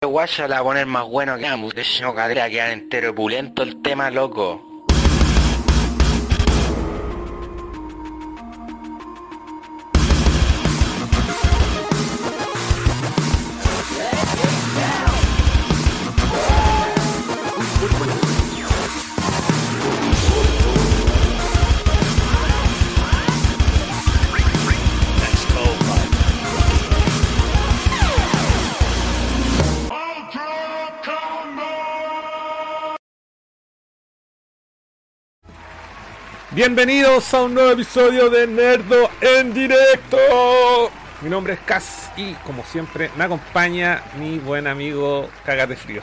uruguaya la va a poner más bueno que ambos. De no cadera quedan entero pulento el tema, loco. Bienvenidos a un nuevo episodio de Nerdo en directo. Mi nombre es Cas y como siempre me acompaña mi buen amigo Cagate Frío.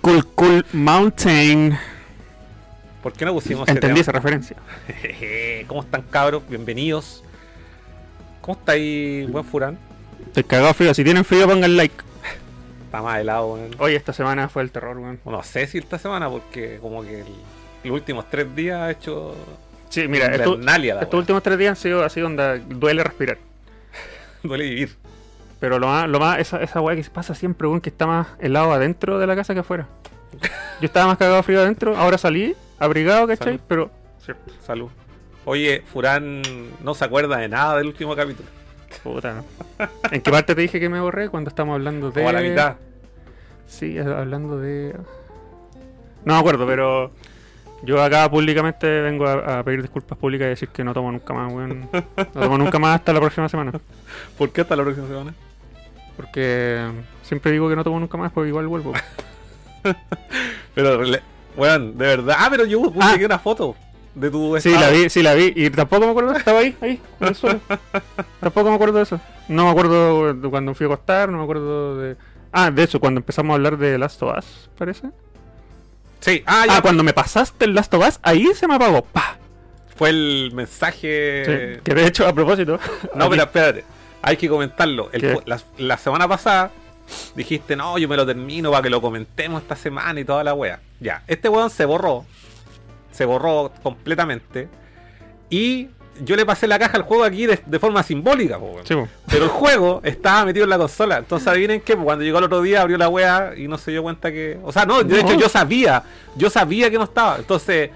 Cool Cool Mountain. ¿Por qué no pusimos ese Entendí esa referencia. tema? ¿Cómo están cabros? Bienvenidos. ¿Cómo está ahí, buen Furán? Estoy cagado frío. Si tienen frío, pongan like. Está más helado, weón. Hoy esta semana fue el terror, weón. No sé si esta semana porque como que el- los últimos tres días ha hecho... Sí, mira, esto- Invernalia la estos weá. últimos tres días han sido así onda, duele respirar. duele vivir. Pero lo más, lo más esa, esa weá que pasa siempre, weón, que está más helado adentro de la casa que afuera. Yo estaba más cagado frío adentro, ahora salí, abrigado, ¿cachai? Salud. Pero Salud. Oye, Furán no se acuerda de nada del último capítulo. Puta. ¿En qué parte te dije que me borré cuando estamos hablando de. Como a la mitad. Sí, hablando de. No me acuerdo, pero. Yo acá públicamente vengo a, a pedir disculpas públicas y decir que no tomo nunca más, weón. No tomo nunca más hasta la próxima semana. ¿Por qué hasta la próxima semana? Porque siempre digo que no tomo nunca más, porque igual vuelvo. Pero, le- weón, de verdad. Ah, pero yo puse Ah. aquí una foto de tu Sí, la vi, sí, la vi. Y tampoco me acuerdo, estaba ahí, ahí, en el suelo. Tampoco me acuerdo de eso. No me acuerdo de cuando fui a acostar, no me acuerdo de. Ah, de hecho, cuando empezamos a hablar de Last of Us, parece. Sí, ah, ya. Ah, cuando me pasaste el Last of Us, ahí se me apagó. ¡Pah! pues, Fue el mensaje. Sí, que de hecho, a propósito. No, aquí- pero espérate. Hay que comentarlo. El ¿Qué? ju- la, la semana pasada dijiste, no, yo me lo termino para que lo comentemos esta semana y toda la wea. Ya, este weón se borró. Se borró completamente. Y yo le pasé la caja al juego aquí de, de forma simbólica, po, weón. Sí, po. Pero el juego estaba metido en la consola. Entonces, adivinen qué, pues, cuando llegó el otro día abrió la wea y no se dio cuenta que. O sea, no, de No. hecho yo sabía. Yo sabía que no estaba. Entonces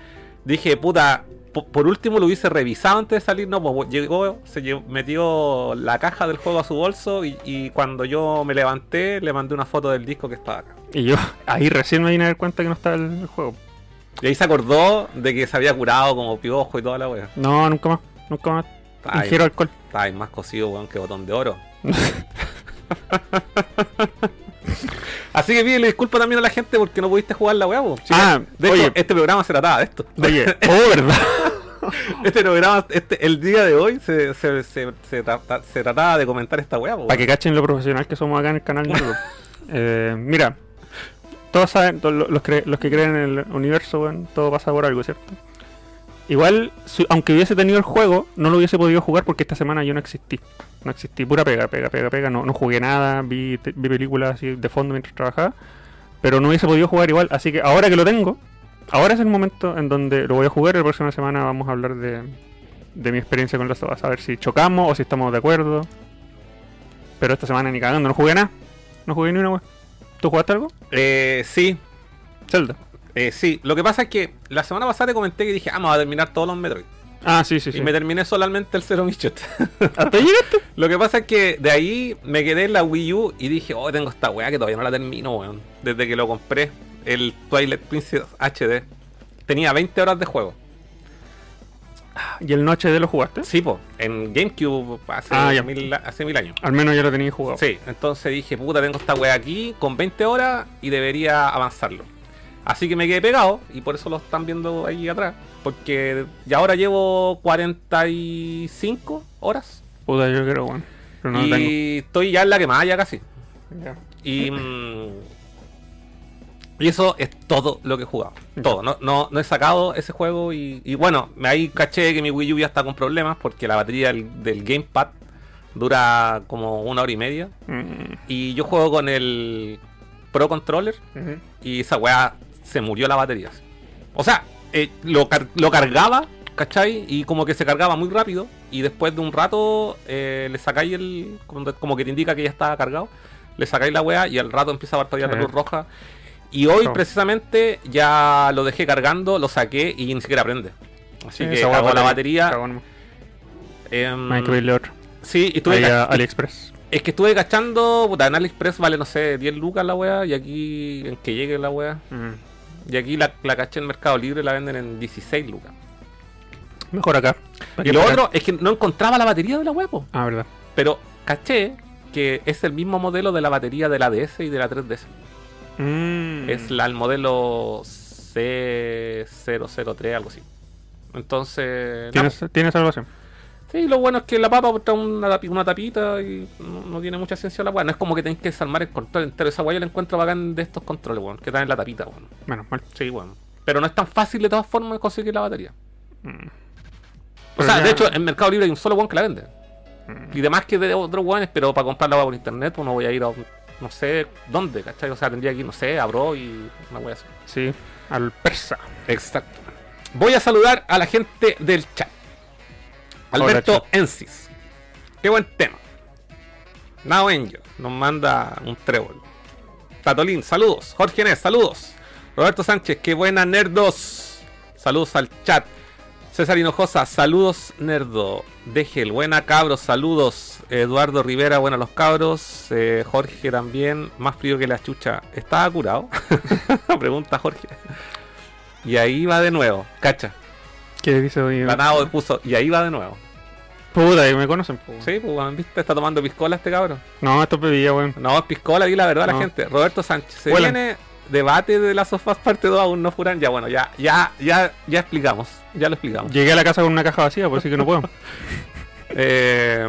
dije, puta, po- por último lo hubiese revisado antes de salir. No, pues llegó, se lle- metió la caja del juego a su bolso y, y cuando yo me levanté, le mandé una foto del disco que estaba acá. Y yo ahí recién me vine a dar cuenta que no estaba el, el juego. Y ahí se acordó de que se había curado como piojo y toda la wea. No, nunca más. Nunca más. Ay. Ingiero alcohol. Estaba ahí más cocido, weón, que botón de oro. Así que pídele disculpa también a la gente porque no pudiste jugar la weá, po. Sí, Ah, de hecho, oye. este programa se trataba de esto. Oye, oh, ¿verdad? Este programa, este, el día de hoy, se, se, se, se trata- se trataba de comentar esta weá, po. Para que cachen lo profesional que somos acá en el canal Nerdo. Eh, mira, todos saben, to- lo- los, cre- los que creen en el universo, weón, todo pasa por algo, ¿cierto? Igual, si- aunque hubiese tenido el juego, no lo hubiese podido jugar porque esta semana yo no existí. No existí, pura pega, pega, pega, pega. No, no jugué nada, vi, te- vi películas así de fondo mientras trabajaba. Pero no hubiese podido jugar igual. Así que ahora que lo tengo, ahora es el momento en donde lo voy a jugar. La próxima semana vamos a hablar de, de mi experiencia con Last of Us. A ver si chocamos o si estamos de acuerdo. Pero esta semana ni cagando, no jugué nada. No jugué ni una wea. ¿Tú jugaste algo? Eh, sí, Zelda. eh, sí. Lo que pasa es que la semana pasada te comenté que dije, ah, vamos a terminar todos los Metroid. Ah, sí, sí, sí. Y me terminé solamente el Zero Mission. ¿Hasta ahí llegaste? Lo que pasa es que de ahí me quedé en la Wii U y dije, oh, tengo esta weá que todavía no la termino, weón. Desde que lo compré, el Twilight Princess HD. Tenía 20 horas de juego. ¿Y el noche de lo jugaste? Sí, po, en GameCube hace, Ah, ya. mil, hace mil años. Al menos ya lo tenía jugado. Sí, entonces dije, puta, tengo esta weá aquí con 20 horas y debería avanzarlo. Así que me quedé pegado y por eso lo están viendo ahí atrás. Porque ya ahora llevo 45 horas Puta, yo creo, weón. Pero no y lo tengo. estoy ya en la quemada ya casi. Ya. Y, mm, y eso es todo lo que he jugado. Todo. No, no, no he sacado ese juego. Y, y bueno, me ahí caché que mi Wii U ya está con problemas porque la batería del, del Gamepad dura como una hora y media. Mm, Y yo juego con el Pro Controller ujú. y esa weá se murió la batería. O sea, eh, lo, car- lo cargaba, ¿cachai? Y como que se cargaba muy rápido. Y después de un rato eh, le sacáis el. Como, como que te indica que ya estaba cargado. le sacáis la weá y al rato empieza a parpadear la Sí. luz roja. Y hoy Chao. precisamente ya lo dejé cargando, lo saqué y ni siquiera prende. Así que esa hueá cagó la vale- batería. cagó nomás. em, No hay que pedirle otro. sí, y estuve, Ah, Ahí a cach- AliExpress. es que estuve cachando, puta, en AliExpress vale, no sé, 10 lucas la weá y aquí en que llegue la weá. Mm. Y aquí la, la caché en Mercado Libre la venden en 16 lucas. Mejor acá. ¿Para Y qué lo pagar? otro es que no encontraba la batería de la web, po. Ah, verdad. pero caché que es el mismo modelo de la batería de la DS y de la 3DS. Mm. Es la, el modelo C003, algo así. Entonces. nada, ¿Tienes, ¿Tienes salvación? Sí, lo bueno es que la papa trae una, tapi- una tapita y no, no tiene mucha ciencia la weá. No es como que tenés que desarmar el control entero. Esa weá yo la encuentro bacán de estos controles, weón. Que traen la tapita, weón. Menos mal. Sí, weón. Pero no es tan fácil de todas formas conseguir la batería. O Mm. Pero sea, ya- de hecho, en Mercado Libre hay un solo weón que la vende. Mm. Y demás que de otros weones, pero para comprarla por internet, pues no voy a ir a un- no sé dónde, ¿cachai? O sea, tendría que ir, no sé, a Bro y una wea así. Sí, al persa. Exacto. Voy a saludar a la gente del chat. Hola, Alberto chat. Ensis. Qué buen tema. Now Angel nos manda un trébol. Tatolín, saludos. Jorge Nes, saludos. Roberto Sánchez, qué buena nerdos. Saludos al chat. César Hinojosa, saludos nerdo. Dejel, buena cabros, saludos. Eduardo Rivera, buena los cabros. Eh, Jorge también, más frío que la chucha. ¿Estaba curado? Pregunta Jorge. Y ahí va de nuevo, cacha. ¿Qué dice hoy? Granado puso, y ahí va de nuevo. Puta, que me conocen. po, weón. Sí, pues, weón, viste, está tomando piscola este cabrón. No, esto es bebida, weón. No, es piscola, di la verdad a la No. gente. Roberto Sánchez, se Huelan. viene debate de las sofás parte 2 aún no furan. Ya, bueno, ya, ya, ya, ya explicamos. Ya lo explicamos. Llegué a la casa con una caja vacía, por eso que no puedo. Eh,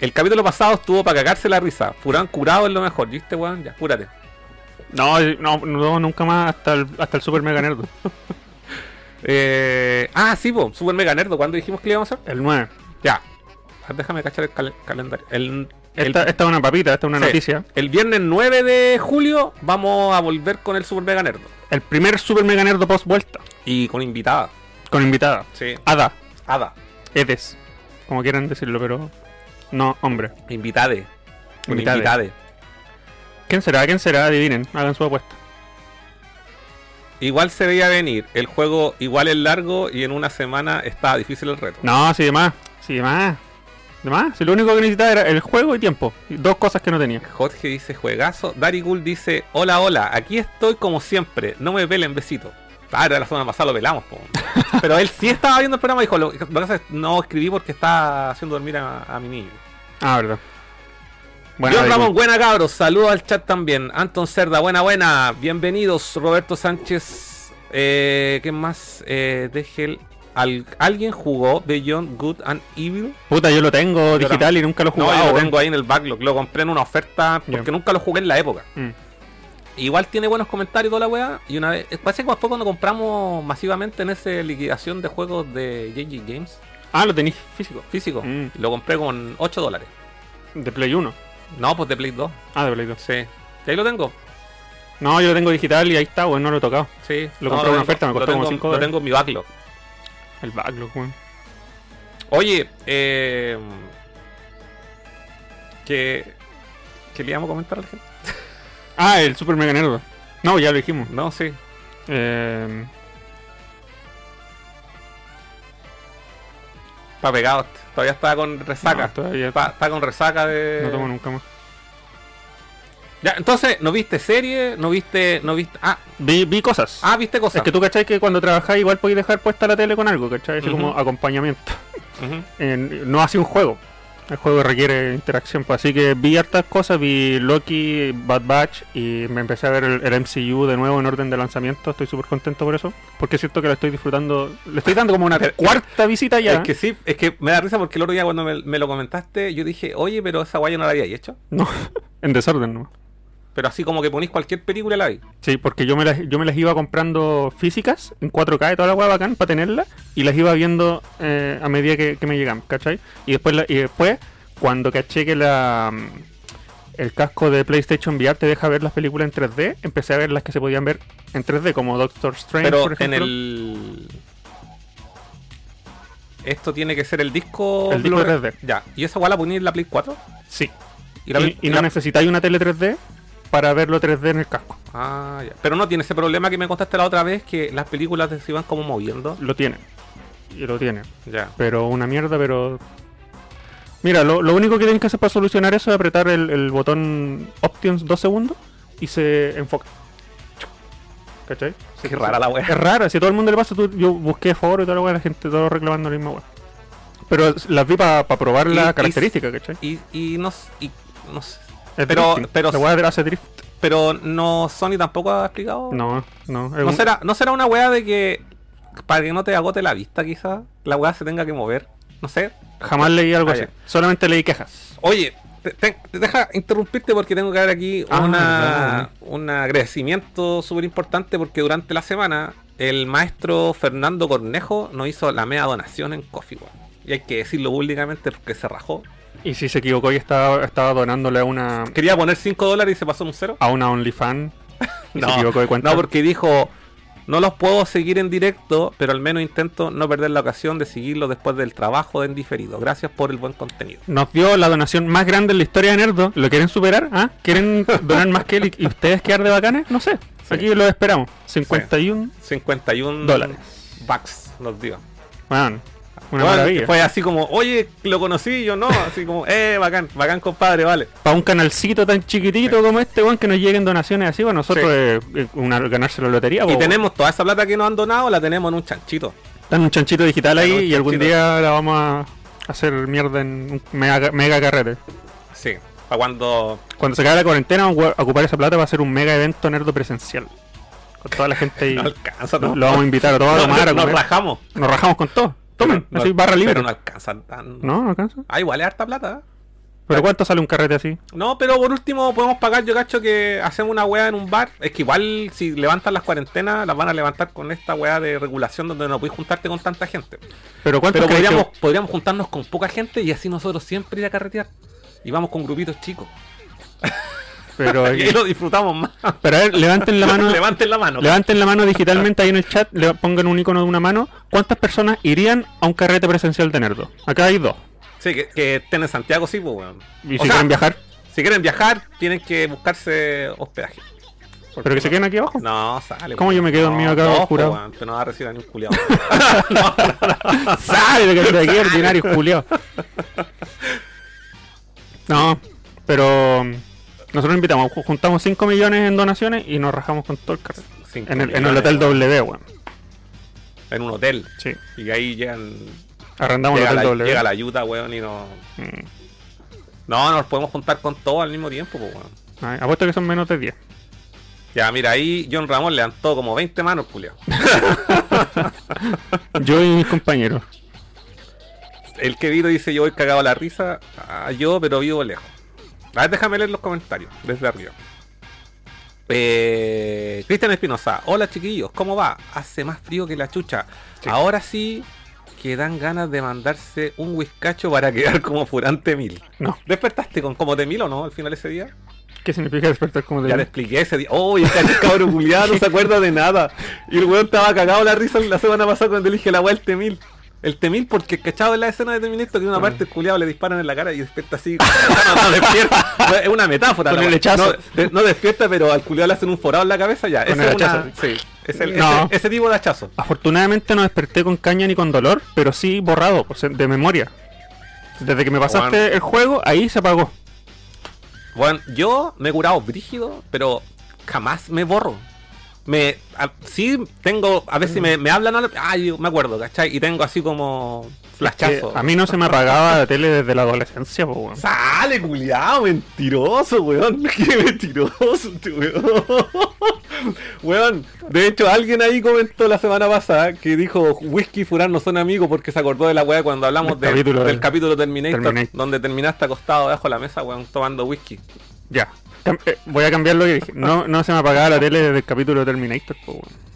el capítulo pasado estuvo para cagarse la risa. Furán curado es lo mejor, ¿viste, weón? Ya, cúrate. No, no, no, nunca más hasta el, hasta el Super Mega Nerd. Eh, ah, sí, po, Super Mega Nerdo. ¿Cuándo dijimos que le íbamos a hacer? El 9. Ya. Ah, Déjame cachar el cal- calendario. El, el- Esta, esta es una papita, esta es una Sí. noticia. El viernes 9 de julio vamos a volver con el Super Mega Nerd. El primer Super Mega Nerd post vuelta. Y con invitada. Con invitada. Sí. Ada. Ada. Edes. Como quieran decirlo, pero. No, hombre. Invitade. Con Invitade. invitade. ¿Quién será? ¿Quién será? Adivinen, hagan su apuesta. Igual se veía venir. El juego igual es largo y en una semana está difícil el reto. No, sí, de más. Sí, de más. De más. Si lo único que necesitaba era el juego y tiempo. Y Dos cosas que no tenía. Jorge dice juegazo. Dari Gul dice, hola, hola, aquí estoy como siempre. No me pelen, besito. Ah, era la semana pasada lo velamos, po. Pero él sí estaba viendo el programa y dijo, lo, lo que pasa es que no escribí porque está haciendo dormir a- a mi niño. Ah, verdad. Dios David. Ramón, buena cabros, saludos al chat también. Anton Cerda, buena, buena, bienvenidos. Roberto Sánchez, eh, ¿qué más? Eh, deje el- al- ¿Alguien jugó Beyond Good and Evil? Puta, yo lo tengo Yo digital y nunca lo he No, jugado. yo lo weón. tengo ahí en el backlog, lo compré en una oferta porque Ya. nunca lo jugué en la época. Mm. Igual tiene buenos comentarios toda la weá. Y una vez, parece que fue cuando compramos masivamente en esa liquidación de juegos de JG Games, Ah, lo tenéis físico. físico. Mm. Lo compré con 8 dólares. De Play 1. No, pues de Play 2. Ah, de Play 2. Sí. Y ahí lo tengo. No, yo lo tengo digital y ahí está, weón, no lo he tocado. Sí, Lo compré en una oferta, me lo costó como tengo- cinco Lo dólares. tengo en mi backlog. El backlog, weón. Oye, eh, que, que le íbamos a comentar a la gente. Ah, el Super Mega Nerd. No, ya lo dijimos. No, sí. Eh, Está pegado. Todavía está con resaca. no, todavía está, está con resaca de. no tomo nunca más. Ya, entonces, ¿no viste serie? ¿No viste.? No viste... Ah, Vi, vi cosas. ah, viste cosas. es que tú cachai que cuando trabajáis igual podéis dejar puesta la tele con algo, cachai. Así Ujú. como acompañamiento. Ujú. En- no así un juego. El juego requiere interacción. pues, así que vi hartas cosas. Vi Loki, Bad Batch y me empecé a ver el, el MCU de nuevo en orden de lanzamiento. Estoy súper contento por eso. Porque siento que lo estoy disfrutando. Le estoy dando como una Pero- cuarta visita ya. Es que sí, es que me da risa porque el otro día cuando me, me lo comentaste, yo dije, oye, pero esa guaya no la había hecho. No, en desorden nomás. Pero así como que ponís cualquier película y la vi. Sí, porque yo me las, yo me las iba comprando físicas en 4K y toda la hueá bacán para tenerlas y las iba viendo eh, a medida que, que me llegaban, ¿cachai? Y después, la- y después cuando caché que la, mm, el casco de PlayStation VR te deja ver las películas en 3D, empecé a ver las que se podían ver en 3D, como Doctor Strange, Pero por en ejemplo. el. Esto tiene que ser el disco. El disco Blu-ray. 3D. Ya. ¿Y esa guay la ponía en la Play 4? Sí, Y la- y, y y no la- necesitáis una tele 3D para verlo 3D en el casco. Ah, ya. Pero no tiene ese problema que me contaste la otra vez, que las películas se iban como moviendo. Lo tiene. Y lo tiene. Ya. Pero una mierda, pero. Mira, lo, lo único que tienes que hacer para solucionar eso es apretar el, el botón Options dos segundos y se enfoca. ¿Cachai? Qué rara la Es wea. raro, si a todo el mundo le pasa, tú- yo busqué foro y toda la wea, la gente todo reclamando la misma wea. Pero las vi para probar Y- la y- característica, ¿cachai? Y, y no, s- y no sé. Es pero- drifting. pero- La wea hace drift. Pero no Sony tampoco ha explicado. No, no. es ¿No un- será, ¿No será una wea de que para que no te agote la vista quizás? La wea se tenga que mover. No sé. Jamás leí algo Ah, así. ya. Solamente leí quejas. Oye, te, te- te deja interrumpirte porque tengo que dar aquí Ah, una, un agradecimiento súper importante porque durante la semana el maestro Fernando Cornejo nos hizo la media donación en Coffee One. Y hay que decirlo públicamente porque se rajó. Y si se equivocó y estaba, estaba donándole a una, Quería poner 5 dólares y se pasó un cero. a una OnlyFan. Ah, y No, se equivocó de cuenta. No, porque dijo, no los puedo seguir en directo, pero al menos intento no perder la ocasión de seguirlos después del trabajo en diferido. Gracias por el buen contenido. nos dio la donación más grande en la historia de Nerdo. ¿Lo quieren superar? ¿Ah? ¿Quieren donar más que él y, y ustedes quedar de bacanes? No sé. Sí. Aquí los esperamos. 51. 51 Dólares. bucks nos dio. Man, una Bueno, maravilla. Fue así como, oye, lo conocí, yo no. Así como, eh, bacán, bacán, compadre, vale. Para un canalcito tan chiquitito como este, weón, que nos lleguen donaciones así, bueno, nosotros eh, eh, una, ganarse la lotería. Y po, tenemos toda esa plata que nos han donado, la tenemos en un chanchito. weón. Dan un chanchito digital Dan ahí un y algún chanchito. día la vamos a hacer mierda en un mega, mega carrete. Sí, para cuando. Cuando se acabe la cuarentena, vamos a ocupar esa plata para hacer un mega evento Nerdo presencial. Con toda la gente ahí. No alcanza, lo vamos a invitar a todos a tomar, a Nos comer. rajamos. Nos rajamos con todo. Tomen, Pero así no- barra libre. Pero no alcanza tan. No, no alcanza. Ah, igual es harta plata. ¿eh? ¿Pero cuánto sale un carrete así? No, pero por último podemos pagar, yo cacho, que hacemos una weá en un bar. Es que igual si levantan las cuarentenas, las van a levantar con esta weá de regulación donde no puedes juntarte con tanta gente. ¿Pero cuánto Pero crees que- podríamos, podríamos juntarnos con poca gente y así nosotros siempre ir a carretear. Y vamos con grupitos chicos. Pero, Y lo disfrutamos más. pero a ver, levanten la mano. Levanten la mano. Levanten la mano digitalmente ahí en el chat, le pongan un icono de una mano. ¿Cuántas personas irían a un carrete presencial de Nerdo? Acá hay dos. Sí, que, que estén en Santiago, sí, pues, weón. Y O si sea, quieren viajar, si quieren viajar, tienen que buscarse hospedaje. pero que se queden aquí abajo. No, sale. ¿Cómo weón. yo me quedo dormido acá, no, pues, curado? weón, Pero no va a recibir a ningún culiado. ¡Sale que de aquí, ordinario, Julio! No, pero mm, nosotros invitamos, ju- juntamos 5 millones en donaciones y nos rajamos con todo el carrete. Cinco En el, en el millones, Hotel weón. W, weón. En un hotel. Sí, Y ahí llegan arrendamos el llega, Hotel ¿eh? la, W. llega la ayuda, weón, y no. Mm. No, nos podemos juntar con todos al mismo tiempo, pues, weón. Ay, apuesto que son menos de 10. Ya, mira, ahí John Ramón levantó como 20 manos, culiao. Yo y mis compañeros. El que vino dice: Yo voy cagado a la risa. Ah, yo, pero vivo lejos. A ver, déjame leer los comentarios desde arriba. Eh, Cristian Espinosa, hola chiquillos, ¿cómo va? Hace más frío que la chucha. Sí. Ahora sí que dan ganas de mandarse un whiskacho para quedar como furante mil. No. ¿Despertaste con como de mil o no al final ese día? ¿Qué significa despertar como de Ya le expliqué ese día. ¡Oh, este cabrón culiado no se acuerda de nada! Y el weón estaba cagado la risa la semana pasada cuando le dije la weá del temil. El temil, porque cachado en la escena de Terminator Ah. que en una parte el culiado le disparan en la cara y despierta así. No, no despierta. No, Es una metáfora. Con la el weá. hechazo. No, de- no despierta, pero al culiado le hacen un forado en la cabeza ya. Con Ese el es una- hachazo. sí, es el- No. ese, ese tipo de hachazo. Afortunadamente no desperté con caña ni con dolor, pero sí borrado, pues, de memoria. Desde que me pasaste Bueno. el juego, ahí se apagó. Bueno, yo me he curado brígido, pero jamás me borro. Me, a- sí, tengo, a veces me, me hablan, al- ah, yo me acuerdo, ¿cachai? Y tengo así como flashazo. Que a mí no se me apagaba la tele desde la adolescencia, pues, weón. Sale, culiado, mentiroso, weón. Qué mentiroso, este weón. Weón, de hecho, alguien ahí comentó la semana pasada que dijo: Whisky y Furán no son amigos porque se acordó de la weá cuando hablamos del Del capítulo del del- capítulo Terminator, Terminator. donde terminaste acostado debajo de la mesa, weón, tomando whisky. Ya. Cam- eh, voy a cambiar lo que dije. No, no se me apagaba la tele desde el capítulo de Terminator, pues, weón.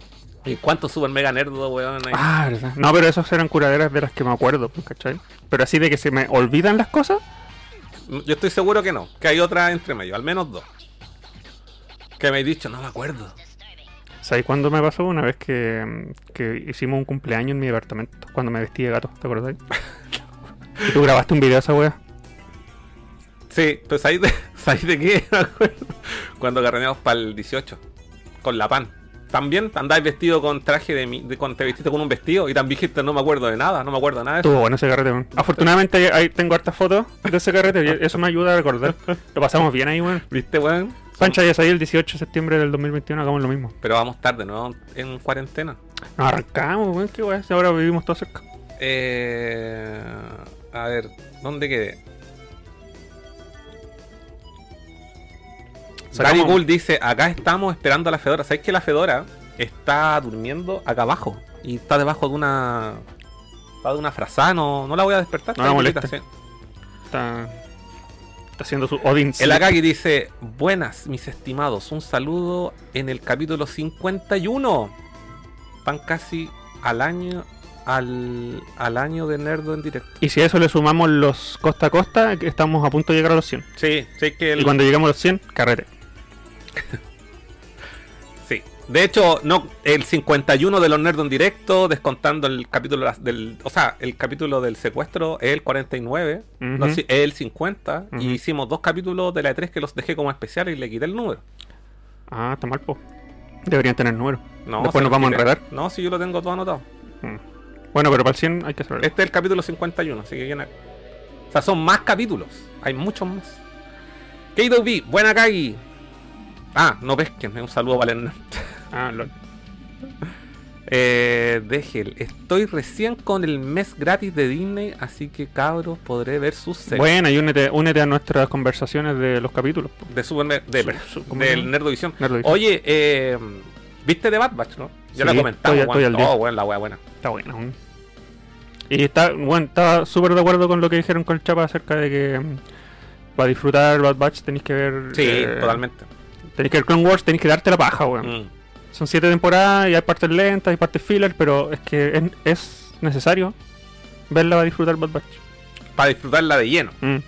¿Y cuántos super mega nerdos, weón? hay? Ah, verdad. No, pero esas eran curaderas de las que me acuerdo, pues, ¿cachai? Pero así de que se me olvidan las cosas, Yo estoy seguro que no, que hay otra entre medio, al menos dos. Que me he dicho, no me acuerdo. ¿Sabes cuándo me pasó? Una vez que, mm, que hicimos un cumpleaños en mi departamento, cuando me vestí de gato, ¿te acordáis? y tú grabaste un video de esa wea. Sí, pues pero ¿sabéis de, ¿sabéis de qué? Me acuerdo. Cuando carreneamos para el 18, con la pan. También andáis vestido con traje de, mi- de cuando te vestiste con un vestido y también dijiste no me acuerdo de nada, no me acuerdo de nada de eso. Estuvo bueno ese carrete, weón. Afortunadamente ahí- ahí tengo hartas fotos de ese carrete y eso me ayuda a recordar. Lo pasamos bien ahí, weón. ¿Viste, weón? Pancha ya salió el 18 de septiembre del 2021, hagamos lo mismo. Pero vamos tarde, ¿no? En cuarentena. Nos arrancamos, weón, qué weón. si Ahora vivimos todos cerca. Eh, a ver, ¿dónde quedé? Gary Sacamos- Gould dice, acá estamos esperando a la Fedora. ¿Sabéis que la Fedora está durmiendo acá abajo? Y está debajo de una... Está de una frazada, no, no la voy a despertar. No la tranquilita, moleste. sí. Está, está haciendo su Odin. El Akagi dice, buenas mis estimados, un saludo en el capítulo 51. Van casi al año, al, al año de Nerdo en directo. Y si a eso le sumamos los costa a costa, que estamos a punto de llegar a los 100. Sí, sí que el- Y cuando llegamos a los 100, carrete. sí. De hecho, no, el 51 de los Nerdos en directo, descontando el capítulo las- del, o sea, el capítulo del secuestro es el 49, no, Ujú. sí, es el 50 Ujú. y hicimos dos capítulos de la E3 que los dejé como especiales y le quité el número. Ah, está mal, po. Deberían tener número. No, Después se nos los vamos a quité. enredar. No, si yo lo tengo todo anotado. Mm. Bueno, pero para el 100 hay que hacer algo. Este es el capítulo 51, así que viene acá. O sea, son más capítulos. Hay muchos más. K2B, buena Kagi. Ah, no pesquen, es un saludo para el Hernán. Ah, lol. Eh, Degel, estoy recién con el mes gratis de Disney, así que cabros podré ver sus series Bueno, y únete, únete a nuestras conversaciones de los capítulos. po. de Super Nerd- de, Su- su- ¿cómo se del llama? Nerdovisión. Nerdovisión. Oye, eh, ¿viste de Bad Batch, no? Ya Sí, la comentamos, estoy- estoy weón. al día. Oh, weón, la wea buena. Está buena. aún. Y está, bueno, estaba súper de acuerdo con lo que dijeron con el Chapa acerca de que mm, para disfrutar Bad Batch tenéis que ver. Sí, eh, totalmente. Tenéis que ver Clone Wars, tenéis que darte la paja, weón. Mm. Son siete temporadas y hay partes lentas, hay partes filler, pero es que es, es necesario verla para disfrutar Bad Batch. Para disfrutarla de lleno. Mm.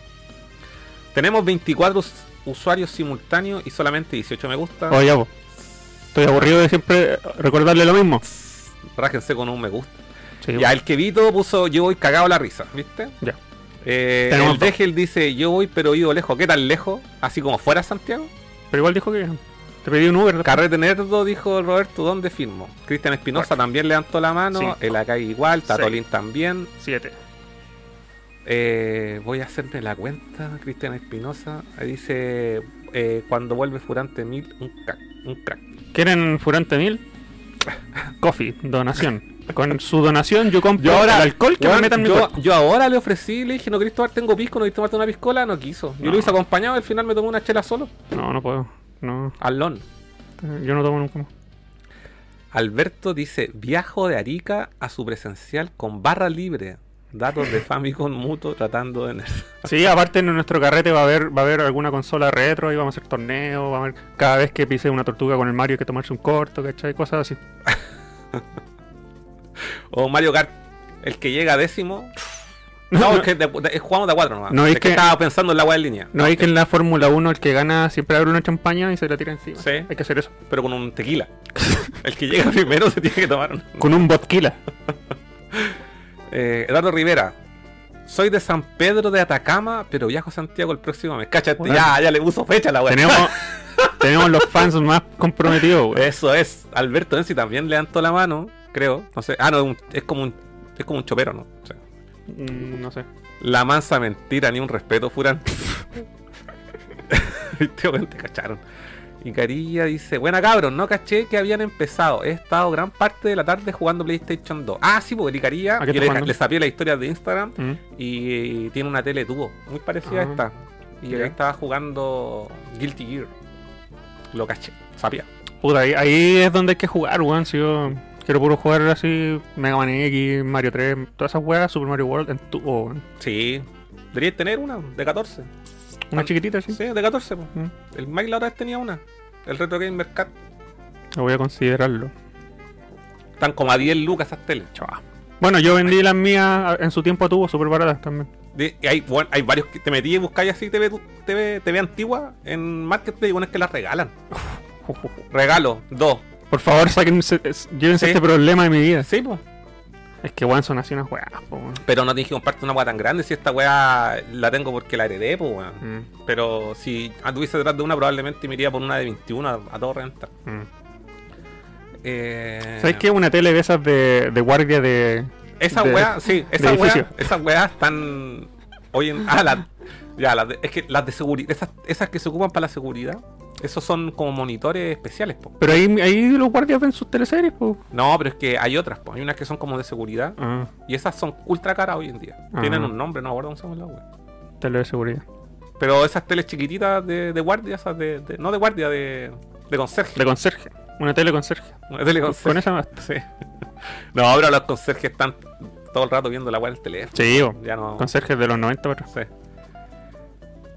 Tenemos 24 us- usuarios simultáneos y solamente 18 me gusta. Oye, Oh, ya, po. Estoy aburrido de siempre recordarle lo mismo. Rájense con un me gusta. Sí, ya, el Quevito puso yo voy cagado a la risa, ¿viste? Ya. Eh, Tenemos el dos. Degel dice yo voy pero ido lejos. ¿Qué tan lejos? Así como fuera Santiago. Pero igual dijo que te pedí un Uber. Carrete Nerdo dijo el Roberto, ¿dónde firmo? Cristian Espinosa también levantó la mano. Cinco. El Akai igual, Tatolín Seis. también. Siete. Eh, voy a hacerme la cuenta, Cristian Espinosa. Ahí Dice eh, cuando vuelve Furante Mil, un crack. Un crack. ¿Quieren Furante Mil? Coffee, donación. Con su donación yo compro Yo ahora, el alcohol que weón, me metan en mi yo, cuerpo. yo ahora le ofrecí, le dije, no Cristóbal, tengo pisco, no quieres tomarte una piscola, no quiso. Yo No. lo hice acompañado, al final me tomé una chela solo, No, no puedo. No, al lon. eh, yo no tomo nunca más. Alberto dice, viajo de Arica a su presencial con barra libre. Datos de Famicom Muto tratando de... nerd. Sí, aparte en nuestro carrete va a haber, va a haber alguna consola retro y vamos a hacer torneos, va a haber cada vez que pise una tortuga con el Mario hay que tomarse un corto, ¿cachai? Cosas así. O Mario Kart, el que llega décimo... No, es que de- de- jugamos de a cuatro nomás. No, Es es que que- estaba pensando en la web en línea. No hay que en la Fórmula 1 el que gana siempre abre una champaña y se la tira encima. Sí. Hay que hacer eso. Pero con un tequila. el que llega primero se tiene que tomar un... Con un botquila. Eh, Eduardo Rivera. Soy de San Pedro de Atacama, pero viajo a Santiago el próximo mes. Cáchate, Bueno. ya, ya le puso fecha a la weá. tenemos, tenemos los fans más comprometidos, güey. Eso es. Alberto Enzi también levantó la mano, creo. No sé. Ah, no, es, un- es como un es como un chopero, ¿no? O sea, Mm, No sé. la mansa mentira, ni un respeto, Furán. Viste, weón, te cacharon. Y Carilla dice, buena cabros, no caché que habían empezado. He estado gran parte de la tarde jugando PlayStation 2. Ah, sí, porque Icarilla, ¿A yo qué estás le, jugando? le sabía la historia de Instagram. Mm. y tiene una tele tubo muy parecida a Ah, esta. Y ya. ahí estaba jugando Guilty Gear. Lo caché, sabía. Puta, ahí, ahí es donde hay que jugar, weón. Si yo quiero puro jugar así, Mega Man X, Mario 3, todas esas weas, Super Mario World en tu. oh, weón. Sí. Deberías tener una, de 14. Una Ah, chiquitita, sí. Sí, de 14. po. Mm. El Mike la otra vez tenía una. El Retro Gamer Cat. Lo voy a considerarlo. Están como a 10 lucas esas teles. Chava. Bueno, yo vendí las mías a- en su tiempo a tubo, súper baratas también. De- y hay, bueno, hay varios que te metí y buscáis así TV, tu- TV, TV antigua en Marketplace y bueno, es que las regalan. Regalo, dos. Por favor, sáquense, es- llévense Sí. este problema de mi vida. Sí, pues. Es que weón son así unas weas, po, weón. Pero no tienes que comprarte una weá tan grande si esta weá la tengo porque la heredé, pues weón. Mm, Pero si anduviese detrás de una, probablemente me iría por una de 21 a, a todo rentar. mm. Eh, ¿Sabes qué? Una tele de esas de, de guardia de. Esa de- weá, sí, esa de weá, edificio. esas weas están. Hoy en. Ah, las. Ya, las de- es que las de seguridad. Esas, esas que se ocupan para la seguridad. Esos son como monitores especiales, po. Pero ahí, ahí los guardias ven sus teleseries, po. No, pero es que hay otras, po. Hay unas que son como de seguridad. Ah, Y esas son ultra caras hoy en día. Tienen Ah. un nombre, no me acuerdo cómo se llama la wea. tele de seguridad. Pero esas teles chiquititas de, de guardia, esas de, de- No de guardia, de. De conserje. De conserje. Una tele conserje. Una tele Con conserje. esa basta. Sí. No, ahora los conserjes están todo el rato viendo la wea del teléfono. Sí, po. Ya no. Conserjes de los 90 para atrás. Sí.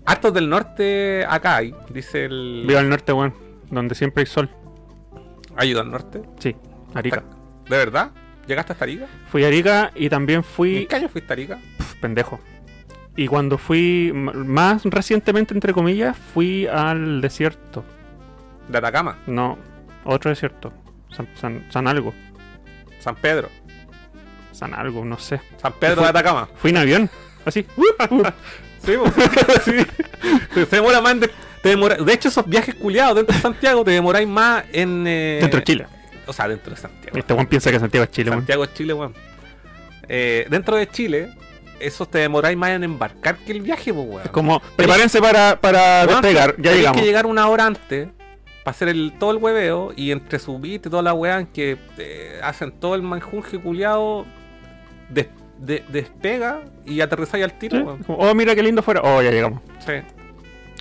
Hartos del norte acá hay, dice el. Viva el norte, weón. Donde siempre hay sol. Ayuda al norte. Sí, Arica. ¿De verdad? ¿Llegaste hasta Arica? Fui a Arica y también ¿En fui. qué año fuiste a Arica? Pf, pendejo. Y cuando fui, m- más recientemente, entre comillas, fui al desierto. De Atacama, No, otro desierto. San, San- San algo. San Pedro. San algo, no sé. San Pedro de Atacama. Fui en avión. Así. Sí, pues, sí. Te- Se demora más en de, te demora- de hecho, esos viajes culiados dentro de Santiago te demoráis más en. eh, Dentro de Chile. O sea, dentro de Santiago. Este Juan piensa que Santiago es Chile, weón. Santiago es Chile, weón. Eh, dentro de Chile, esos te demoráis más en embarcar que el viaje, pues, weón. Es como, prepárense para, para Weón, despegar. Ya tenés llegamos. que llegar una hora antes para hacer el, todo el hueveo y entre subirte y toda la weá en que eh, hacen todo el manjunje culiado des- de- despega y aterrizáis al tiro, Sí, weón. como, Oh, mira qué lindo fuera. Oh, ya llegamos. Sí.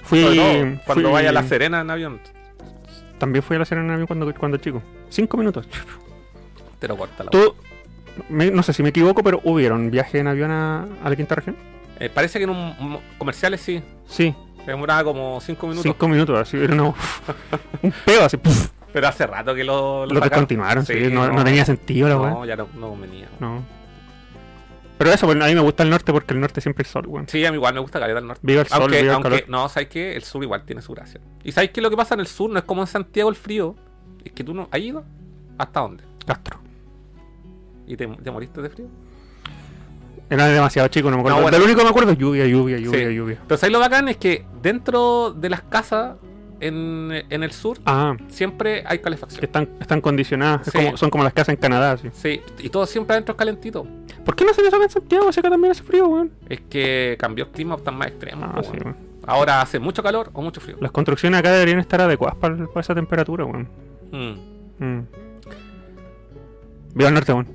Fui. Sobre todo cuando fui- vaya a la Serena en avión, También fui a la Serena en avión cuando, cuando chico. Cinco minutos. te lo corta la weá. Tú, me- no sé si me equivoco, pero hubieron viaje en avión a, a la quinta región. Eh, parece que en un, un- comerciales sí, Sí, te demoraba como 5 minutos, cinco minutos, así era una- un pedo así, puf, pero hace rato que lo, lo sacaron. descontinuaron, sí, Sí, no, no tenía sentido la weá. No, ya no, no convenía. No. Pero eso, bueno, a mí me gusta el norte porque el norte siempre es sol, weón. Sí, a mí igual me gusta Caleta del Norte. Viva el sol, aunque, viva el aunque- calor. no, sabes que el sur igual tiene su gracia. Y sabes que lo que pasa en el sur no es como en Santiago el frío, es que tú no has ido hasta dónde Castro. y te, te moriste de frío. Era demasiado chico, no me acuerdo. No, bueno. Del único que me acuerdo es lluvia, lluvia, lluvia, Sí. lluvia. Pero sabes lo bacán es que dentro de las casas en, en el sur Ah, siempre hay que calefacción. están, están condicionadas, es Sí. como- son como las casas en Canadá, así. Sí, y todo siempre adentro es calentito. ¿Por qué no hacen eso acá en Santiago? Si acá también hace frío, weón. Es que cambió el clima, están más extremos. Ah, po, sí, weón. weón. Ahora hace mucho calor o mucho frío. Las construcciones acá deberían estar adecuadas para, para esa temperatura, weón. Mm. Mm. Viva el norte, weón.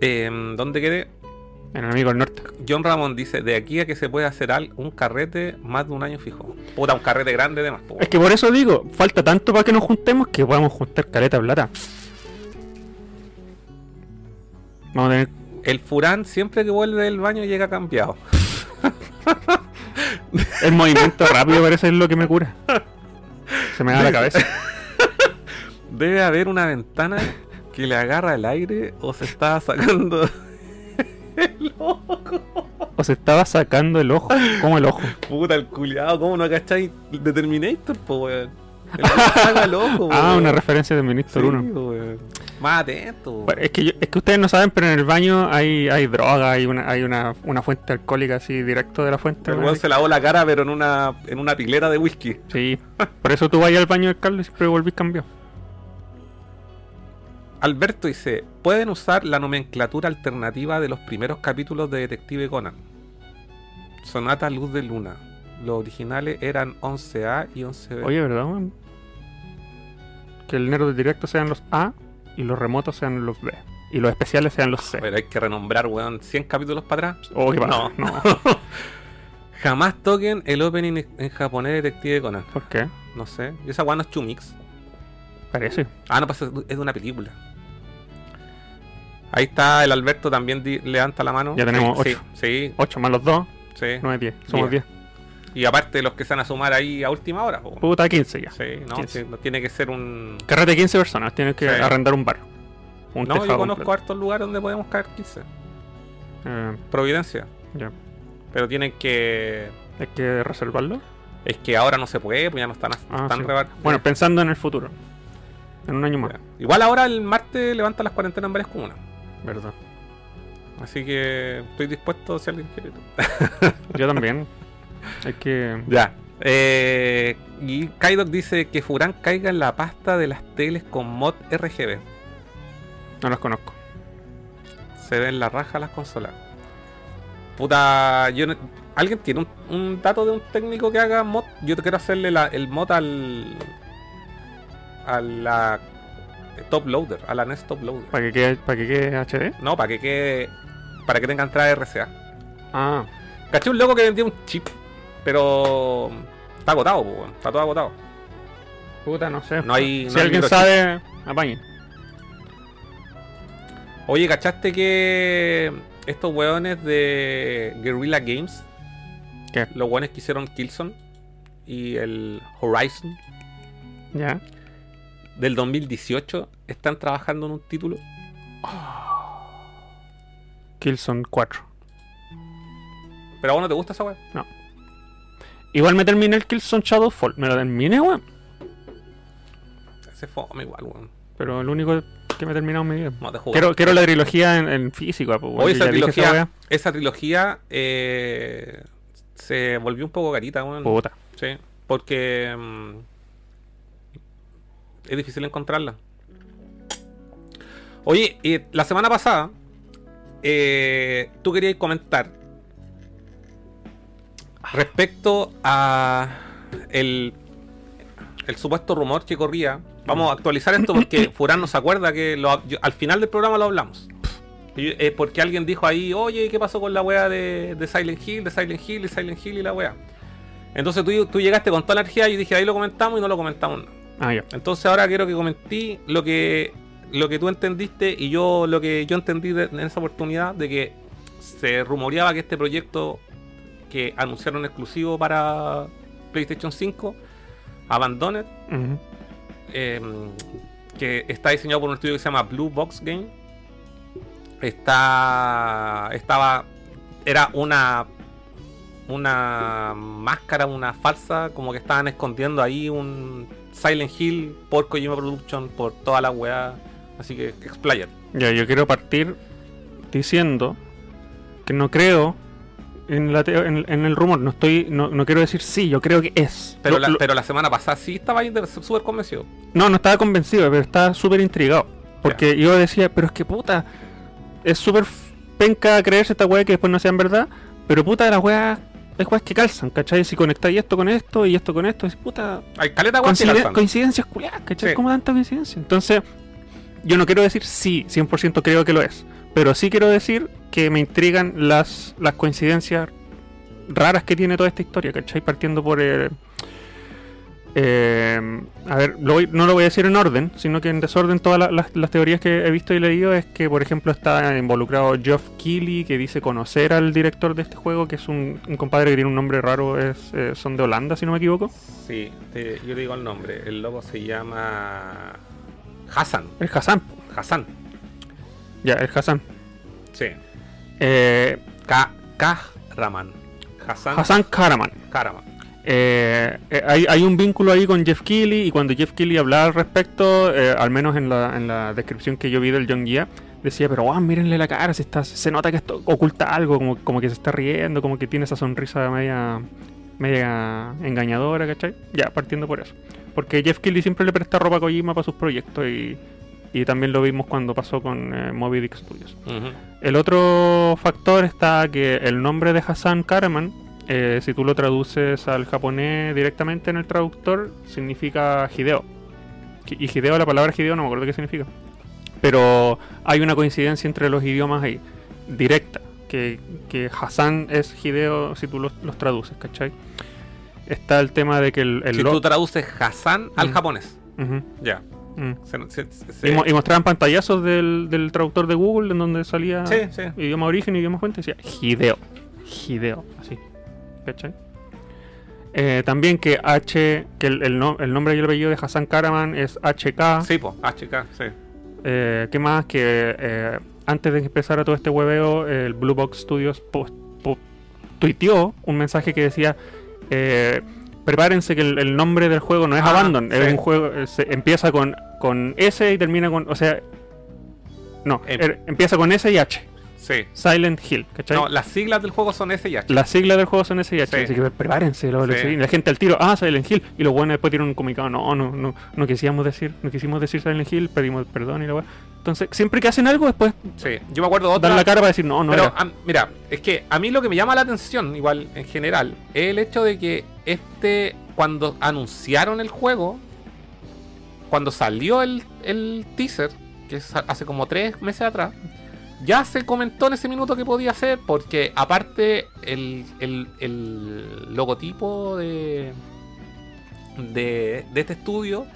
Em, ¿Dónde quedé? El enemigo del norte. John Ramón dice, de aquí a que se puede hacer al- un carrete más de un año fijo. Puta, un carrete grande de más. pues, po, Es que por eso digo, falta tanto para que nos juntemos que podamos juntar caleta de plata. Vamos a tener. El Furán siempre que vuelve del baño llega cambiado. El movimiento rápido parece es lo que me cura. Se me da la cabeza. Debe haber una ventana que le agarra el aire o se está sacando el ojo. O se estaba sacando el ojo. Como el ojo. Puta, el culiado, ¿cómo no cacháis de Terminator, po, weón? El weón saca el ojo, Ah, weón. una referencia de Sí, Ministro 1. weón. Más atento. Es que, yo- es que ustedes no saben, pero en el baño hay, hay droga, hay una, hay una, una fuente alcohólica así directo de la fuente. El weón, weón así. se lavó la cara, pero en una, en una pilera de whisky. Sí, por eso tú vas al baño del Carlos y siempre volvís cambiado. Alberto dice, pueden usar la nomenclatura alternativa de los primeros capítulos de Detective Conan. Sonata Luz de Luna. Los originales eran 11A y 11B. Oye, ¿verdad, weón? Que el nerd directo sean los A y los remotos sean los B. Y los especiales sean los C. Pero hay que renombrar, weón, 100 capítulos para atrás. Oh, qué pasa. No. no. Jamás toquen el opening en japonés de Detective Conan. ¿Por qué? No sé. Y esa weón no es Chumix. Parece. Ah, no, pasa, es de una película. Ahí está el Alberto también di- levanta la mano. Ya tenemos Sí, ocho. Sí, 8 más los 2, sí, sí. 9, 10. Somos 10. Diez. Y aparte los que se van a sumar ahí a última hora. po, weón. Puta, 15 ya. Sí, no, Yes. sí, no tiene que ser un. Carrete 15 personas, tienes que Sí. arrendar un bar. Un No, yo tejado conozco completo. hartos lugares donde podemos caer 15. Eh, Providencia. ya. Pero tienen que. Hay que reservarlo. Es que ahora no se puede, pues ya no están, Ah, están sí. rebar- Bueno, pensando en el futuro. En un año más. Ya. Igual ahora el martes levanta las cuarentenas en varias comunas. Verdad. Así que estoy dispuesto si alguien quiere. Yo también. Es que. Ya. Eh, y Kaidok dice que Furán caiga en la pasta de las teles con mod RGB. No los conozco. Se ven la raja las consolas. Puta, yo no- ¿Alguien tiene un, un dato de un técnico que haga mod? Yo quiero hacerle la- el mod al. a la. top loader, a la NES top loader. ¿Para que quede, para que quede HD? No, para que quede. para que tenga entrada RCA. Ah, Caché un loco que vendía un chip, pero. está agotado, po, weón, está todo agotado. puta, no sé. No hay- si no hay alguien microchip. sabe, apañen. Oye, ¿cachaste que estos weones de Guerrilla Games, ¿Qué? los weones que hicieron Killzone y el Horizon Ya. del 2018, están trabajando en un título? Killzone 4. Pero a vos no te gusta esa weá. Igual me terminé el Killzone Shadowfall. Me lo terminé, weón. Ese fome igual, weón. Pero el único que me he terminado en mi vida. No te juego. Quiero, quiero la trilogía en, en físico, pues, weón. Oye, Yo esa ya dije esa trilogía, weá. esa trilogía eh, se volvió un poco carita, weón. Puta. Sí, porque mm, es difícil encontrarla. Oye, eh, la semana pasada eh, tú querías comentar respecto a el, el supuesto rumor que corría. Vamos a actualizar esto porque Furán nos acuerda que lo- yo- al final del programa lo hablamos. Y, eh, porque alguien dijo ahí, oye, ¿qué pasó con la wea de, de Silent Hill, de Silent Hill, de Silent Hill y la wea? Entonces tú, tú llegaste con toda la energía y yo dije, ahí lo comentamos y no lo comentamos. nada. Ah, ya. Entonces ahora quiero que comentí lo que, lo que tú entendiste y yo lo que yo entendí de- en esa oportunidad de que se rumoreaba que este proyecto que anunciaron exclusivo para PlayStation 5, Abandoned, Ujú. eh, que está diseñado por un estudio que se llama Blue Box Game. Está. Estaba. Era una. Una máscara, una falsa, como que estaban escondiendo ahí un Silent Hill por Kojima Production, por toda la weá. Así que, explayer. Ya, yo quiero partir diciendo que no creo en, la teo- en, en el rumor. No estoy no, no quiero decir sí, yo creo que es. Pero, Lo- la, lo- pero la semana pasada sí estaba ahí de- súper convencido. No, no estaba convencido, pero estaba súper intrigado. Porque yo decía, pero es que puta, es súper f- penca creerse esta weá que después no sean verdad. Pero puta, las weas, hay weas que calzan, ¿cachai? Si conectáis esto con esto y esto con esto, es puta, Hay caleta weá que Coinciden- lanzan. coincidencias culiadas, ¿cachai? Sí. Como tanta coincidencia. Entonces, yo no quiero decir sí, 100% creo que lo es. Pero sí quiero decir que me intrigan las, las coincidencias raras que tiene toda esta historia, ¿cachai? Partiendo por el. eh, a ver, lo voy- no lo voy a decir en orden, sino que en desorden todas la- las, las teorías que he visto y leído es que, por ejemplo, está involucrado Geoff Keighley, que dice conocer al director de este juego, que es un, un compadre que tiene un nombre raro, es, eh, son de Holanda, si no me equivoco. Sí, te- yo digo el nombre. El logo se llama. Hassan. El Hassan. po. Hassan. Ya, el Hassan. Sí. Eh, Ka Kahraman. Hassan, Hassan Karaman. Kahraman. Eh, eh, hay, hay un vínculo ahí con Jeff Keighley y cuando Jeff Keighley hablaba al respecto, eh, al menos en la, en la descripción que yo vi del John Guía, decía, pero wow, mírenle la cara, se, está, se nota que esto oculta algo, como, como que se está riendo, como que tiene esa sonrisa media, media engañadora, ¿cachai? Ya, partiendo por eso. Porque Jeff Keighley siempre le presta ropa a Kojima para sus proyectos y, y también lo vimos cuando pasó con eh, Moby Dick Studios. El otro factor está que el nombre de Hassan Karaman, eh, si tú lo traduces al japonés directamente en el traductor, significa Hideo. Ki- Y Hideo, la palabra Hideo no me acuerdo qué significa. Pero hay una coincidencia entre los idiomas ahí, directa. Que, que Hassan es Hideo si tú los, los traduces, ¿cachai? Está el tema de que el... el Si lo- tú traduces Hassan al Mm. japonés. Ujú, Ya. mm. Se- se- se- Y, mo- y mostraban pantallazos del, del traductor de Google en donde salía Sí, sí. idioma origen, idioma fuente, decía Hideo. Hideo, así. ¿Cachai? Eh, también que H, que el, el no- el nombre y el apellido de Hassan Karaman es HK. Sí, po. HK, sí. Eh, ¿Qué más? Que eh, antes de que empezara todo este hueveo, el Blue Box Studios post- po- tuiteó un mensaje que decía: eh, Prepárense que el, el nombre del juego no es Ah, Abandon, es sí. un juego, eh, se- empieza con con S y termina con. O sea. No, Em. er- empieza con S y H. Sí. Silent Hill, ¿cachai? No, las siglas del juego son S y H. Las siglas del juego son S y H, Sí. así que prepárense, lo- lo Sí. que se viene. la gente al tiro, ah, Silent Hill, y los buenos después tienen un comunicado, no, no, no, no quisimos decir, no quisimos decir Silent Hill, pedimos perdón y la weá. Entonces, siempre que hacen algo después Sí. Yo me acuerdo de otra. dan la cara para decir, no, no, pero era". a- mira, es que a mí lo que me llama la atención, igual en general, es el hecho de que este, cuando anunciaron el juego, cuando salió el, el teaser, que es a- hace como tres meses atrás, ya se comentó en ese minuto que podía ser, porque aparte el, el- el logotipo de, de, de este estudio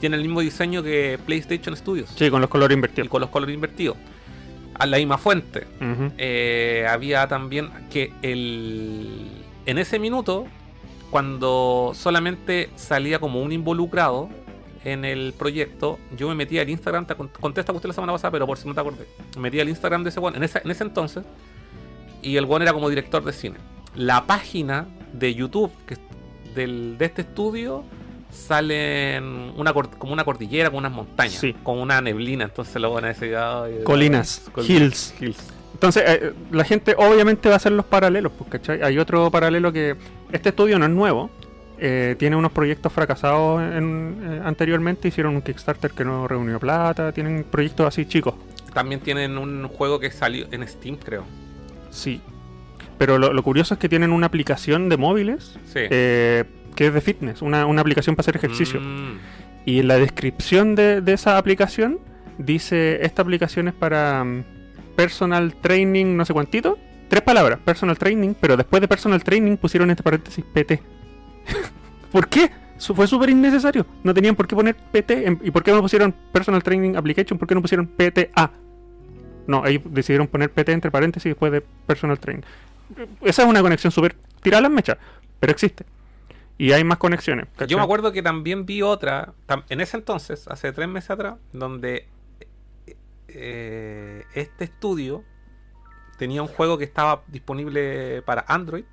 tiene el mismo diseño que PlayStation Studios, sí, con los colores y invertidos. con los colores invertidos, a la misma fuente. Ujú. Eh, había también que el en ese minuto cuando solamente salía como un involucrado en el proyecto, yo me metí al Instagram, te contesta usted la semana pasada, pero por si no te acordé. Me metí al Instagram de ese weón, en ese, en ese entonces, y el weón era como director de cine. La página de YouTube que, es del, de este estudio sale una, cor- como una cordillera, con unas montañas, Sí. con una neblina, entonces lo van a decir... "Ay, Colinas, col- hills. hills. Entonces, eh, eh, la gente obviamente va a hacer los paralelos, pues, ¿cachai? Hay otro paralelo que este estudio no es nuevo, eh, tiene unos proyectos fracasados en- eh, anteriormente, hicieron un Kickstarter que no reunió plata, tienen proyectos así chicos. También tienen un juego que salió en Steam, creo. Sí. Pero lo, lo curioso es que tienen una aplicación de móviles Sí. eh, que es de fitness, una, una aplicación para hacer ejercicio. Mm, Y en la descripción de, de esa aplicación dice, esta aplicación es para mm, personal training, no sé cuántito. Tres palabras, personal training, pero después de personal training pusieron entre paréntesis PT. ¿Por qué? Su- fue súper innecesario. No tenían por qué poner PT. en- ¿Y por qué no pusieron personal training application? ¿Por qué no pusieron PTA? No, ellos decidieron poner PT entre paréntesis después de personal training. Esa es una conexión súper tirada a las mechas, pero existe. Y hay más conexiones. Yo ¿cachai? me acuerdo que también vi otra, tam- en ese entonces, hace tres meses atrás, donde eh, este estudio tenía un juego que estaba disponible para Android.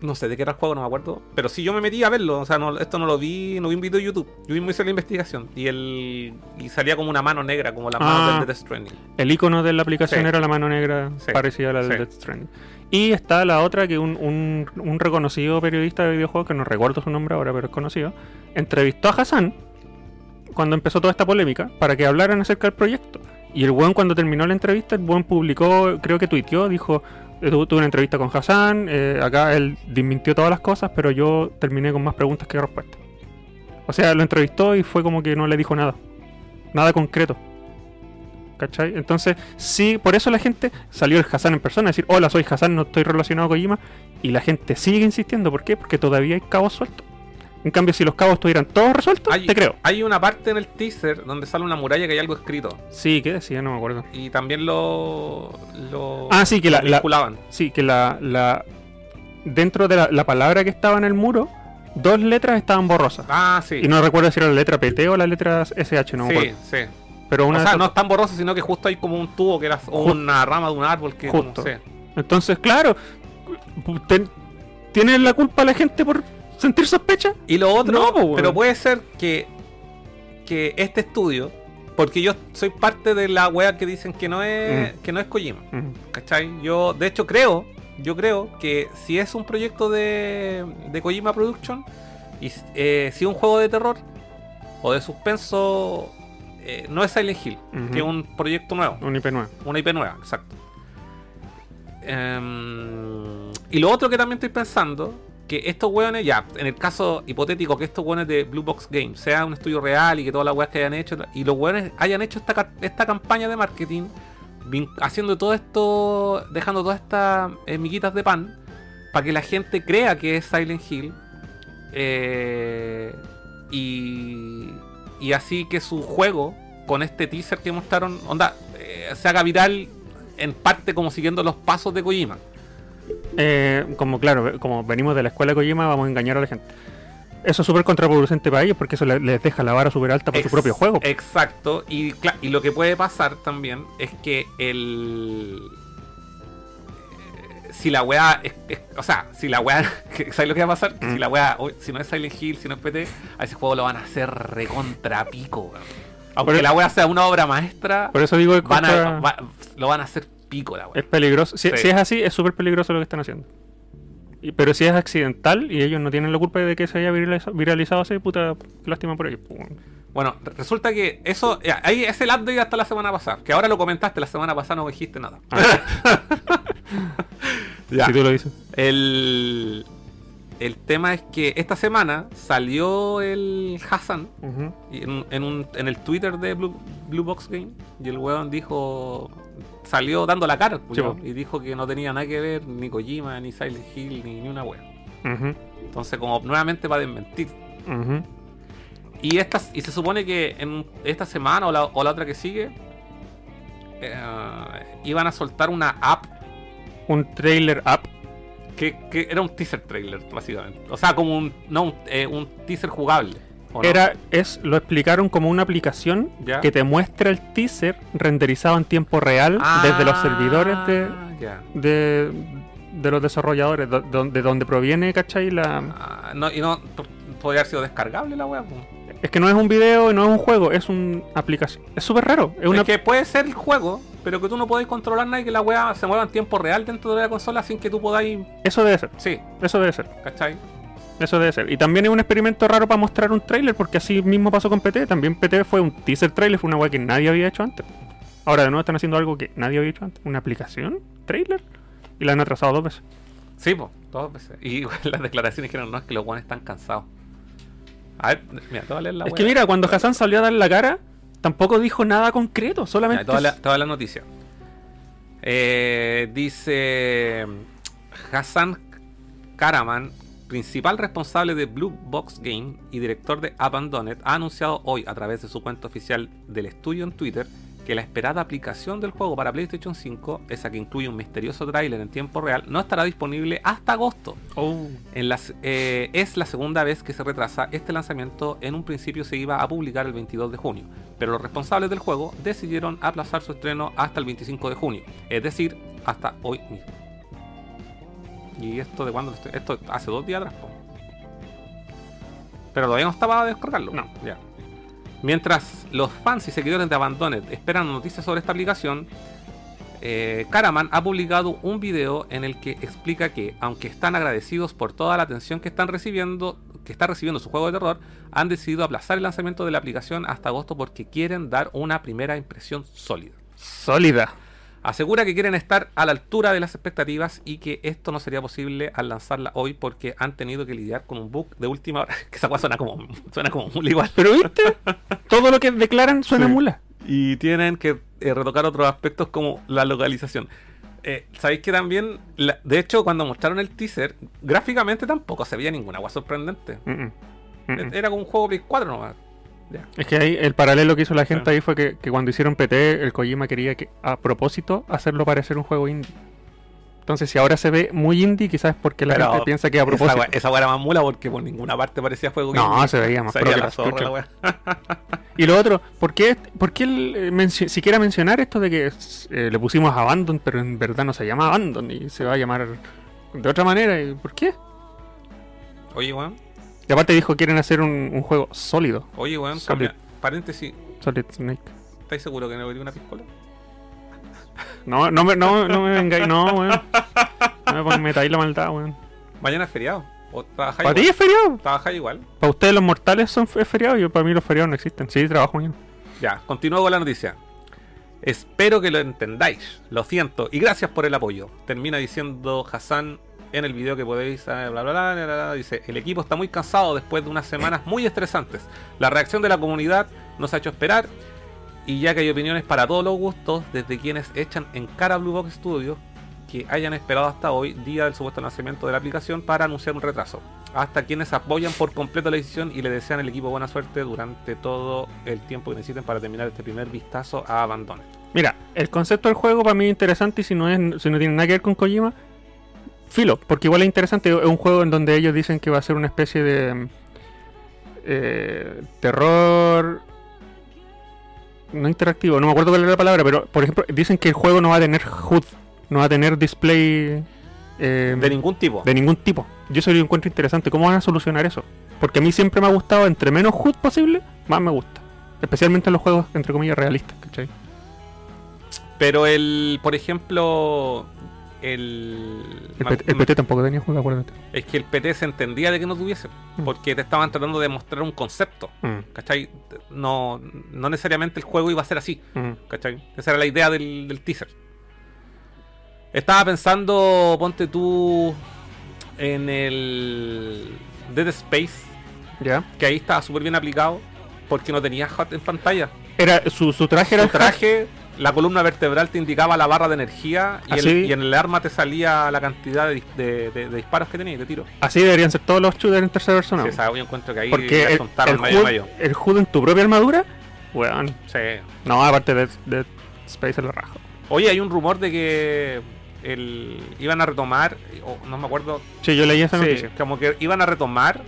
No sé de qué era el juego, no me acuerdo. Pero sí, yo me metí a verlo. O sea, no- esto no lo vi, no vi un video de YouTube. Yo mismo hice la investigación. Y el y salía como una mano negra, como la mano Ah. del Death Stranding. El icono de la aplicación Sí. era la mano negra Sí, parecida a la del sí. Death Stranding. Y está la otra que un, un- un reconocido periodista de videojuegos, que no recuerdo su nombre ahora, pero es conocido, entrevistó a Hassan cuando empezó toda esta polémica para que hablaran acerca del proyecto. Y el buen cuando terminó la entrevista, el buen publicó, creo que tuiteó, dijo, eh, tu- tuve una entrevista con Hassan, eh, acá él desmintió todas las cosas, pero yo terminé con más preguntas que respuestas. O sea, lo entrevistó y fue como que no le dijo nada. Nada concreto. ¿Cachai? Entonces, sí, por eso la gente salió el Hassan en persona, a decir, hola, soy Hassan, no estoy relacionado con Kojima. Y la gente sigue insistiendo, ¿por qué? Porque todavía hay cabos sueltos. En cambio, si los cabos estuvieran todos resueltos, Hay, te creo. hay una parte en el teaser donde sale una muralla que hay algo escrito. Sí, ¿qué decía? No me acuerdo. Y también lo. lo Ah, sí, que la- lo la- vinculaban. Sí, que la, la dentro de la, la palabra que estaba en el muro, dos letras estaban borrosas. Ah, sí. Y no recuerdo si era la letra PT o la letra SH, no me sí, acuerdo. sí. Pero una O de sea, esas- no es tan borroso, sino que justo hay como un tubo que era. O Ju- una rama de un árbol que. Justo. como- sí. Entonces, claro, ten- ¿tiene la culpa la gente por sentir sospecha? Y lo otro. No, pues, weón. pero puede ser que. Que este estudio. Porque yo soy parte de la wea que dicen que no Mm. es. Que no es Kojima. ¿Cachai? Yo, de hecho, creo, yo creo que si es un proyecto de, de Kojima Production, y s- eh, si es un juego de terror o de suspenso, eh, no es Silent Hill, Ujú. que es un proyecto nuevo, Un IP nuevo. una IP nueva, exacto. Em, y lo otro que también estoy pensando, que estos hueones, ya, en el caso hipotético que estos hueones de Blue Box Games sea un estudio real y que todas las weas que hayan hecho, y los hueones hayan hecho esta, ca- esta campaña de marketing, vin- haciendo todo esto, dejando todas estas eh, miguitas de pan, para que la gente crea que es Silent Hill, eh, y, y así que su juego, con este teaser que mostraron, onda, eh, se haga viral en parte como siguiendo los pasos de Kojima. Eh, como claro, ve- como venimos de la escuela de Kojima, vamos a engañar a la gente. Eso es súper contraproducente para ellos porque eso le- les deja la vara súper alta para su Ex- propio juego. Exacto. Y, cla- y lo que puede pasar también es que el. eh, si la weá. es- es- o sea, si la weá. ¿Sabes lo que va a Mm. pasar? Que Si la weá. o- Si no es Silent Hill, si no es PT, a ese juego lo van a hacer recontra pico, weón. Aunque Pero- la weá sea una obra maestra, Ah, Por eso digo que es van a, contra- va- lo van a hacer pico la weá. es peligroso. Si, Sí. si es así, es súper peligroso lo que están haciendo. Y- pero si es accidental y ellos no tienen la culpa de que se haya viraliza- viralizado así, puta, qué lástima por ellos. pues, weón. Bueno, re- resulta que eso. ya, Ahí es el update hasta la semana pasada. Que ahora lo comentaste, la semana pasada no dijiste nada. Ya. Ah, Si tú lo dices. El, el tema es que esta semana salió el Hassan y en, en un- en el Twitter de Blue, Blue Box Game y el weón dijo. Salió dando la cara, el culiao, po. y dijo que no tenía nada que ver ni Kojima, ni Silent Hill, ni, ni una weón. Ujú, Entonces, como nuevamente para desmentir. ujú. Y, estas, y se supone que en esta semana o la, o la otra que sigue eh, iban a soltar una app Un trailer app. que, que era un teaser trailer, básicamente. O sea, como un, no, un, eh, un teaser jugable. ¿o no? Era, es, lo explicaron como una aplicación Ya. que te muestra el teaser renderizado en tiempo real desde los servidores de, Ah, ya. de, de los desarrolladores, do- do- de donde proviene, ¿cachai? La, Ah, no, y no p- podría haber sido descargable la web. es que no es un video, no es un juego, es una aplicación. Es súper raro. Es una, Es que puede ser el juego, pero que tú no podés controlar nada y que la web se mueva en tiempo real dentro de la consola sin que tú podáis. Eso debe ser, Sí, eso debe ser, ¿cachai? eso debe ser. Y también es un experimento raro para mostrar un trailer, porque así mismo pasó con PT. También PT fue un teaser trailer, fue una weá que nadie había hecho antes. Ahora de nuevo están haciendo algo que nadie había hecho antes. ¿Una aplicación? ¿Trailer? Y la han atrasado dos veces. Sí, pues, dos veces. Y las declaraciones dijeron, no, es que los guanes están cansados. A ver, mira, te voy a leer la es wea. que mira, cuando Hassan salió a dar la cara, tampoco dijo nada concreto, Mira, solamente. toda, la, toda la noticia. Eh, dice Hassan Karaman, principal responsable de Blue Box Game y director de Abandoned, ha anunciado hoy a través de su cuenta oficial del estudio en Twitter que la esperada aplicación del juego para PlayStation 5, esa que incluye un misterioso tráiler en tiempo real, no estará disponible hasta agosto. Oh. En las- eh, es la segunda vez que se retrasa este lanzamiento. En un principio se iba a publicar el 22 de junio, pero los responsables del juego decidieron aplazar su estreno hasta el 25 de junio, es decir, hasta hoy mismo. ¿Y esto de cuándo? lo estoy- Esto hace dos días atrás. po. Pero todavía no estaba para descargarlo. No. ya. Mientras los fans y seguidores de Abandoned esperan noticias sobre esta aplicación, eh, Karaman ha publicado un video en el que explica que, aunque están agradecidos por toda la atención que están recibiendo, que está recibiendo su juego de terror, han decidido aplazar el lanzamiento de la aplicación hasta agosto porque quieren dar una primera impresión sólida. Sólida. Asegura que quieren estar a la altura de las expectativas y que esto no sería posible al lanzarla hoy porque han tenido que lidiar con un bug de última hora. Que esa cosa suena como, suena como muy igual. Pero viste, todo lo que declaran suena Sí. mula. Y tienen que eh, retocar otros aspectos como la localización. Eh, Sabéis que también, la- de hecho, cuando mostraron el teaser, gráficamente tampoco se veía ninguna agua sorprendente. Mm, mm, mm, mm. Era como un juego Play 4 nomás. Ya. Es que ahí el paralelo que hizo la gente Claro. ahí fue que, que cuando hicieron PT, el Kojima quería que, a propósito, hacerlo parecer un juego indie. Entonces, si ahora se ve muy indie, quizás es porque la Pero gente piensa que a Esa propósito. wea- Esa weá era más mula porque por ninguna parte parecía juego No, indie. se veía más Se pro que la la zorra chucha. la wea. Y lo otro, ¿por qué, por qué el, eh, mencio- siquiera mencionar esto de que eh, le pusimos Abandon, pero en verdad no se llama Abandon y se va a llamar de otra manera? ¿Y ¿Por qué? Oye, weón. Y aparte dijo quieren hacer un, un juego sólido. Oye, weón. Solid. cambia- Paréntesis. Solid Snake. ¿Estáis seguros que no quería una piscola? No, no me, no, no me vengáis, no, weón. No me metáis la maldad, weón. Mañana es feriado. ¿O trabajáis ¿Para ti igual? es feriado? ¿Trabajáis igual? Para ustedes los mortales son es feriado, yo para mí los feriados no existen. Sí, trabajo mañana. Ya, continúo con la noticia. Espero que lo entendáis. Lo siento y gracias por el apoyo. Termina diciendo Hassan en el video que podéis. eh, Bla, bla, bla, bla, bla, bla. dice: El equipo está muy cansado después de unas semanas muy estresantes. La reacción de la comunidad nos ha hecho esperar. Y ya que hay opiniones para todos los gustos, desde quienes echan en cara a Blue Box Studios que hayan esperado hasta hoy, día del supuesto lanzamiento de la aplicación, para anunciar un retraso. Hasta quienes apoyan por completo la decisión y le desean al equipo buena suerte durante todo el tiempo que necesiten para terminar este primer vistazo a Abandoned. Mira, el concepto del juego para mí es interesante y si no, es, si no tiene nada que ver con Kojima, filo, porque igual es interesante. Es un juego en donde ellos dicen que va a ser una especie de mm, eh, terror no interactivo, no me acuerdo cuál era la palabra, pero por ejemplo, dicen que el juego no va a tener HUD, no va a tener display eh, De ningún tipo. de ningún tipo. Yo eso lo encuentro interesante. ¿Cómo van a solucionar eso? Porque a mí siempre me ha gustado, entre menos HUD posible, más me gusta. Especialmente en los juegos, entre comillas, realistas, ¿cachai? Pero el, por ejemplo, el... El, PT, el PT Em, tampoco tenía HUD, acuérdate. Es que el PT se entendía de que no tuviese, Mm. porque te estaban tratando de mostrar un concepto, ¿cachai? No, no necesariamente el juego iba a ser así, Mm. ¿cachai? Esa era la idea del, del teaser. Estaba pensando, ponte tú, en el Dead Space, ¿Ya? que ahí estaba súper bien aplicado, porque no tenía HUD en pantalla. Era, su, su traje era Su traje, la columna vertebral te indicaba la barra de energía y, el- Así. y en el arma te salía la cantidad de, dis- de- de- de disparos que tenía y de tiros. Así deberían ser todos los shooters en tercera persona. Sí, weón. esa- yo encuentro que ahí Porque la el, soltaron el medio HUD medio. el HUD en tu propia armadura, weón. Sí. No, aparte de, de Space en la raja. Oye, hay un rumor de que el, iban a retomar, o no me acuerdo, Sí, yo leí esa sí, noticia. como que iban a retomar,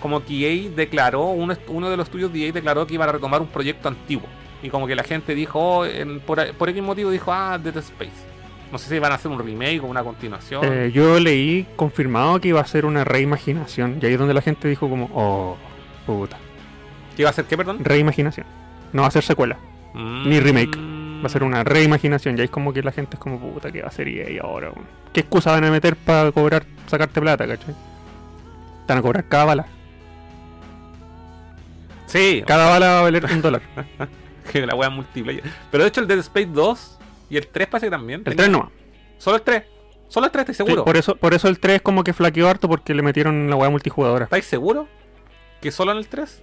como que EA declaró, uno, est- uno de los estudios de EA declaró que iban a retomar un proyecto antiguo. Y como que la gente dijo, oh, en- por, por X motivo dijo, ah, Dead Space. No sé si van a hacer un remake o una continuación. Eh, yo leí confirmado que iba a ser una reimaginación. Y ahí es donde la gente dijo como, oh, puta. ¿Qué iba a ser qué, perdón? Mm. Reimaginación. No va a ser secuela. ni remake. Va a ser una reimaginación. Y ahí es como que la gente es como, puta, ¿qué va a ser EA ahora? weón? ¿Qué excusa van a meter para cobrar, sacarte plata, cachai? Te Van a cobrar cada bala. Sí, Cada bala va a valer un dólar. que la wea multiplayer. Pero de hecho el Dead Space 2 y el 3 parece que también. tenía- El 3 no va. Solo el 3. Solo el 3, ¿estáis Sí, seguro? por, eso, por eso el 3 como que flaqueó harto porque le metieron la weá multijugadora. ¿Estáis seguro? ¿Que solo en el 3?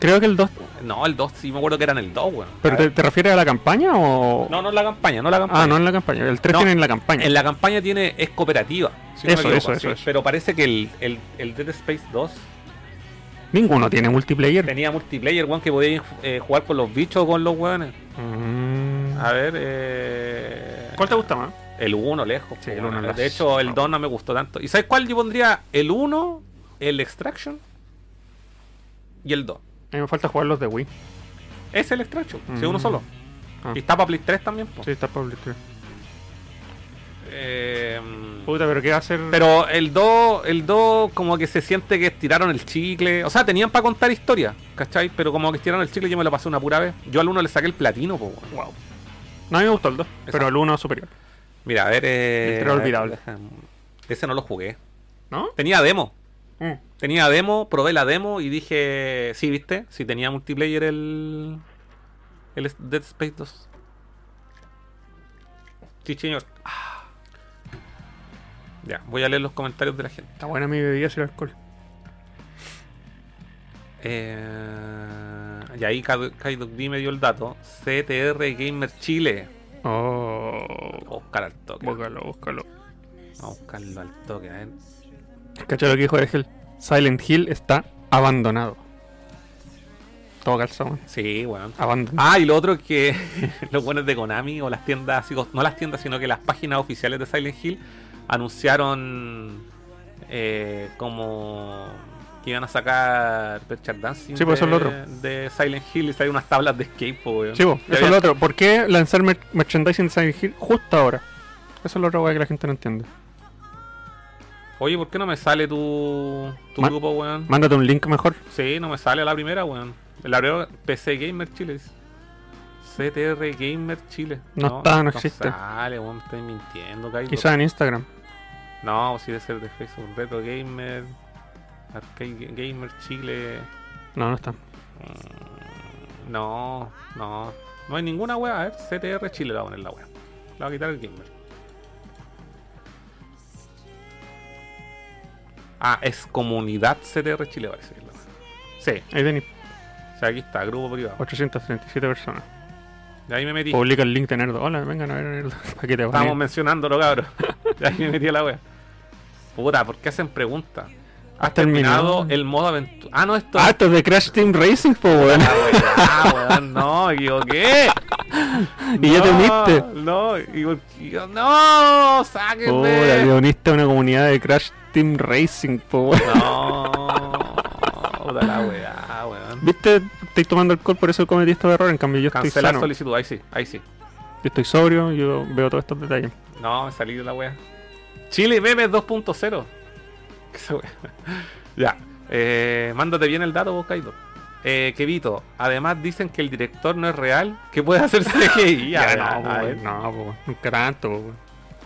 Creo que el 2. No, el 2, sí me acuerdo que era en el 2, weón. ¿Pero A te, ver. te refieres a la campaña o.? No, no en la campaña, no la campaña. Ah, no en la campaña. El 3 No, tiene en la campaña. En la campaña tiene, es cooperativa. si no me Eso, eso, sí. eso, eso. Pero parece que el, el, el Dead Space 2 Ninguno tiene multiplayer. tenía multiplayer, weón, que podíais eh, jugar con los bichos o con los weones. Mm. A ver, eh... ¿Cuál te gusta más? El 1, lejos. Sí, po, el uno weón. en la de hecho, el zorra. 2 no me gustó tanto. ¿Y sabes cuál yo pondría? El 1, el Extraction y el 2. A mí me falta jugar los de Wii. Es el Extraction, si Mm. uno solo. Ah. Y está para Play 3 también. po. Sí, está Pablo 3. Eh, Puta, pero ¿qué va a hacer? pero el 2, el 2 como que se siente que estiraron el chicle. O sea, tenían para contar historia, ¿cachai? Pero como que estiraron el chicle yo me lo pasé una pura vez. Yo al 1 le saqué el platino, po, weón. Wow. No, a mí me gustó el 2, pero Exacto. el 1 superior. Mira, a ver... Eh, El tres a ver, olvidable. Ese no lo jugué. ¿No? Tenía demo. Mm. Tenía demo, probé la demo y dije, sí, viste, si tenía multiplayer el, el es- Dead Space 2. Sí, señor. Ah. Ya, voy a leer los comentarios de la gente. Está buena mi bebida sin alcohol. Eh, y ahí Kaido Kaido D me dio el dato. CTR Gamer Chile. Oh. Oscar al toque. Búscalo, búscalo. Vamos a buscarlo al toque. a ver. Cacha lo que dijo Ángel. Silent Hill está abandonado. Todo calzado, weón. Sí, bueno. Abandonado. Ah, y lo otro es que los buenos de Konami o las tiendas, así co- no las tiendas, sino que las páginas oficiales de Silent Hill anunciaron eh, como que iban a sacar Perchard Dancing Sí, pues, eso de, es lo de Silent Hill y salieron unas tablas de skate, po, weón. Sí, po, Ya eso es habían- lo otro. ¿Por qué lanzar mer- merchandising de Silent Hill justo ahora? Eso es lo otro weá que la gente no entiende. Oye, ¿por qué no me sale tu, tu Ma- grupo, weón? Mándate un link mejor. Sí, no me sale la primera, weón. La primera, PC Gamer Chile. dice. CTR Gamer Chile. No está, no existe. sale, weón, me estoy mintiendo, Kaido. Quizá en Instagram. No, si debe ser de Facebook, Retro Gamer, Arcade Ga- Gamer Chile. No, no está. mm, No, no, no hay ninguna wea. A ver, CTR Chile la va a poner la wea. La va a quitar el gamer. Ah, es comunidad CTR Chile, parece que es la wea. Sí, Ahí tenéis o sea, aquí está, grupo privado. 837 personas. De ahí me metí. Publica el link de Nerdo. Hola, vengan a ver a Nerdo. ¿Para qué te van a Estábamos ir? mencionándolo, cabrón. De ahí me metí a la wea. Puta, ¿por qué hacen preguntas? ¿Has ¿Has terminado? terminado el modo aventura? Ah, no, esto Ah, esto es de Crash Team Racing, po, weón. Ah, weá, weón, no, me equivoqué. Y ya te uniste. No, y- y yo, no, sáquenme. Hola, te uniste a una comunidad de Crash Team Racing, po, weón. No, puta la weá, weón. Viste, estoy tomando alcohol, por eso cometí estos errores. En cambio, yo estoy Cancelar sano. Yo solicitud, ahí sí, ahí sí. estoy sobrio, yo veo todos estos detalles. No, me salí de la weá. Chile Memes 2.0. Que esa wea. ya. Eh, mándate bien el dato, vos, Kaido. Eh, Kevito, además dicen que el director no es real, que puede hacer CGI. A Ya, ver, no, a po, ver, weón, no, po, nunca tanto, po, weón.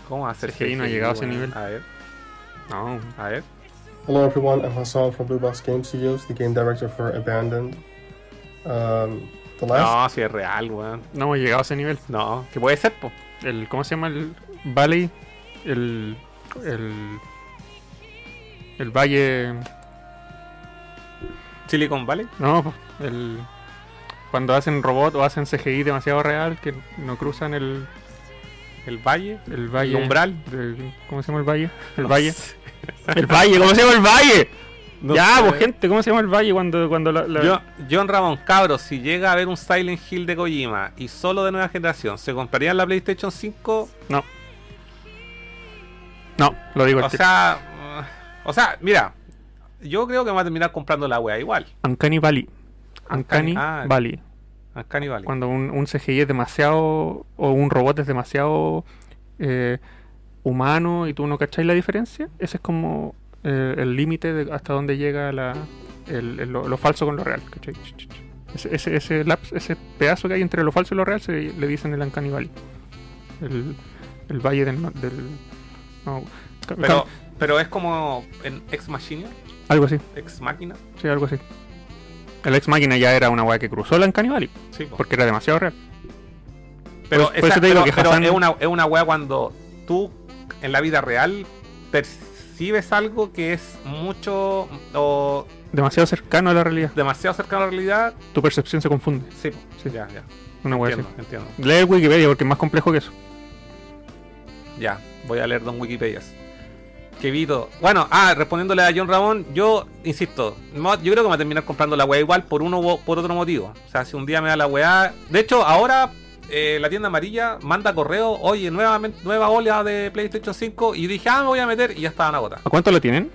¿Cómo hacer CGI no ha llegado a ese weón? nivel. A ver, No. a ver. Hello everyone, I'm Hassan from Blue Box Game Studios, the game director for Abandoned. Um, the last No, si es real, weón. No hemos llegado a ese nivel. No, que puede ser, po. El, ¿Cómo se llama el Valley? El. El. El Valle. Silicon Valley. No, po, el. Cuando hacen robot o hacen CGI demasiado real, que no cruzan el, El Valle. el valle. El umbral. del- ¿Cómo se llama el valle? El No valle. sé. El valle, ¿cómo se llama el valle? No ya, sé. pues gente, ¿cómo se llama el valle cuando, cuando la, la- Yo- John Ramón, cabros, si llega a haber un Silent Hill de Kojima y solo de nueva generación, ¿se comprarían la PlayStation 5? No. No, lo digo al O tiro. sea, uh, o sea, mira, yo creo que me va a terminar comprando la wea igual. Uncanny Valley. Uncanny Uncanny- ah. Valley. Uncanny Valley. Cuando un, un CGI es demasiado. o un robot es demasiado. eh, humano y tú no cacháis la diferencia, ese es como eh, el límite de hasta donde llega la, el- el- lo, lo falso con lo real. ¿cachai? Ch, ch, ch. Ese, ese, ese laps- ese pedazo que hay entre lo falso y lo real se le dicen el Uncanny Valley. El, el valle del. no- del- no, ca- Pero, ca- pero es como en Ex Machina, algo así. Ex Machina. Sí, algo así. El ex máquina ya era una weá que cruzó la Uncanny Valley, Sí, po. porque era demasiado real. pero, por- por eso te pero- digo que pero Hassan- es, una, es una wea cuando tú en la vida real percibes algo que es mucho o Demasiado cercano a la realidad. demasiado cercano a la realidad. Tu percepción se confunde. Sí, po. Sí. ya, ya. Una weá así. Entiendo, entiendo. Lee el Wikipedia porque es más complejo que eso. Ya, voy a leer dos Wikipedias. Kevito. Bueno, ah, respondiéndole a John Ramón, yo insisto, mo- yo creo que me va a terminar comprando la weá igual por uno u- por otro motivo. O sea, si un día me da la weá. De hecho, ahora eh, la tienda amarilla manda correo, oye, nuevamente, nueva ola de PlayStation 5. Y dije, ah, me voy a meter y ya estaban agotadas. ¿A cuánto lo tienen?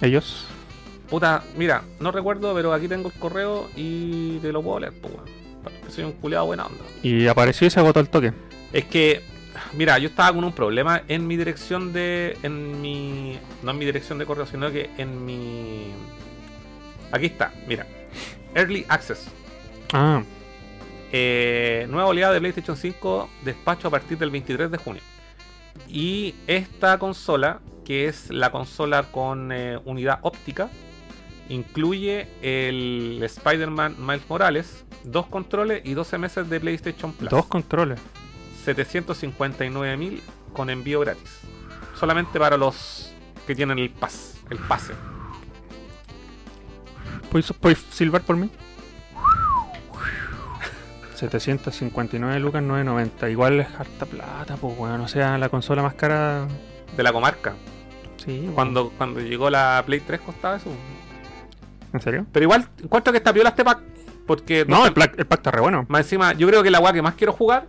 Ellos. Puta, mira, no recuerdo, pero aquí tengo el correo y te lo puedo leer, pues weón. Porque Soy un culeado buena onda. Y apareció y se agotó el toque. Es que, mira, yo estaba con un problema en mi dirección de. En mi. No en mi dirección de correo, sino que en mi. Aquí está, mira. Early Access. Ah, Eh, nueva oleada de PlayStation 5, despacho a partir del 23 de junio. Y esta consola, que es la consola con eh, unidad óptica, incluye el Spider-Man Miles Morales, dos controles y 12 meses de PlayStation Plus. dos controles. 759.000 con envío gratis. Solamente para los que tienen el pas, el pase. ¿Puedes, puedes silbar por mí? 759 lucas 990. Igual es harta plata, pues weón. O sea, la consola más cara. De la comarca. Sí. weón. Cuando, cuando llegó la Play 3 costaba eso. ¿En serio? Pero igual, encuentro que está piola este pack. Porque No, el, pla- el pack está re bueno. más encima, yo creo que la weá que más quiero jugar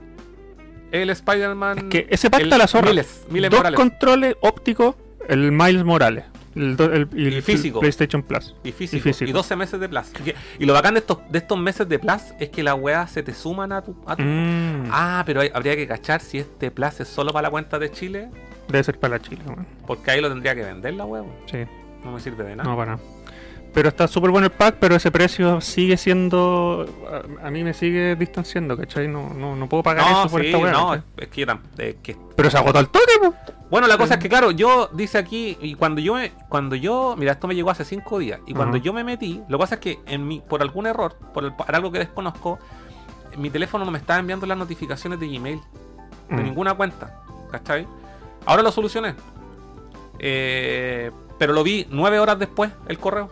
es el Spider-Man. Es que ese pack el- está la zorra. Miles, miles dos Morales. controles ópticos, el Miles Morales. El do- el- y Y el físico. PlayStation Plus. Y físico, y y físico. 12 meses de Plus. Y, que- y lo bacán de estos, de estos meses de Plus es que las weas se te suman a tu. a tu- Mm, Ah, pero hay- habría que cachar si este Plus es solo para la cuenta de Chile. Debe ser para la Chile, weón. Porque ahí lo tendría que vender la huevo. Sí. No me sirve de nada. No, para nada. Pero está súper bueno el pack, pero ese precio sigue siendo. A, a mí me sigue distanciando, ¿cachai? No, no, no puedo pagar No, eso por sí, esta weá. no, es ¿cachai? es que, yo tam- es que- Pero se agotó el toque, po. Bueno, la cosa es que, claro, yo dice aquí, y cuando yo me, cuando yo, mira, esto me llegó hace cinco días, y cuando Ajá. yo me metí, lo que pasa es que en mi, por algún error, por, el- por algo que desconozco, mi teléfono no me estaba enviando las notificaciones de Gmail, de Mm. ninguna cuenta, ¿cachai? Ahora lo solucioné. Eh, pero lo vi nueve horas después, el correo.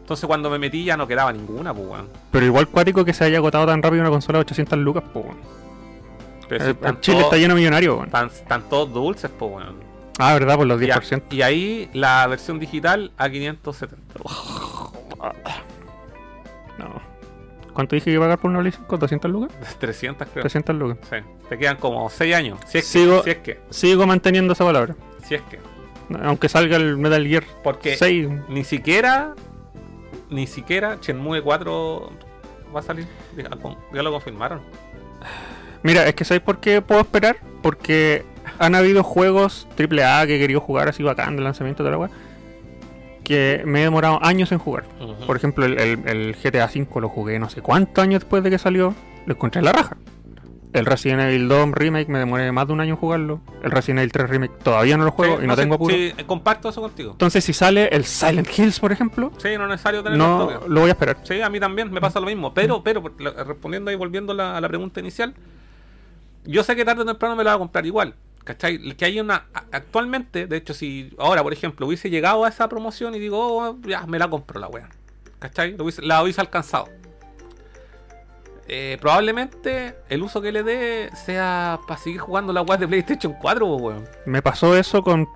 Entonces cuando me metí ya no quedaba ninguna, pues, weón. Pero igual cuático que se haya agotado tan rápido una consola de 800 lucas, po. weón. Pero si Eh, están Chile todos- está lleno de millonarios, weón. Están, están todos dulces, pues, weón. Ah, ¿verdad? Por los Y, a- 10%. y ahí la versión digital a 570. Uf, No. ¿Cuánto dije que iba a pagar por una Play 5? ¿200 lucas? 300, creo. 300 lucas. Sí. Te quedan como 6 años. Si es, Sigo- que, si es que. Sigo manteniendo esa palabra. Si es que. Aunque salga el Metal Gear Porque 6. ni siquiera. Ni siquiera Shenmue 4 va a salir. Ya ya lo confirmaron. Mira, es que ¿sabéis por qué puedo esperar? Porque han habido juegos AAA que he querido jugar así bacán de lanzamiento de la web que me he demorado años en jugar. Ujú. Por ejemplo, el, el- el GTA V lo jugué no sé cuántos años después de que salió, lo encontré en la raja. El Resident Evil 2 Remake me demoré más de un año en jugarlo. El Resident Evil 3 Remake todavía no lo juego Sí, y no sé, tengo apuro. sí, eh, comparto eso contigo. Entonces, si sale el Silent Hills, por ejemplo, Sí, no es necesario tener no copia. lo voy a esperar. Sí, a mí también me pasa lo mismo. Pero, pero, por- la- respondiendo y volviendo a la, a la pregunta inicial, yo sé que tarde o temprano me la voy a comprar igual. ¿Cachai? Que hay una. a- Actualmente, de hecho, si ahora, por ejemplo, hubiese llegado a esa promoción y digo, oh, ya, me la compro la wea. ¿Cachai? Lo hubiese- la hubiese alcanzado. Eh, probablemente el uso que le dé sea para seguir jugando la wea de PlayStation 4, po, weón. Me pasó eso con.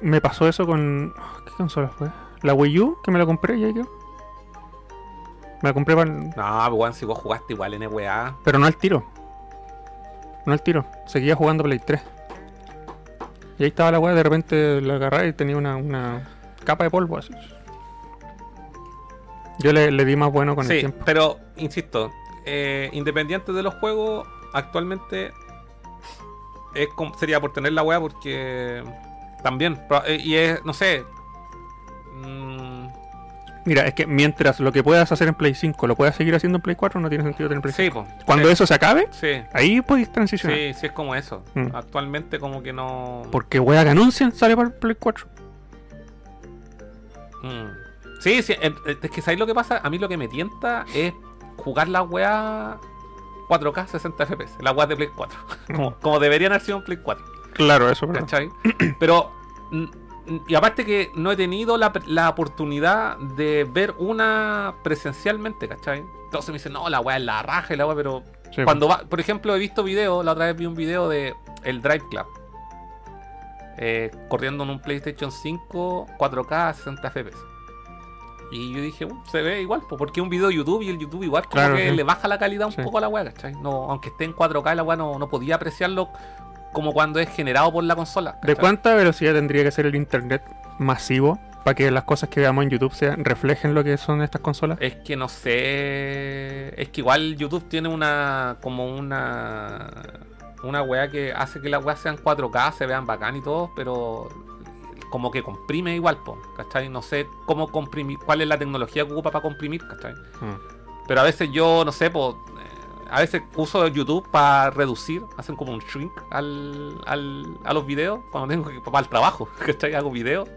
Me pasó eso con. ah, ¿Qué consola fue? La Wii U, que me la compré y ahí quedó. Me la compré para. No, pues, weón, si vos jugaste igual en weá. Pero no al tiro. No al tiro. Seguía jugando Play 3. Y ahí estaba la weá, de repente la agarré y tenía una, una capa de polvo así. Yo le, le di más bueno con el Sí, tiempo. pero insisto, eh, independiente de los juegos, actualmente es como- sería por tener la wea porque también, pro- eh, y es, no sé, mm, Mira, es que mientras lo que puedas hacer en Play 5 lo puedas seguir haciendo en Play 4, no tiene sentido tener Play 5. sí, po, Cuando sí, eso se acabe, sí, ahí podéis transicionar. sí, sí, es como eso. Mm. Actualmente como que no... Porque wea que anuncian sale para el Play 4. Mm. Sí, sí, eh, eh, es que ¿sabéis lo que pasa? A mí lo que me tienta es jugar la wea 4K 60 FPS, la wea de Play 4, como, como deberían haber sido en Play 4. Claro, eso, ¿verdad? ¿cachai? Pero, mm, mm, y aparte que no he tenido la, la oportunidad de ver una presencialmente, ¿cachai? Entonces me dicen, no, la weá es la raja y la weá, pero Sí, cuando va, por ejemplo, he visto videos, la otra vez vi un video de el Drive Club. eh, corriendo en un PlayStation 5 4K 60 FPS. Y yo dije, "Uh, se ve igual, po", porque es un video de YouTube y el YouTube igual como Claro, que sí. le baja la calidad un Sí. poco a la weá, ¿cachai? No, aunque esté en 4K, la weá no, no podía apreciarlo como cuando es generado por la consola. ¿De ¿cachai? cuánta velocidad tendría que ser el internet masivo para que las cosas que veamos en YouTube sean, reflejen lo que son estas consolas? Es que no sé. Es que igual YouTube tiene una. como una. una weá que hace que las weas sean 4K, se vean bacán y todo, pero como que comprime igual, po, ¿cachai? No sé cómo comprimir, cuál es la tecnología que ocupa para comprimir, ¿cachai? Pero a veces yo, no sé, po, eh, a veces uso YouTube para reducir, hacen como un shrink al, al- a los videos, cuando tengo que, para el trabajo, ¿cachai? Hago videos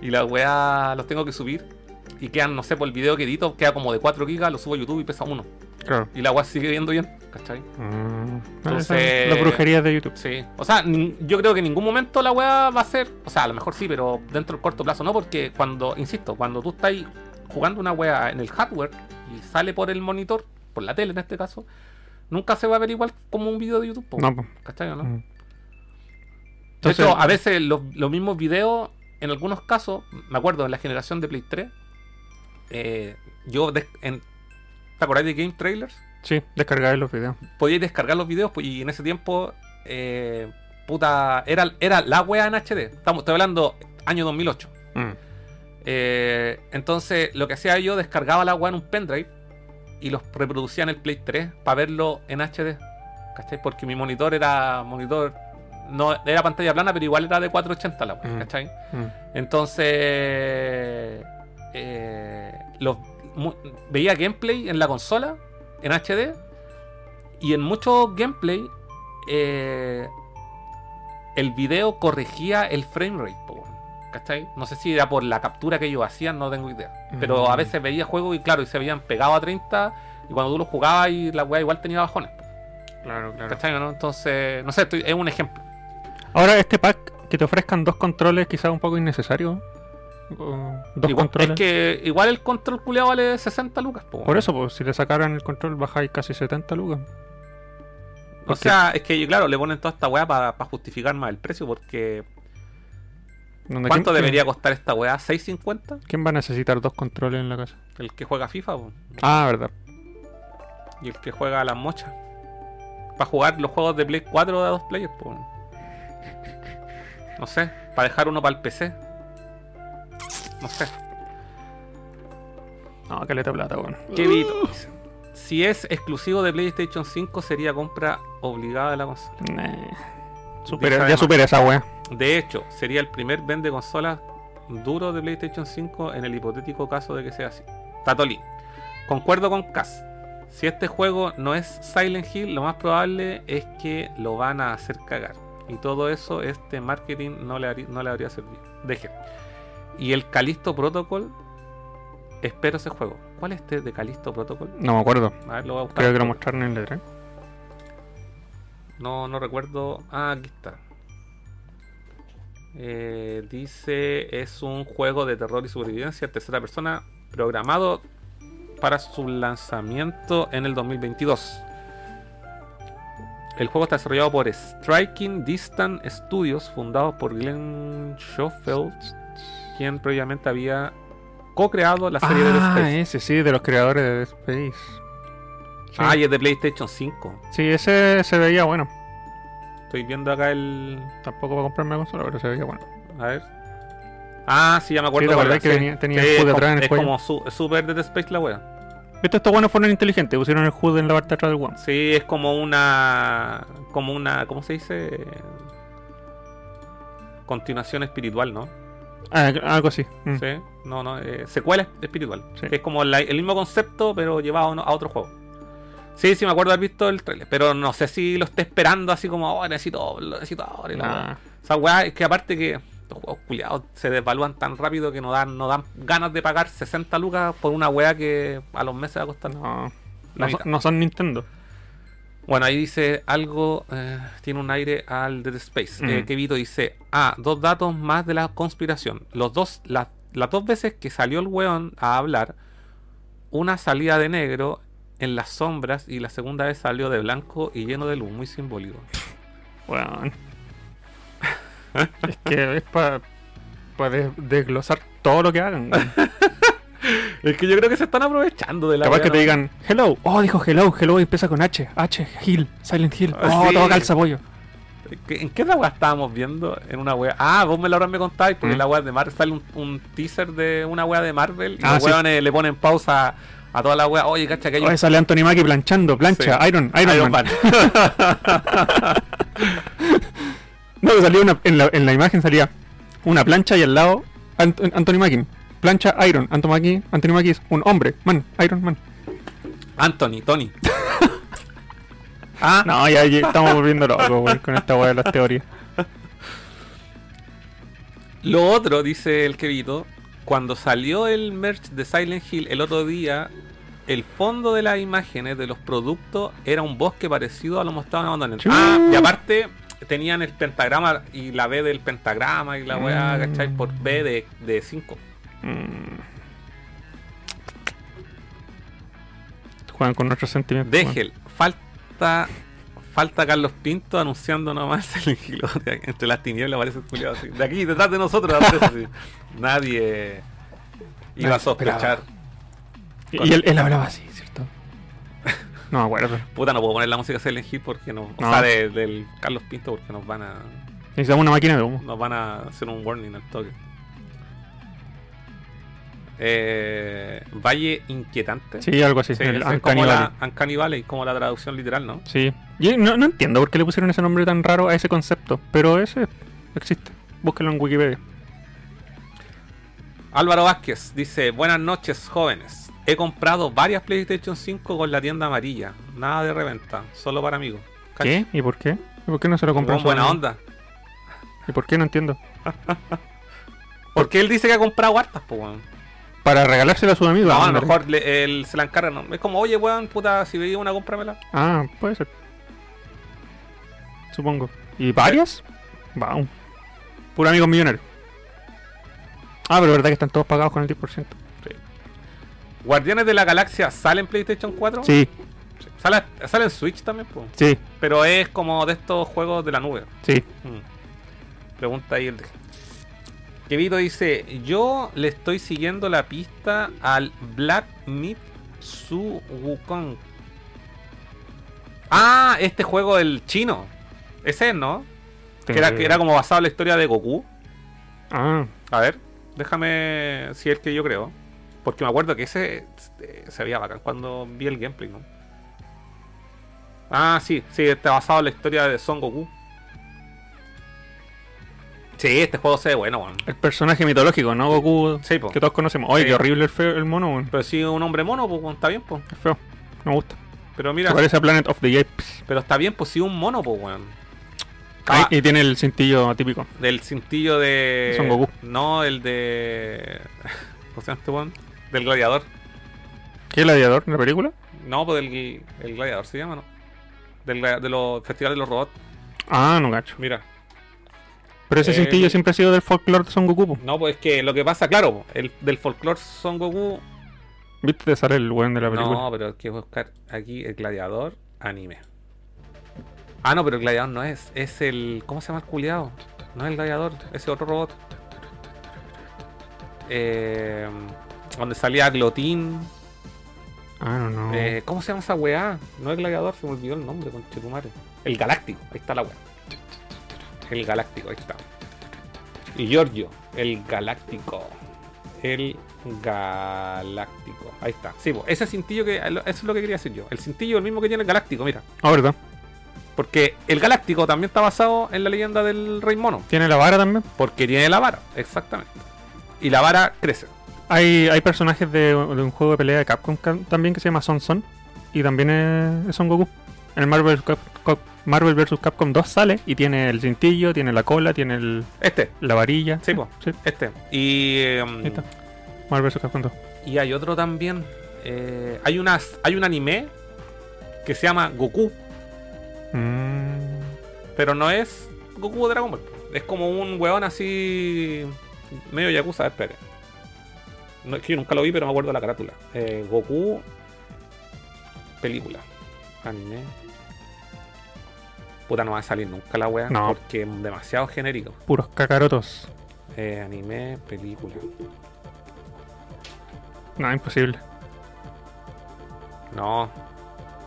y la weá los tengo que subir y quedan, no sé, por el video que edito, queda como de 4 gigas, lo subo a YouTube y pesa uno. Claro. Y la weá sigue viendo bien, ¿cachai? Mm. Entonces- Mm. Las brujerías de YouTube. Sí. O sea, nin- yo creo que en ningún momento la weá va a ser. O sea, a lo mejor sí, pero dentro del corto plazo no, porque cuando, insisto, cuando tú estás jugando una weá en el hardware y sale por el monitor, por la tele en este caso, nunca se va a ver igual como un video de YouTube. po, No, po. ¿Cachai o no? Mm. De Entonces- hecho, a veces los, los mismos videos, en algunos casos, me acuerdo en la generación de Play 3, eh, yo. des- en- ¿Te acordás de Game Trailers? Sí, descargar los videos. podíais descargar los videos pues, y en ese tiempo, eh, puta, era, era la wea en HD. Estamos, estoy hablando año 2008. Mm. Eh, entonces, lo que hacía yo, descargaba la wea en un pendrive y los reproducía en el Play 3 para verlo en HD. ¿Cachai? Porque mi monitor era monitor. No, era pantalla plana, pero igual era de 480 la wea, Mm. ¿cachai? Mm. Entonces, eh, los, mu- veía gameplay en la consola, en HD, y en mucho gameplay, eh, el video corregía el frame rate. po, weón. ¿Cachai? No sé si era por la captura que ellos hacían, no tengo idea. Pero a Mm. veces veía juegos y claro, y se habían pegado a 30, y cuando tú los jugabas y la weá igual tenía bajones. po, Claro, claro. ¿Cachai? ¿no? Entonces, no sé, estoy- es un ejemplo. Ahora, este pack, que te ofrezcan dos controles, quizás un poco innecesario. O dos Igual- controles. Es que igual el control culiado vale 60 lucas. po, Por weón. eso, pues, si le sacaran el control, bajáis casi 70 lucas. O Porque- sea, es que claro, le ponen toda esta weá para justificar más el precio, porque ¿dónde- ¿cuánto quién- debería costar esta weá? ¿6.50? ¿Quién va a necesitar dos controles en la casa? El que juega FIFA po, Ah, verdad. y el que juega a las mochas. Para jugar los juegos de Play 4 de a dos players, po. No sé, para dejar uno para el PC. No sé. No, caleta plata, weón. Qué vito. dice. Si es exclusivo de PlayStation 5, sería compra obligada de la consola. Nah. Supera- Dice ya además- supera esa wea. De hecho, sería el primer vende consolas duro de PlayStation 5 en el hipotético caso de que sea así. Tatoli, concuerdo con Kaz. Si este juego no es Silent Hill, lo más probable es que lo van a hacer cagar. Y todo eso, este marketing no le, habrí- no le habría servido. Deje. Y el Calisto Protocol, espero ese juego. ¿Cuál es este de Calisto Protocol? No me acuerdo. A ver, lo voy a buscar. Creo que lo mostraron en el E E3. No, no recuerdo. Ah, aquí está. Eh, dice, es un juego de terror y supervivencia en tercera persona programado para su lanzamiento en el 2022. El juego está desarrollado por Striking Distant Studios, fundados por Glenn Schofield, quien previamente había co-creado la serie de Dead Ah, Space. ese sí, de los creadores de Dead Space. Sí, Ah, y es de PlayStation 5. Sí, ese se veía bueno. Estoy viendo acá el... Tampoco para comprarme consola, pero se veía bueno. A ver. Ah, sí, ya me acuerdo. Sí, la cuál verdad era, que sí. tenía- tenía Sí, el es HUD como- atrás en el Es cuello. como su- super Dead Space la wea. Viste, estos buenos fueron inteligentes, pusieron el HUD en la parte de atrás del one. Sí, es como una. Como una. ¿Cómo se dice? Continuación espiritual, ¿no? Ah, algo así. Mm. Sí. No, no. eh, secuela esp- espiritual. Sí. Que es como la- el mismo concepto, pero llevado a uno- a otro juego. Sí, sí, me acuerdo haber visto el trailer. Pero no sé si lo esté esperando así como, oh, necesito, lo necesito ahora. y la wea. Ah, O sea, weá, es que aparte que estos juegos culiados se desvalúan tan rápido que no dan, no dan ganas de pagar 60 lucas por una weá que a los meses va a costar. no. La No, son- mitad. no son Nintendo. Bueno, ahí dice algo, eh, tiene un aire al Dead Space. Mm. Eh, que Vito dice, ah, dos datos más de la conspiración. Los dos, las- las dos veces que salió el weón a hablar, una salía de negro en las sombras y la segunda vez salió de blanco y lleno de luz, muy simbólico. Weón. es que es para desglosar todo lo que hagan. weón. Es que yo creo que se están aprovechando de la Capaz weá que te nomás. digan, hello. Oh, dijo hello, hello y empieza con H. H, Hill, Silent Hill. Ah, Oh, sí. todo calza, pollo. ¿Qué- ¿En qué otra weá estábamos viendo? En una weá. Ah, vos me la habrán me contáis, porque Mm. la weá de Marvel sale un, un teaser de una weá de Marvel. Y Ah, los sí. Oh, weones le ponen pausa a toda la weá. Oye, cacha que hay un Oye, sale Anthony Mackie planchando, plancha, Sí. Iron, Iron, Iron Man. Man. No, salió una, en, la, en la imagen salía una plancha y al lado Ant- Anthony Mackie. Plancha Iron, Anthony Mackie, Anthony Mackie es un hombre, man, Iron Man. Anthony, Tony. ah, No, ya, ya estamos volviendo locos weón, con esta weá de las teorías. Lo otro, dice el Kevito, cuando salió el merch de Silent Hill el otro día, el fondo de las imágenes de los productos era un bosque parecido a lo mostrado en Abandoned. Chuu. Ah, y aparte tenían el pentagrama y la B del pentagrama y la weá, Mm. ¿cachai? Por B de- de 5. Mm. Juegan con nuestros sentimientos. weón. Dejel, falta falta Carlos Pinto anunciando nomás el hilo de- entre las tinieblas parece culiado así. De aquí, detrás de nosotros, aparece así. nadie iba a Nadie sospechar. esperaba. Y, y él, él hablaba así, ¿cierto? No me acuerdo. Puta, no puedo poner la música de Silent Hill porque no, o No. sea, de- del Carlos Pinto porque nos van a Necesitamos una máquina de humo. nos van a hacer un warning al toque. Eh, Valle inquietante. Sí, algo así. Sí, el ese es Uncanny como la Valley. Uncanny Valley, como la traducción literal, ¿no? Sí. Yo no, no entiendo por qué le pusieron ese nombre tan raro a ese concepto, pero ese existe. Búsquelo en Wikipedia. Álvaro Vázquez dice, buenas noches jóvenes. He comprado varias PlayStation 5 con la tienda amarilla. Nada de reventa, solo para amigos. ¿Qué? ¿Y por qué? ¿Y por qué no se lo compró? Con su buena amigo? onda. ¿Y por qué? No entiendo. Porque él dice que ha comprado hartas, pues, weón. Para regalárselo a su amigo. No, a lo ándale. mejor le- él se la encarga, ¿no? Es como, oye, weón, puta, si veía una, cómpramela. Ah, puede ser. Supongo. ¿Y varias? Wow. Puro amigo millonario. Ah, pero verdad que están todos pagados con el 10%. ¿Guardianes de la Galaxia sale en PlayStation 4? Sí, Sale, sale en Switch también, pues. sí, Pero es como de estos juegos de la nube. sí. Mm. Pregunta ahí el de- Kevito dice, yo le estoy siguiendo la pista al Black Myth Su Wukong. Ah, este juego del chino. Ese es, ¿no? Que era, que era como basado en la historia de Goku. Ah, A ver, déjame si es el que yo creo. Porque me acuerdo que ese eh, se veía bacán cuando vi el gameplay, ¿no? Ah, sí, sí, está basado en la historia de Son Goku. Sí, este juego se ve bueno, weón. El personaje mitológico, ¿no? Goku, Sí, po. que todos conocemos. Oye, Sí. qué horrible el, feo, el mono, weón. Pero sí, un hombre mono, pues, weón, está bien, pues. Es feo. No me gusta. Pero Se mira, parece a Planet of the Apes. pero está bien, pues sí, un mono, pues, weón. Ahí- Ah, Y tiene el cintillo típico. del cintillo de. Son Goku. No, el de. ¿Cómo se llama este weón? Del gladiador. ¿Qué gladiador en la película? No, pues del el gladiador se llama, ¿no? Del, gla- de los festivales de los robots. Ah, no gacho. Mira. Pero ese Eh, cintillo siempre ha sido del folclore de Son Goku. po. No, pues es que lo que pasa, claro, po, el del folclore Son Goku. ¿Viste? Te sale el weón de la película. No, pero hay que buscar aquí el gladiador anime. Ah, no, pero el gladiador no es. Es el. ¿Cómo se llama el culiado? No es el gladiador, ese otro robot. Eh, donde salía Glotín. Ah, no, no. Eh, ¿Cómo se llama esa weá? No es gladiador, se me olvidó el nombre, conchetumare. El galáctico, ahí está la weá. El galáctico, ahí está. Y Giorgio, el galáctico. El galáctico, ahí está. Sí, po, ese cintillo que. Eso es lo que quería decir yo. El cintillo, el mismo que tiene el galáctico, mira. Ah, verdad. Porque el galáctico también está basado en la leyenda del rey mono. Tiene la vara también. Porque tiene la vara, exactamente. Y la vara crece. Hay, hay personajes de, de un juego de pelea de Capcom ca- también que se llama Son Son. Y también es, es Son Goku. En el Marvel, vs. Cap- Cap- Marvel vs. Capcom 2 sale y tiene el cintillo, tiene la cola, tiene el- Este, la varilla. Sí, po. sí. este. Y. em, Ahí está. Marvel vs. Capcom 2. Y hay otro también. eh, hay, unas, hay un anime que se llama Goku, Mm. pero no es Goku de Dragon Ball. Es como un weón así. medio yakuza. A ver, espere. No, es que yo nunca lo vi, pero me acuerdo de la carátula. Eh, Goku. Película. Anime. Puta, no va a salir nunca la wea No. porque es demasiado genérico. Puros cacarotos. Eh, anime, película. No, imposible. No.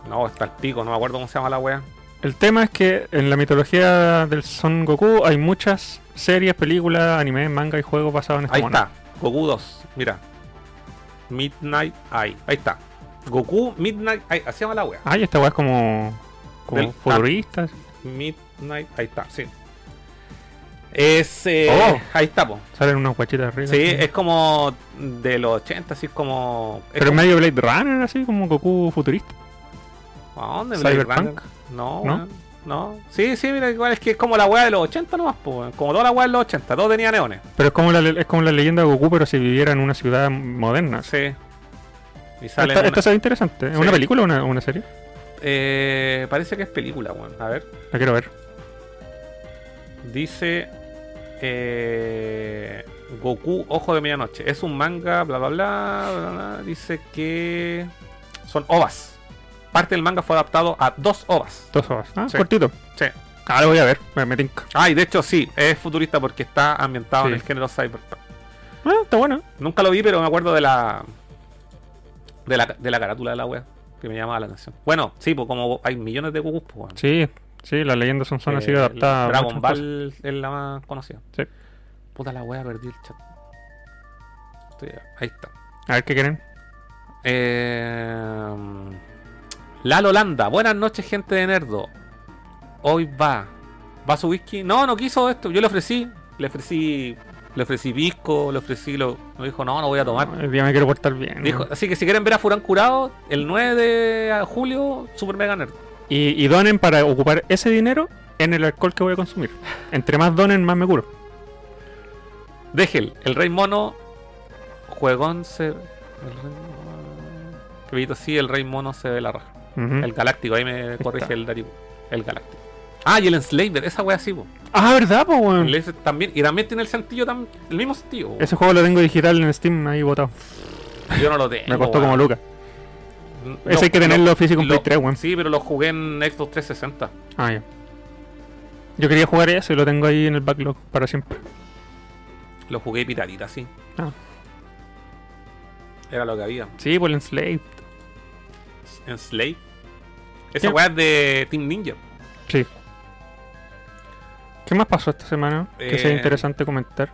No, está el pico, no me acuerdo cómo se llama la wea. El tema es que en la mitología del Son Goku hay muchas series, películas, anime, manga y juegos basados en este Ahí mono. está, Goku 2, mira. Midnight Eye, ahí está. Goku Midnight Eye, así se llama la wea. Ay, Ah, esta weá es como, como Del- ah. futurista. Midnight, ahí está, sí. Es. eh, Oh. Ahí está, po. Salen unas guachitas ricas. Sí, es como de los 80, así es como. es Pero en como- medio Blade Runner, así como Goku futurista. ¿A dónde Blade Cyberpunk? Runner? No, ¿No? ¿No? no. Sí, sí, mira, igual es que es como la wea de los 80 nomás, po. Como toda la wea de los 80, todo tenía neones. Pero es como la, le- es como la leyenda de Goku, pero si viviera en una ciudad moderna. Sí. Y Esta, sale. en esta una- se ve interesante. ¿Es Sí. una película o una, una serie? eh, parece que es película, weón. A ver. La quiero ver. Dice eh, Goku Ojo de Medianoche. Es un manga, bla bla bla, bla, bla. Dice que son ovas. Parte del manga fue adaptado a dos ovas. Dos horas. Ah, Sí. cortito. Sí. Ah, lo voy a ver. Me, me tinca. Ah, y de hecho sí, es futurista porque está ambientado en Sí. el género cyberpunk. Ah, está bueno. Nunca lo vi, pero me acuerdo de la de la, de la carátula de la web que me llamaba la atención. Bueno, sí, pues como hay millones de Goku, pues bueno. Sí, sí, las leyendas son, son así Eh, adaptadas. a Dragon muchas cosas. Ball es la más conocida. Sí. Puta la wea, perdí el chat. Estoy- ahí está. A ver qué quieren. Eh, Lalo Landa, buenas noches, gente de Nerdo. Hoy va. ¿Va su whisky? No, no quiso esto. Yo le ofrecí. Le ofrecí. Le ofrecí pisco, le ofrecí lo. Me dijo, no, no voy a tomar. El día me quiero portar bien. Dijo, así que si quieren ver a Furán curado, el 9 de julio, Super Mega Nerd. Y, y donen para ocupar ese dinero en el alcohol que voy a consumir. Entre más donen, más me curo. Degel, el rey mono. Juegón se. El rey mono. Pepito, sí, el rey mono se ve la raja. Ujú. El galáctico, ahí me corrige está. el Daribu. El galáctico. Ah, y el Enslaver, esa wea sí, po. Ah, ¿verdad, po, weón? Le dice también, y también tiene el sentido, tam- el mismo sentido. po. Ese juego lo tengo digital en Steam ahí botado. Yo no lo tengo. Me costó weón. como lucas. N- Ese lo- hay que tenerlo físico en lo- Play 3, weón. Sí, pero lo jugué en Xbox 360. Ah, ya. Yo quería jugar eso y lo tengo ahí en el backlog para siempre. Lo jugué piratita, sí. Ah. Era lo que había. Sí, por el Enslaved. En Slave. Ya. Esa weá es de Team Ninja. Sí. ¿Qué más pasó esta semana? Que sea Eh, interesante comentar.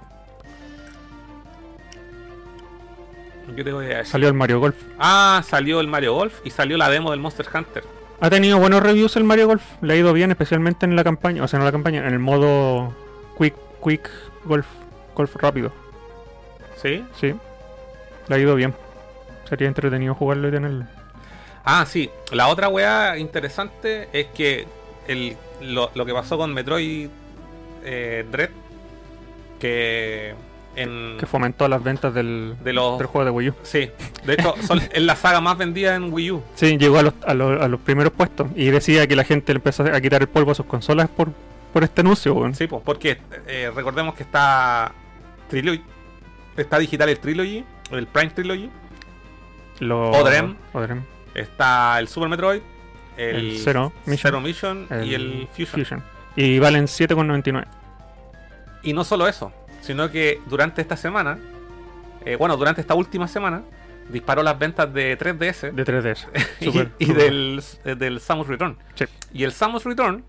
Yo te voy a decir. Salió el Mario Golf. Ah, salió el Mario Golf y salió la demo del Monster Hunter. Ha tenido buenos reviews el Mario Golf. Le ha ido bien, especialmente en la campaña. O sea, no la campaña, en el modo Quick Quick Golf, Golf Rápido. ¿Sí? Sí. Le ha ido bien. Sería entretenido jugarlo y tenerlo. Ah, sí. La otra weá interesante es que el- lo, lo que pasó con Metroid eh, Dread, que en... Que fomentó las ventas del, de los... del juego de Wii U. Sí, de hecho son, es la saga más vendida en Wii U. Sí, llegó a los, a, los, a los primeros puestos. Y decía que la gente le empezó a quitar el polvo a sus consolas por, por este anuncio, weón. Sí, pues, porque eh, recordemos que está Trilogy, está digital el Trilogy, el Prime Trilogy, Lo- Odrem. Odrem. está el Super Metroid, el, El Zero Mission. Zero Mission y el Fusion. Y valen 7,99. Y no solo eso, sino que durante esta semana, eh, bueno, durante esta última semana, disparó las ventas de 3DS De 3DS. y, Super, y super. del, eh, del Samus Return. Sí. Y el Samus Return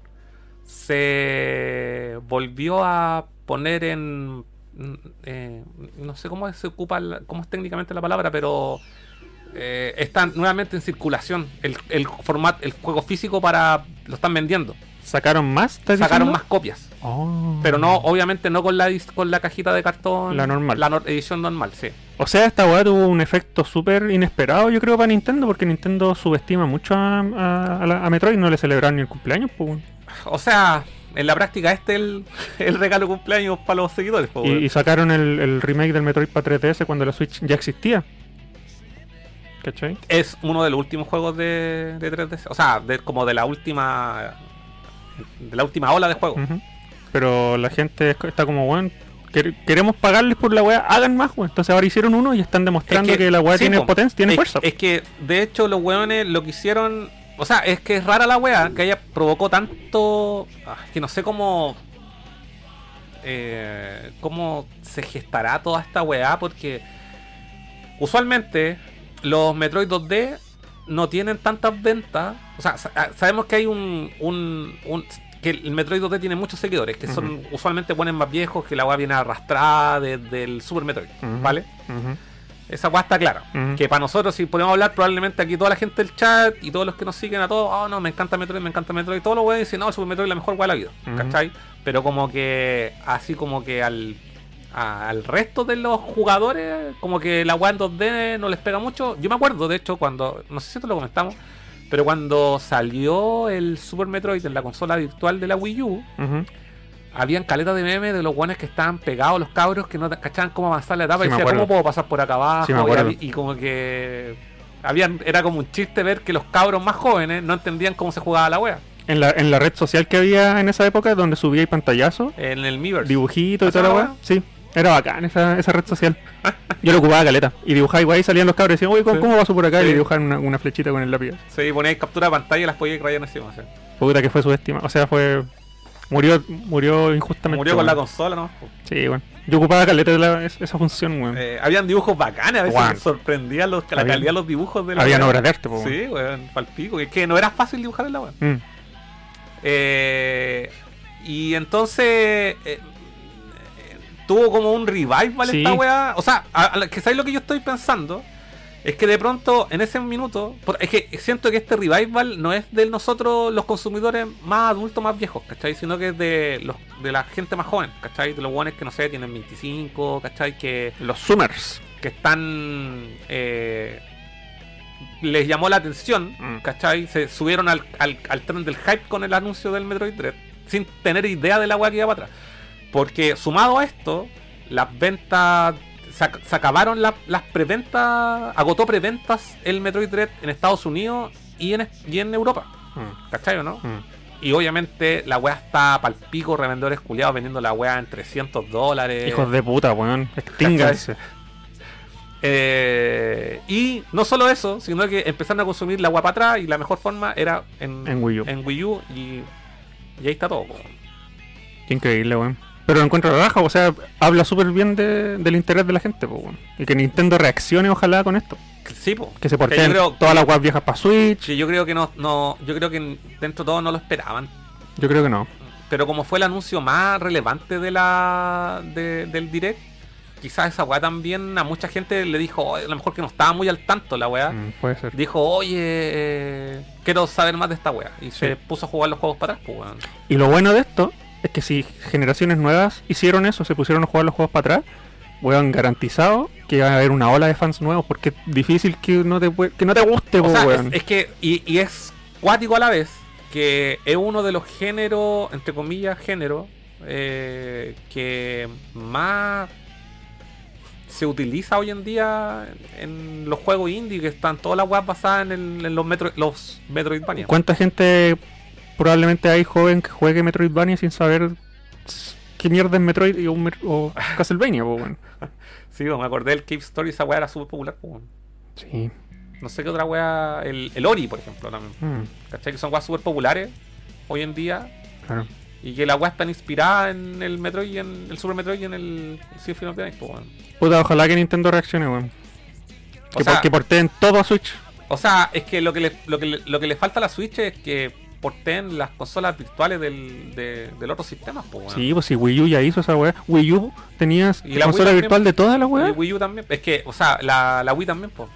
se volvió a poner en... mm, eh, no sé cómo se ocupa, la- cómo es técnicamente la palabra, pero eh, está nuevamente en circulación. El, el, format, el juego físico para lo están vendiendo. ¿Sacaron más? ¿Estás Sacaron más diciendo? copias. Oh. Pero no, obviamente no con la dis- con la cajita de cartón. La normal. La nor- edición normal, sí. O sea, esta weá tuvo un efecto súper inesperado, yo creo, para Nintendo, porque Nintendo subestima mucho a, a- a la- a Metroid, no le celebraron ni el cumpleaños, pues, weón. O sea, en la práctica este es el, el regalo de cumpleaños para los seguidores. po, y, weón. y sacaron el, el remake del Metroid para 3DS cuando la Switch ya existía. ¿Cachai? Es uno de los últimos juegos de, de 3DS. O sea, de- como de la última. De la última ola de juegos. Ujú. Pero la gente es- está como, weón, quer- queremos pagarles por la weá, hagan más, weón. Entonces ahora hicieron uno y están demostrando Es que, la weá sí, tiene po. potencia, tiene es, fuerza. Es que, de hecho, los weones lo que hicieron. O sea, es que es rara la wea que haya provocó tanto. ah, que no sé cómo. eh, cómo se gestará toda esta weá, porque. Usualmente, los Metroid 2D no tienen tantas ventas. O sea, sa- ah, sabemos que hay un. un- un- que el Metroid 2D tiene muchos seguidores, que son usualmente buenos más viejos, que la weá viene arrastrada desde el Super Metroid, Ujú. ¿vale? Ujú. Esa guay está clara. Ujú. Que para nosotros, si podemos hablar, probablemente aquí toda la gente del chat y todos los que nos siguen a todos, oh no, me encanta Metroid, me encanta Metroid, y todos los weones dicen, no, el Super Metroid es la mejor guay de la vida, Ujú. ¿cachai? Pero como que, así como que al, a- al resto de los jugadores, como que la guay en 2D no les pega mucho. Yo me acuerdo, de hecho, cuando, no sé si te lo comentamos, pero cuando salió el Super Metroid en la consola virtual de la Wii U, Ujú. habían caletas de memes de los guanes que estaban pegados a los cabros que no cachaban cómo avanzar la etapa y Sí, me decían acuerdo. cómo puedo pasar por acá abajo Sí, me Y acuerdo. habí- y, como que habían era como un chiste ver que los cabros más jóvenes no entendían cómo se jugaba la wea En la, en la red social que había en esa época, donde subía y pantallazo, en el Miiverse dibujito y ¿Hacía toda la la weá. weá? Sí, era bacán esa, esa red social. Yo lo ocupaba caleta. Y dibujaba igual y salían los cabros y decían, oye, ¿cómo, Sí. cómo paso por acá? Y le Sí. dibujaban una, una flechita con el lápiz. Sí, ponía ahí captura de pantalla y las podía rayar encima. o sea. Puta que fue subestimado. O sea, fue. Murió, murió injustamente. Murió con la weón. consola, ¿no? Sí, bueno. Yo ocupaba caleta de la- es- esa función, weón. Eh, habían dibujos bacanes, a veces Guau. me sorprendía los, la Habían- calidad de los dibujos de la Habían wea. obras de arte, po, weón. Sí, weón, palpico. Es que no era fácil dibujar en la wea. Mm. Eh, y entonces eh, eh, tuvo como un revival Sí. esta weá. O sea, a- a la- que sabes lo que yo estoy pensando. Es que de pronto, en ese minuto, por- es que siento que este revival no es de nosotros los consumidores más adultos, más viejos, ¿cachai? Sino que es de, los, de la gente más joven, ¿cachai? De los guanes que no sé, tienen 25, ¿cachai? Que Los Summers. que están. eh, les llamó la atención, Mm. ¿cachai? Se subieron al, al, al tren del hype con el anuncio del Metroid Dread, sin tener idea de la weá que iba para atrás. Porque sumado a esto, las ventas. Se, ac- se acabaron la- las preventas. Agotó preventas el Metroid Dread en Estados Unidos y en, es- y en Europa, Mm, ¿cachai o no? Y obviamente la weá está pal pico, revendedores culiados vendiendo la weá en 300 dólares. Hijos de puta, weón. Extínganse. Eh, y no solo eso, sino que empezaron a consumir la agua para atrás y la mejor forma era en, En Wii U. en Wii U y, y ahí está todo. po. Qué increíble, weón. Pero lo encuentro raja, o sea, habla súper bien de- del interés de la gente, po, weón. Y que Nintendo reaccione, ojalá, con esto. Sí, po. Que se yo porten creo- todas las webs viejas para Switch. Sí, yo creo que no, no, yo creo que dentro de todo no lo esperaban. Yo creo que no. Pero como fue el anuncio más relevante de la de- del direct, quizás esa weá también a mucha gente le dijo, "Oh, a lo mejor que no estaba muy al tanto la weá. Mm, puede ser. Dijo, oye, eh, quiero saber más de esta weá. Y se puso a jugar los juegos para atrás, pues, weón. Y lo bueno de esto es que si generaciones nuevas hicieron eso, se pusieron a jugar los juegos para atrás, weón, garantizado que va a haber una ola de fans nuevos, porque es difícil que no te, pue- que no te guste, O po, sea, pues, weón. es, es que, y, y es cuático a la vez, que es uno de los géneros, entre comillas, género, eh, que más se utiliza hoy en día en los juegos indie, que están todas las weas basadas en, el- en los, metro, los Metroidvania. ¿Cuánta gente probablemente hay joven que juegue Metroidvania sin saber s- qué mierda es Metroid y un Met- o Castlevania, po, weón? Sí, pues, me acordé del Cave Story, esa wea era súper popular. po. Sí. No sé qué otra wea, el, el Ori, por ejemplo, también. mm, ¿Cachai? Que son weas súper populares hoy en día. claro. Y que la wea están inspirada en el Metroid y en el Super Metroid y en el Symphony of the Night, po, weón. Puta, ojalá que Nintendo reaccione, weón. O Que, sea- por- que porteen todo a Switch. O sea, es que lo que le, lo que le- lo que le falta a la Switch es que porten las consolas virtuales del, de- del otro sistema, po, weón. Sí, pues si Wii U ya hizo esa weá. Wii U tenías Y la Wii consola también. virtual de todas las Y weas. Wii U también. Es que, o sea, la, la Wii también, po.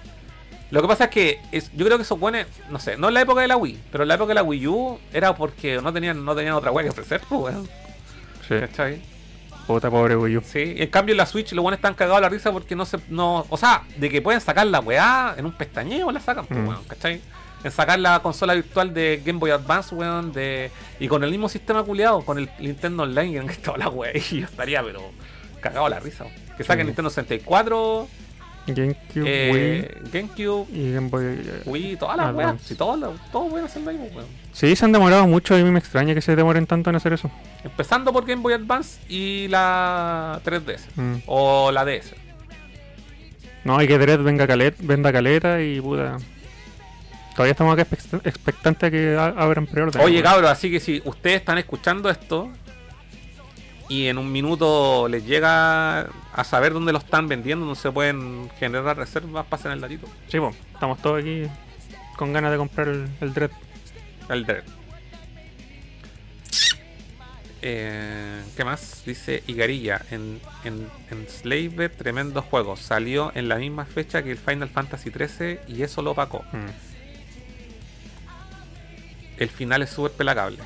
Lo que pasa es que es- yo creo que eso pone, no sé, no en la época de la Wii, pero en la época de la Wii U era porque no tenían, no tenían otra weá que ofrecer, po, weón. Sí. ¿Cachai? Puta, pobre Wii U. Sí, en cambio en la Switch los buenos están cagados a la risa porque no se. No, o sea, de que pueden sacar la weá en un pestañeo la sacan, pues, Mm. weón, ¿cachai? En sacar la consola virtual de Game Boy Advance, weón, de, y con el mismo sistema culiado, con el Nintendo Online, en que toda la weá, y yo estaría, pero cagado a la risa. weón. Que saquen Sí. Nintendo 64, GameCube, eh, GameCube, Wii y Game Boy. eh, Wii, todas las weas, Advance. si todos los- todos pueden hacer lo mismo, weón. Sí, se han demorado mucho y a mí me extraña que se demoren tanto en hacer eso. Empezando por Game Boy Advance y la 3DS. Mm. O la DS. No, y que Dredd venga calet, venda caleta y puta. Todavía estamos acá expect- expectantes a que a- abran preorden. Oye, cabrón. cabros, así que si ustedes están escuchando esto y en un minuto les llega a saber dónde lo están vendiendo, no se pueden generar reservas, pasen el datito. Sí, po, estamos todos aquí con ganas de comprar el, el Dread. El Dread. Eh, ¿Qué más? Dice Igarilla. En, en, en Slave, tremendo juego. Salió en la misma fecha que el Final Fantasy XIII y eso lo opacó. El final es súper pelacable.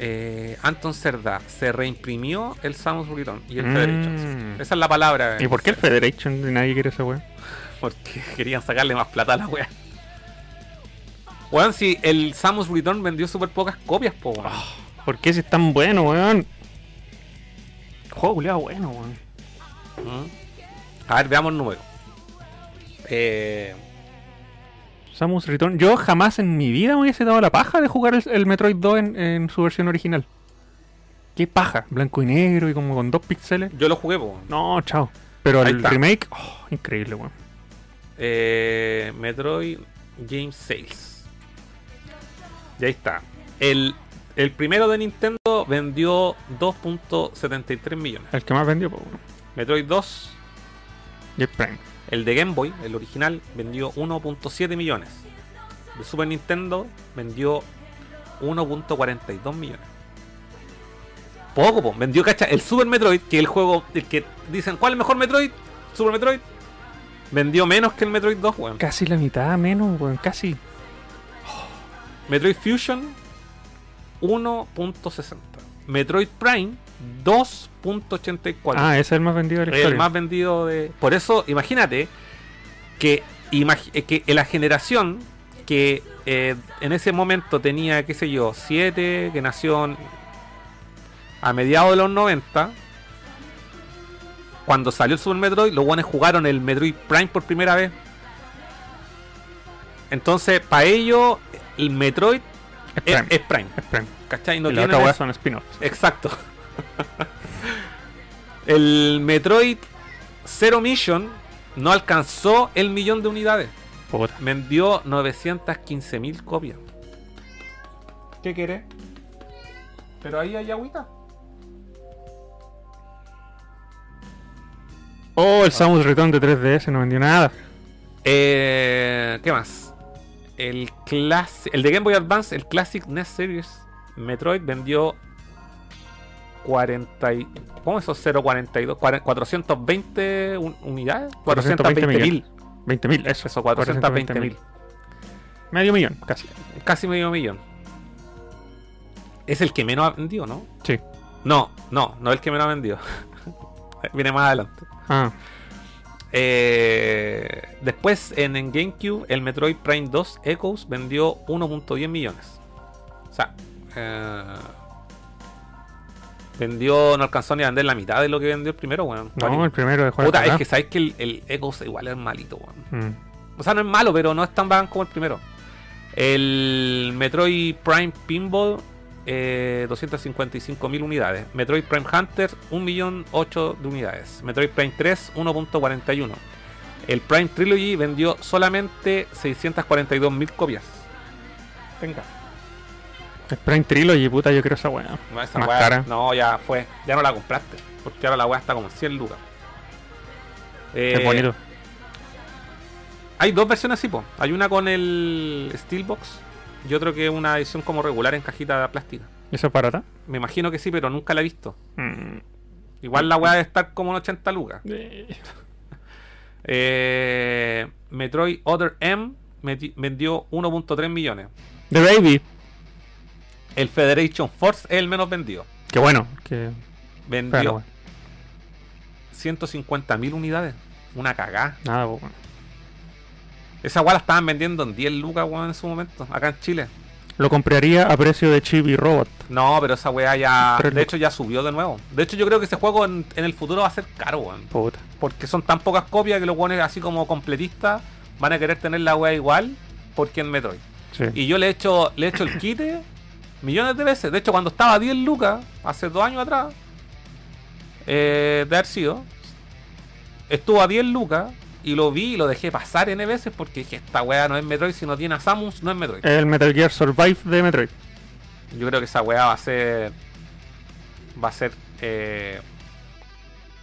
Eh, Anton Cerda se reimprimió el Samus Return y el Mm. Federation. Esa es la palabra. ¿Y por qué el Federation? Y Nadie quiere esa weá. Porque querían sacarle más plata a la wea. Weón, si el Samus Return vendió súper pocas copias, po, weón. Ah. ¿Por qué si es tan bueno, weón? Juego culiao bueno, weón. Mm. A ver, veamos el número. Eh, Samus Return. Yo jamás en mi vida me hubiese dado la paja de jugar el, el Metroid 2 en, en su versión original. ¿Qué paja? Blanco y negro y como con dos píxeles. yo lo jugué, po. weón. No, chao. Pero Ahí el está. remake, oh, increíble, weón. Eh, Metroid Game Sales. Y ahí está. El, el primero de Nintendo vendió 2.73 millones. El que más vendió, pues, weón. Metroid 2, Jet Prime. el de Game Boy, el original, vendió 1.7 millones. El Super Nintendo vendió 1.42 millones. Poco, po. vendió, cacha, el Super Metroid, que el juego, el que dicen, ¿cuál es el mejor Metroid? Super Metroid. Vendió menos que el Metroid 2, weón. Casi la mitad menos, weón. Casi. Metroid Fusion 1.60. Metroid Prime 2.84. Ah, ese es el más vendido de la el historia. más vendido de... Por eso, imagínate que, imag- eh, que en la generación que eh, en ese momento tenía, qué sé yo, 7, que nació en- a mediados de los 90. Cuando salió el Super Metroid, los guanes jugaron el Metroid Prime por primera vez. Entonces, para ellos, el Metroid Es es Prime. es Prime. es Prime. ¿Cachai? No Y la tienen otra weá ese- son spin-offs. Exacto. el Metroid Zero Mission no alcanzó el millón de unidades. Puta. Vendió 915.000 copias. ¿Qué querés? Pero ahí hay agüita. Oh, Ah. el Samus Return de 3DS no vendió nada. Eh, ¿Qué más? El, clasi- el de Game Boy Advance, el Classic NES Series Metroid vendió 40 y- ¿Cómo eso? 0.42 cuaren- 420 un- unidades 420 420.000 20.000, eso. Eso, 420.000 Medio millón, casi. Casi medio millón es el que menos ha vendido, ¿no? Sí. No, no, no es el que menos ha vendido. Viene más adelante. Ah, Eh, después en, en GameCube, el Metroid Prime 2 Echoes vendió 1.10 millones. O sea, eh, vendió, no alcanzó ni a vender la mitad de lo que vendió el primero, weón. no, el primero de Juan Puta, es que sabéis que el, el Echoes igual es malito, weón. Mm. O sea, no es malo, pero no es tan bacán como el primero. El Metroid Prime Pinball, eh, 255.000 unidades. Metroid Prime Hunter, 1.008 de unidades. Metroid Prime 3, 1.41. El Prime Trilogy vendió solamente 642.000 copias. Venga. El Prime Trilogy, puta, yo quiero esa weá. No, esa Más weá- cara. no, ya fue. Ya no la compraste. Porque ahora la weá está como en 100 lucas. Eh, es bonito. Hay dos versiones tipo. Hay una con el Steelbox y otro que es una edición como regular en cajita de plástica. ¿Eso es barata? Me imagino que sí, pero nunca la he visto. Mm. Igual la weá debe estar como en 80 lucas. Eh, Eh, Metroid Other M meti- vendió 1.3 millones. The Baby. El Federation Force es el menos vendido. Qué bueno. Que... Pero Vendió bueno, 150.000 unidades. Una cagá. nada, pues, bueno. Esa weá la estaban vendiendo en 10 lucas, weón, en su momento, acá en Chile. Lo compraría a precio de Chip y Robot. No, pero esa weá ya. Tres De lucas. hecho, ya subió de nuevo. De hecho, yo creo que ese juego en, en el futuro va a ser caro, weón. Puta. Porque son tan pocas copias que los weones, así como completistas, van a querer tener la weá igual porque en Metroid. Sí. Y yo le he hecho, le he hecho el quite millones de veces. De hecho, cuando estaba a 10 lucas, hace dos años atrás, eh, de haber sido, estuvo a 10 lucas y lo vi y lo dejé pasar N veces porque dije: Esta weá no es Metroid, si no tiene a Samus, no es Metroid. El Metal Gear Survive de Metroid. Yo creo que esa weá va a ser. Va a ser. eh,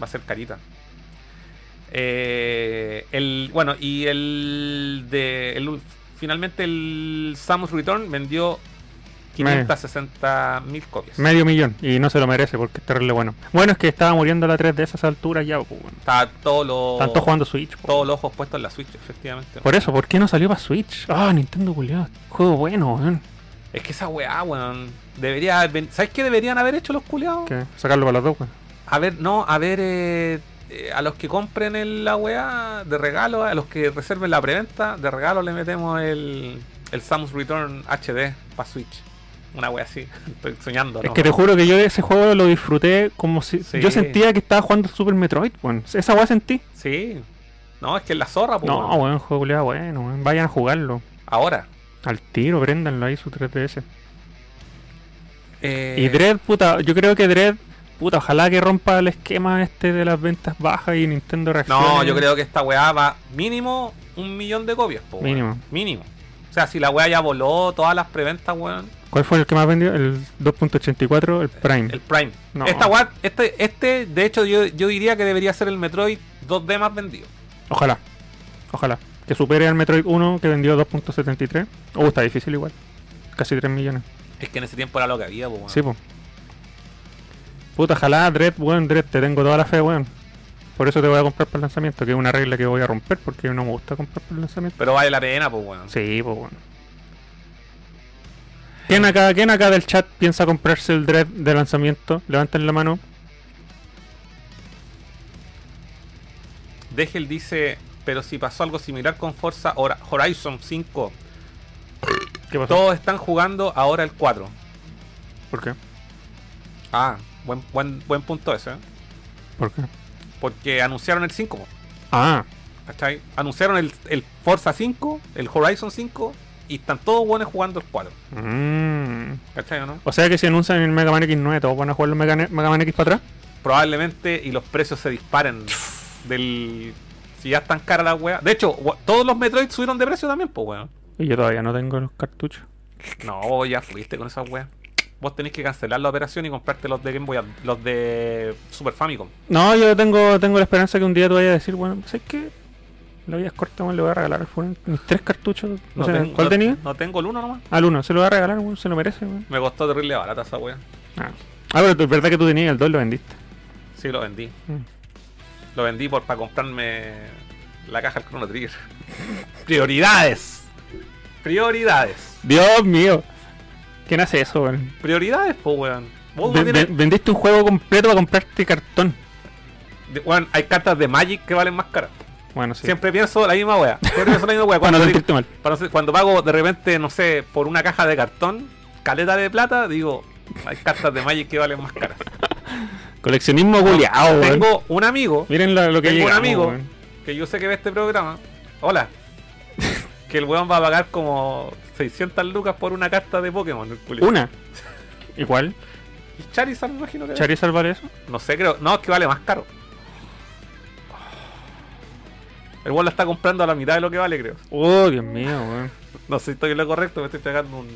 va a ser carita. Eh, el, bueno, y el de. el ul- finalmente el Samus Return vendió 560.000 copias. Medio millón. Y no se lo merece porque es terrible bueno. Bueno, es que estaba muriendo la 3 de esas alturas ya, pues, bueno. Está todos los. Tanto jugando Switch. po. Todos los ojos puestos en la Switch, efectivamente. Por eso, ¿por qué no salió para Switch? Ah, Nintendo culiado. Juego bueno, weón. Es que esa weá, weón. Debería. haber ven- ¿Sabes qué deberían haber hecho los culiados? Que sacarlo para las dos, weón. A ver, no, a ver, eh, eh, a los que compren el- la weá de regalo, a los que reserven la preventa, de regalo le metemos el, el Samus Return HD para Switch. Una weá así, estoy soñando. Es ¿no? que te juro que yo ese juego lo disfruté como si. Sí. Yo sentía que estaba jugando Super Metroid, weón. Esa weá sentí. Sí, no, es que es la zorra, po, No, weón. weón, juego culiado bueno, weón. Vayan a jugarlo. Ahora. Al tiro, préndanlo ahí su 3DS. eh, Y Dread, puta, yo creo que Dread, puta, ojalá que rompa el esquema este de las ventas bajas y Nintendo reaccione. No, yo creo que esta weá va mínimo un millón de copias, po, weón. Mínimo. Mínimo. O sea, si la weá ya voló todas las preventas, weón. ¿Cuál fue el que más vendió? El 2.84, el Prime. El Prime. No. Esta weá, este, este, de hecho, yo, yo diría que debería ser el Metroid 2D más vendido. Ojalá. Ojalá. Que supere al Metroid 1 que vendió 2.73. Uh, está difícil igual. Casi 3 millones. Es que en ese tiempo era lo que había, po, weón. Sí, po. Puta, ojalá, Dread, weón, Dread, te tengo toda la fe, weón. Por eso te voy a comprar para el lanzamiento, que es una regla que voy a romper porque no me gusta comprar para el lanzamiento. Pero vale la pena, pues, weón. Sí, pues bueno. ¿Quién acá, ¿Quién acá del chat piensa comprarse el Dread de lanzamiento? Levanten la mano. Degel dice, pero si pasó algo similar con Forza Hora- Horizon 5, ¿Qué pasó? todos están jugando ahora el 4. ¿Por qué? Ah, buen, buen, buen punto ese, ¿eh? ¿Por qué? Porque anunciaron el 5, po, Ah, ¿cachai? Anunciaron el, el Forza 5, el Horizon 5, y están todos buenos jugando el 4, mm. ¿cachai o no? o sea que si anuncian el Mega Man X9, todos van a jugar los Mega, Ne- Mega Man X para atrás. Probablemente y los precios se disparen del... Si ya están caras las weas. De hecho, wa- todos los Metroid subieron de precio también, pues, weón. Y yo todavía no tengo los cartuchos. No, vos ya fuiste con esas weas. Vos tenés que cancelar la operación y comprarte los de Game Boy, Ad- los de Super Famicom. No, yo tengo, tengo la esperanza que un día tú vayas a decir, bueno, pues, ¿sabes qué? La vida es corta, weón, le voy a regalar al Funen mis tres cartuchos. o sea, tengo- ¿Cuál no- tenía? No tengo el uno nomás. Al uno, se lo va a regalar, weón, se lo merece, weón. Me costó terrible barata esa wea. Ah. Ah, pero es verdad que tú tenías el 2 lo vendiste. Sí, lo vendí. Mm. Lo vendí por para comprarme la caja del Chrono Trigger. Prioridades. Prioridades. Dios mío. ¿Quién hace eso, weón? Prioridades, po, weón. Vos no Ven- tienes- ven- vendiste un juego completo para comprarte cartón. de- weón, hay cartas de Magic que valen más caras. Bueno, sí. Siempre pienso la misma wea. Siempre pienso la misma wea. Para Cuando, no digo- sentirte mal. para no ser- cuando pago de repente, no sé, por una caja de cartón, caleta de plata, digo, hay cartas de Magic que valen más caras. Coleccionismo goleado, weón. Tengo un amigo Miren la- lo que Tengo un llegamos, amigo weón. que yo sé que ve este programa. Hola. que el weón va a pagar como 600 lucas por una carta de Pokémon. El culiao. Una. Igual. Y Charizard, me imagino que. es. Charizard vale eso. No sé, creo. No, es que vale más caro. El weón la está comprando a la mitad de lo que vale, creo. Oh, Dios mío, weón. No sé si estoy en lo correcto, me estoy pegando un.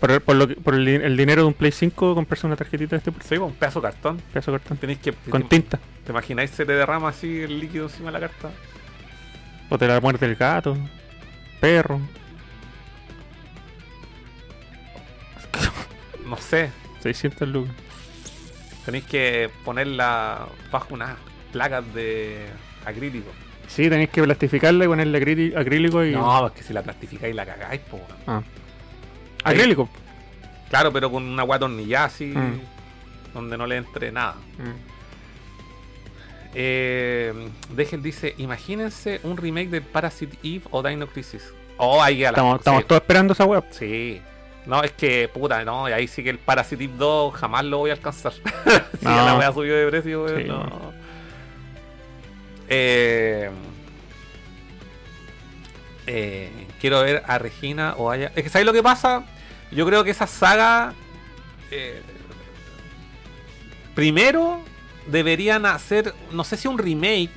Por, por lo que- por el, di- el dinero de un Play 5 comprarse una tarjetita de este Soy pues, un pedazo de cartón. pedazo de cartón. Tenéis que. Con tinta. ¿Te imagináis se te derrama así el líquido encima de la carta? O te la muerte el gato. Perro. No sé. 600 lucas. Tenéis que ponerla bajo unas placas de acrílico. Sí, tenéis que plastificarla y ponerle acrí- acrílico y. No, es que si la plastificáis la cagáis, po. weón. Ah. Acrílico. Claro, pero con una guata tornillada así, Mm. donde no le entre nada. Mm. Eh, Degel dice, imagínense un remake de Parasite Eve o Dino Crisis. Oh, ahí queda la- Estamos, sí. estamos todos esperando esa web. Sí. No, es que, puta, no, y ahí sí que el Parasite Eve 2 jamás lo voy a alcanzar. si ya la No. wea subió de precio, weón, Sí, no. weón. Eh, eh, quiero ver a Regina o haya. Es que, ¿sabes lo que pasa? Yo creo que esa saga. eh, primero deberían hacer, no sé si un remake,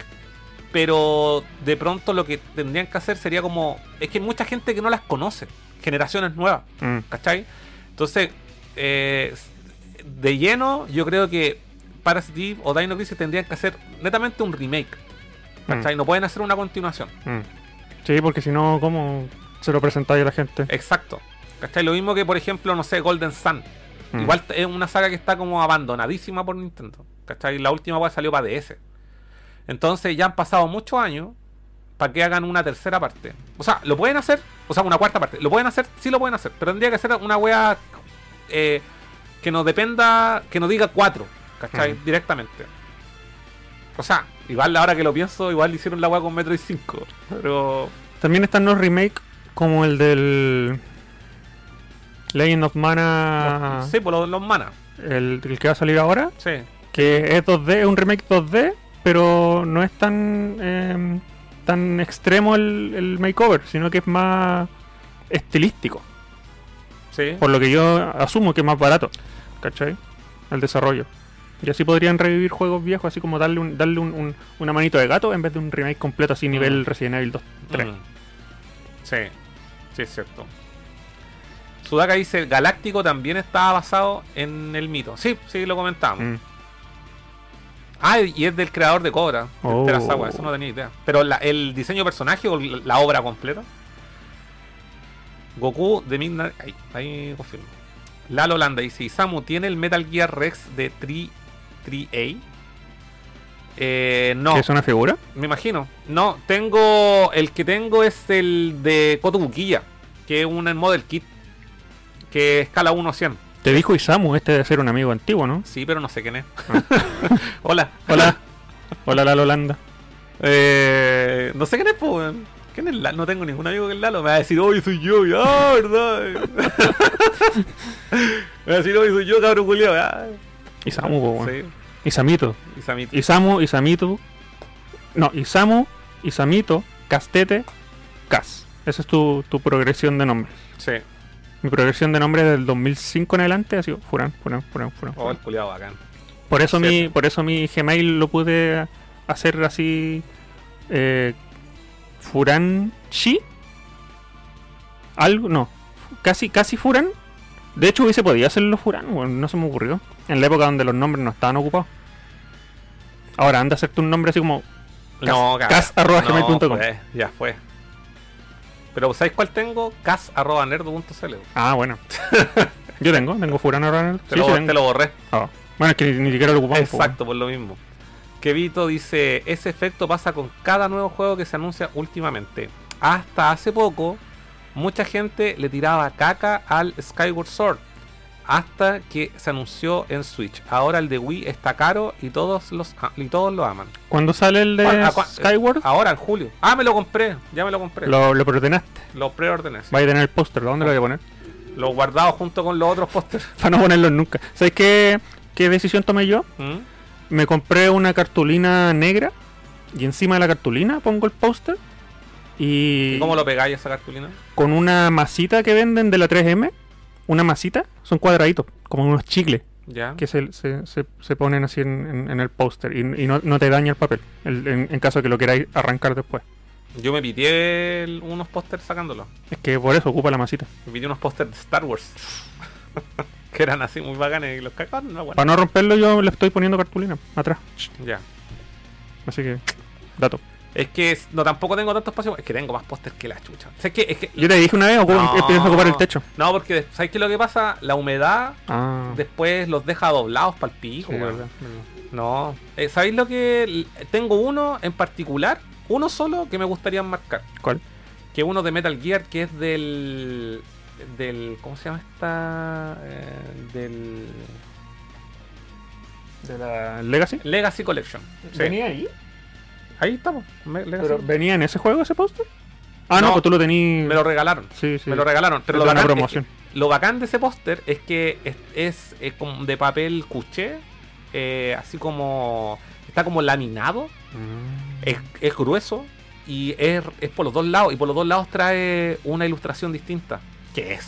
pero de pronto lo que tendrían que hacer sería como. Es que hay mucha gente que no las conoce, generaciones nuevas. Mm. ¿Cachai? Entonces, eh, de lleno, yo creo que Parasite Eve o Dino Crisis tendrían que hacer netamente un remake. ¿Cachai? No pueden hacer una continuación. Mm. Sí, porque si no, ¿cómo se lo presentáis a la gente? Exacto. ¿Cachai? Lo mismo que, por ejemplo, no sé, Golden Sun. Mm. Igual es una saga que está como abandonadísima por Nintendo. ¿Cachai? La última weá salió para DS. Entonces ya han pasado muchos años para que hagan una tercera parte. O sea, lo pueden hacer. O sea, una cuarta parte. Lo pueden hacer, sí lo pueden hacer. Pero tendría que ser una weá eh, que nos dependa, que nos diga cuatro. ¿Cachai? Ujú. Directamente. O sea, igual ahora que lo pienso, igual hicieron la weá con Metroid 5. Pero... También están los remakes como el del. Legend of Mana. Sí, por los, los manas. El, el que va a salir ahora. Sí. Que es 2D, es un remake 2D, pero no es tan. eh, tan extremo el, el makeover, sino que es más estilístico. Sí. Por lo que yo asumo que es más barato, ¿cachai? El desarrollo. Y así podrían revivir juegos viejos, así como darle, un, darle un- un- una manito de gato en vez de un remake completo, así nivel Resident Evil 2, 3. Mm. Sí, sí, es cierto. Sudaka dice, Galáctico también estaba basado en el mito. Sí, sí, lo comentábamos. Mm. Ah, y es del creador de Cobra, de Oh. Terasawa, eso no tenía idea. Pero la- el diseño de personaje o la la obra completa. Goku de Midnight... Ahí, ahí confirmo. Lalo Landa dice, "¿Y Samu tiene el Metal Gear Rex de 3, 3A? Eh, no. ¿Que ¿Es una figura? Me imagino. No, tengo. El que tengo es el de Coto Buquilla, que es un model kit. Que escala 1 a 100. Te dijo Isamu, este debe ser un amigo antiguo, ¿no? Sí, pero no sé quién es. Hola. Ah. Hola. Hola, la Holanda. Eh, no sé quién es, po, weón. ¿Quién es Lalo? No tengo ningún amigo que es Lalo. Me va a decir, hoy soy yo. Y, Ah, verdad. Me va a decir, hoy soy yo, cabrón culiao. Ah, Isamu, po, weón. sí, Isamito. y Samito. Isamu, Isamito. No, Isamu, Isamito, Castete, Cas. Esa es tu, tu progresión de nombres. Sí. Mi progresión de nombres del 2005 en adelante ha sido Furán, Furán, Furán, Furán. Oh, el Furán. culiao bacán. Por, eso mi, cierto. por eso mi Gmail lo pude hacer así. Eh, Furán Chi. Algo, no. Casi, casi Furán. De hecho, hubiese podido hacerlo Furán, bueno, no se me ocurrió. En la época donde los nombres no estaban ocupados. Ahora, anda a hacerte un nombre así como. No, Cas- cara. cas arroba gmail punto com. fue, ya fue. Pero ¿sabéis cuál tengo? Cas arroba nerdo.cl. Ah, bueno. Yo tengo, tengo Furán ahora. en el- Te, sí, lo, sí, te tengo. lo borré. Ah. Bueno, es que ni, ni siquiera lo ocupamos. po, Exacto, por lo mismo. Kevito dice, ese efecto pasa con cada nuevo juego que se anuncia últimamente. Hasta hace poco mucha gente le tiraba caca al Skyward Sword hasta que se anunció en Switch. Ahora el de Wii está caro y todos los a- y todos lo aman. ¿Cuándo sale el de ¿Cuál- a cuál- Skyward? Ahora en julio. Ah, me lo compré, ya me lo compré. Lo, Lo, lo preordenaste. preordené. sí. Va a tener el póster. ¿Dónde lo Ah. voy a poner? Lo guardado junto con los otros pósters. Para no ponerlo nunca. ¿Sabes qué, qué decisión tomé yo? ¿Mm? Me compré una cartulina negra y encima de la cartulina pongo el póster y, ¿Y cómo lo pegáis a esa cartulina? con una masita que venden de la 3M, una masita, son cuadraditos, como unos chicles Ya. que se, se- se- se ponen así en, en- en el póster y, y no, no te daña el papel el- en, en caso de que lo queráis arrancar después. Yo me pité el- unos pósters sacándolo. Es que por eso ocupa la masita. Me pité unos pósters de Star Wars. que eran así muy bacanes y los cagaron. No, bueno. Para no romperlo yo le estoy poniendo cartulina atrás. Ya. Así que, dato. Es que es- no tampoco tengo tanto espacio. Es que tengo más pósters que la chucha. O sea, es que, es que Yo te dije una vez, ocupa, No. empiezas a ocupar el techo. No, porque des- ¿sabes qué es lo que pasa? La humedad Ah, después los deja doblados para el pico. sí, weón. verdad, verdad. no. Eh, ¿Sabéis lo que.? l- Tengo uno en particular, uno solo que me gustaría marcar. ¿Cuál? Que uno de Metal Gear, que es del. del ¿Cómo se llama esta.? Eh, del. ¿De la Legacy? Legacy Collection. Sí. ahí? Ahí estamos. Me, Legacy. ¿Pero venía en ese juego ese póster? Ah, no, No. pues tú lo tenías... me lo regalaron. Sí, sí. Me lo regalaron. Pero lo Era una bacán, es que- promoción. lo bacán de ese póster es que es, es, eh, como de papel cuché, eh, así como. Está como laminado, Mm. es, es grueso y es, es por los dos lados. Y por los dos lados trae una ilustración distinta, que es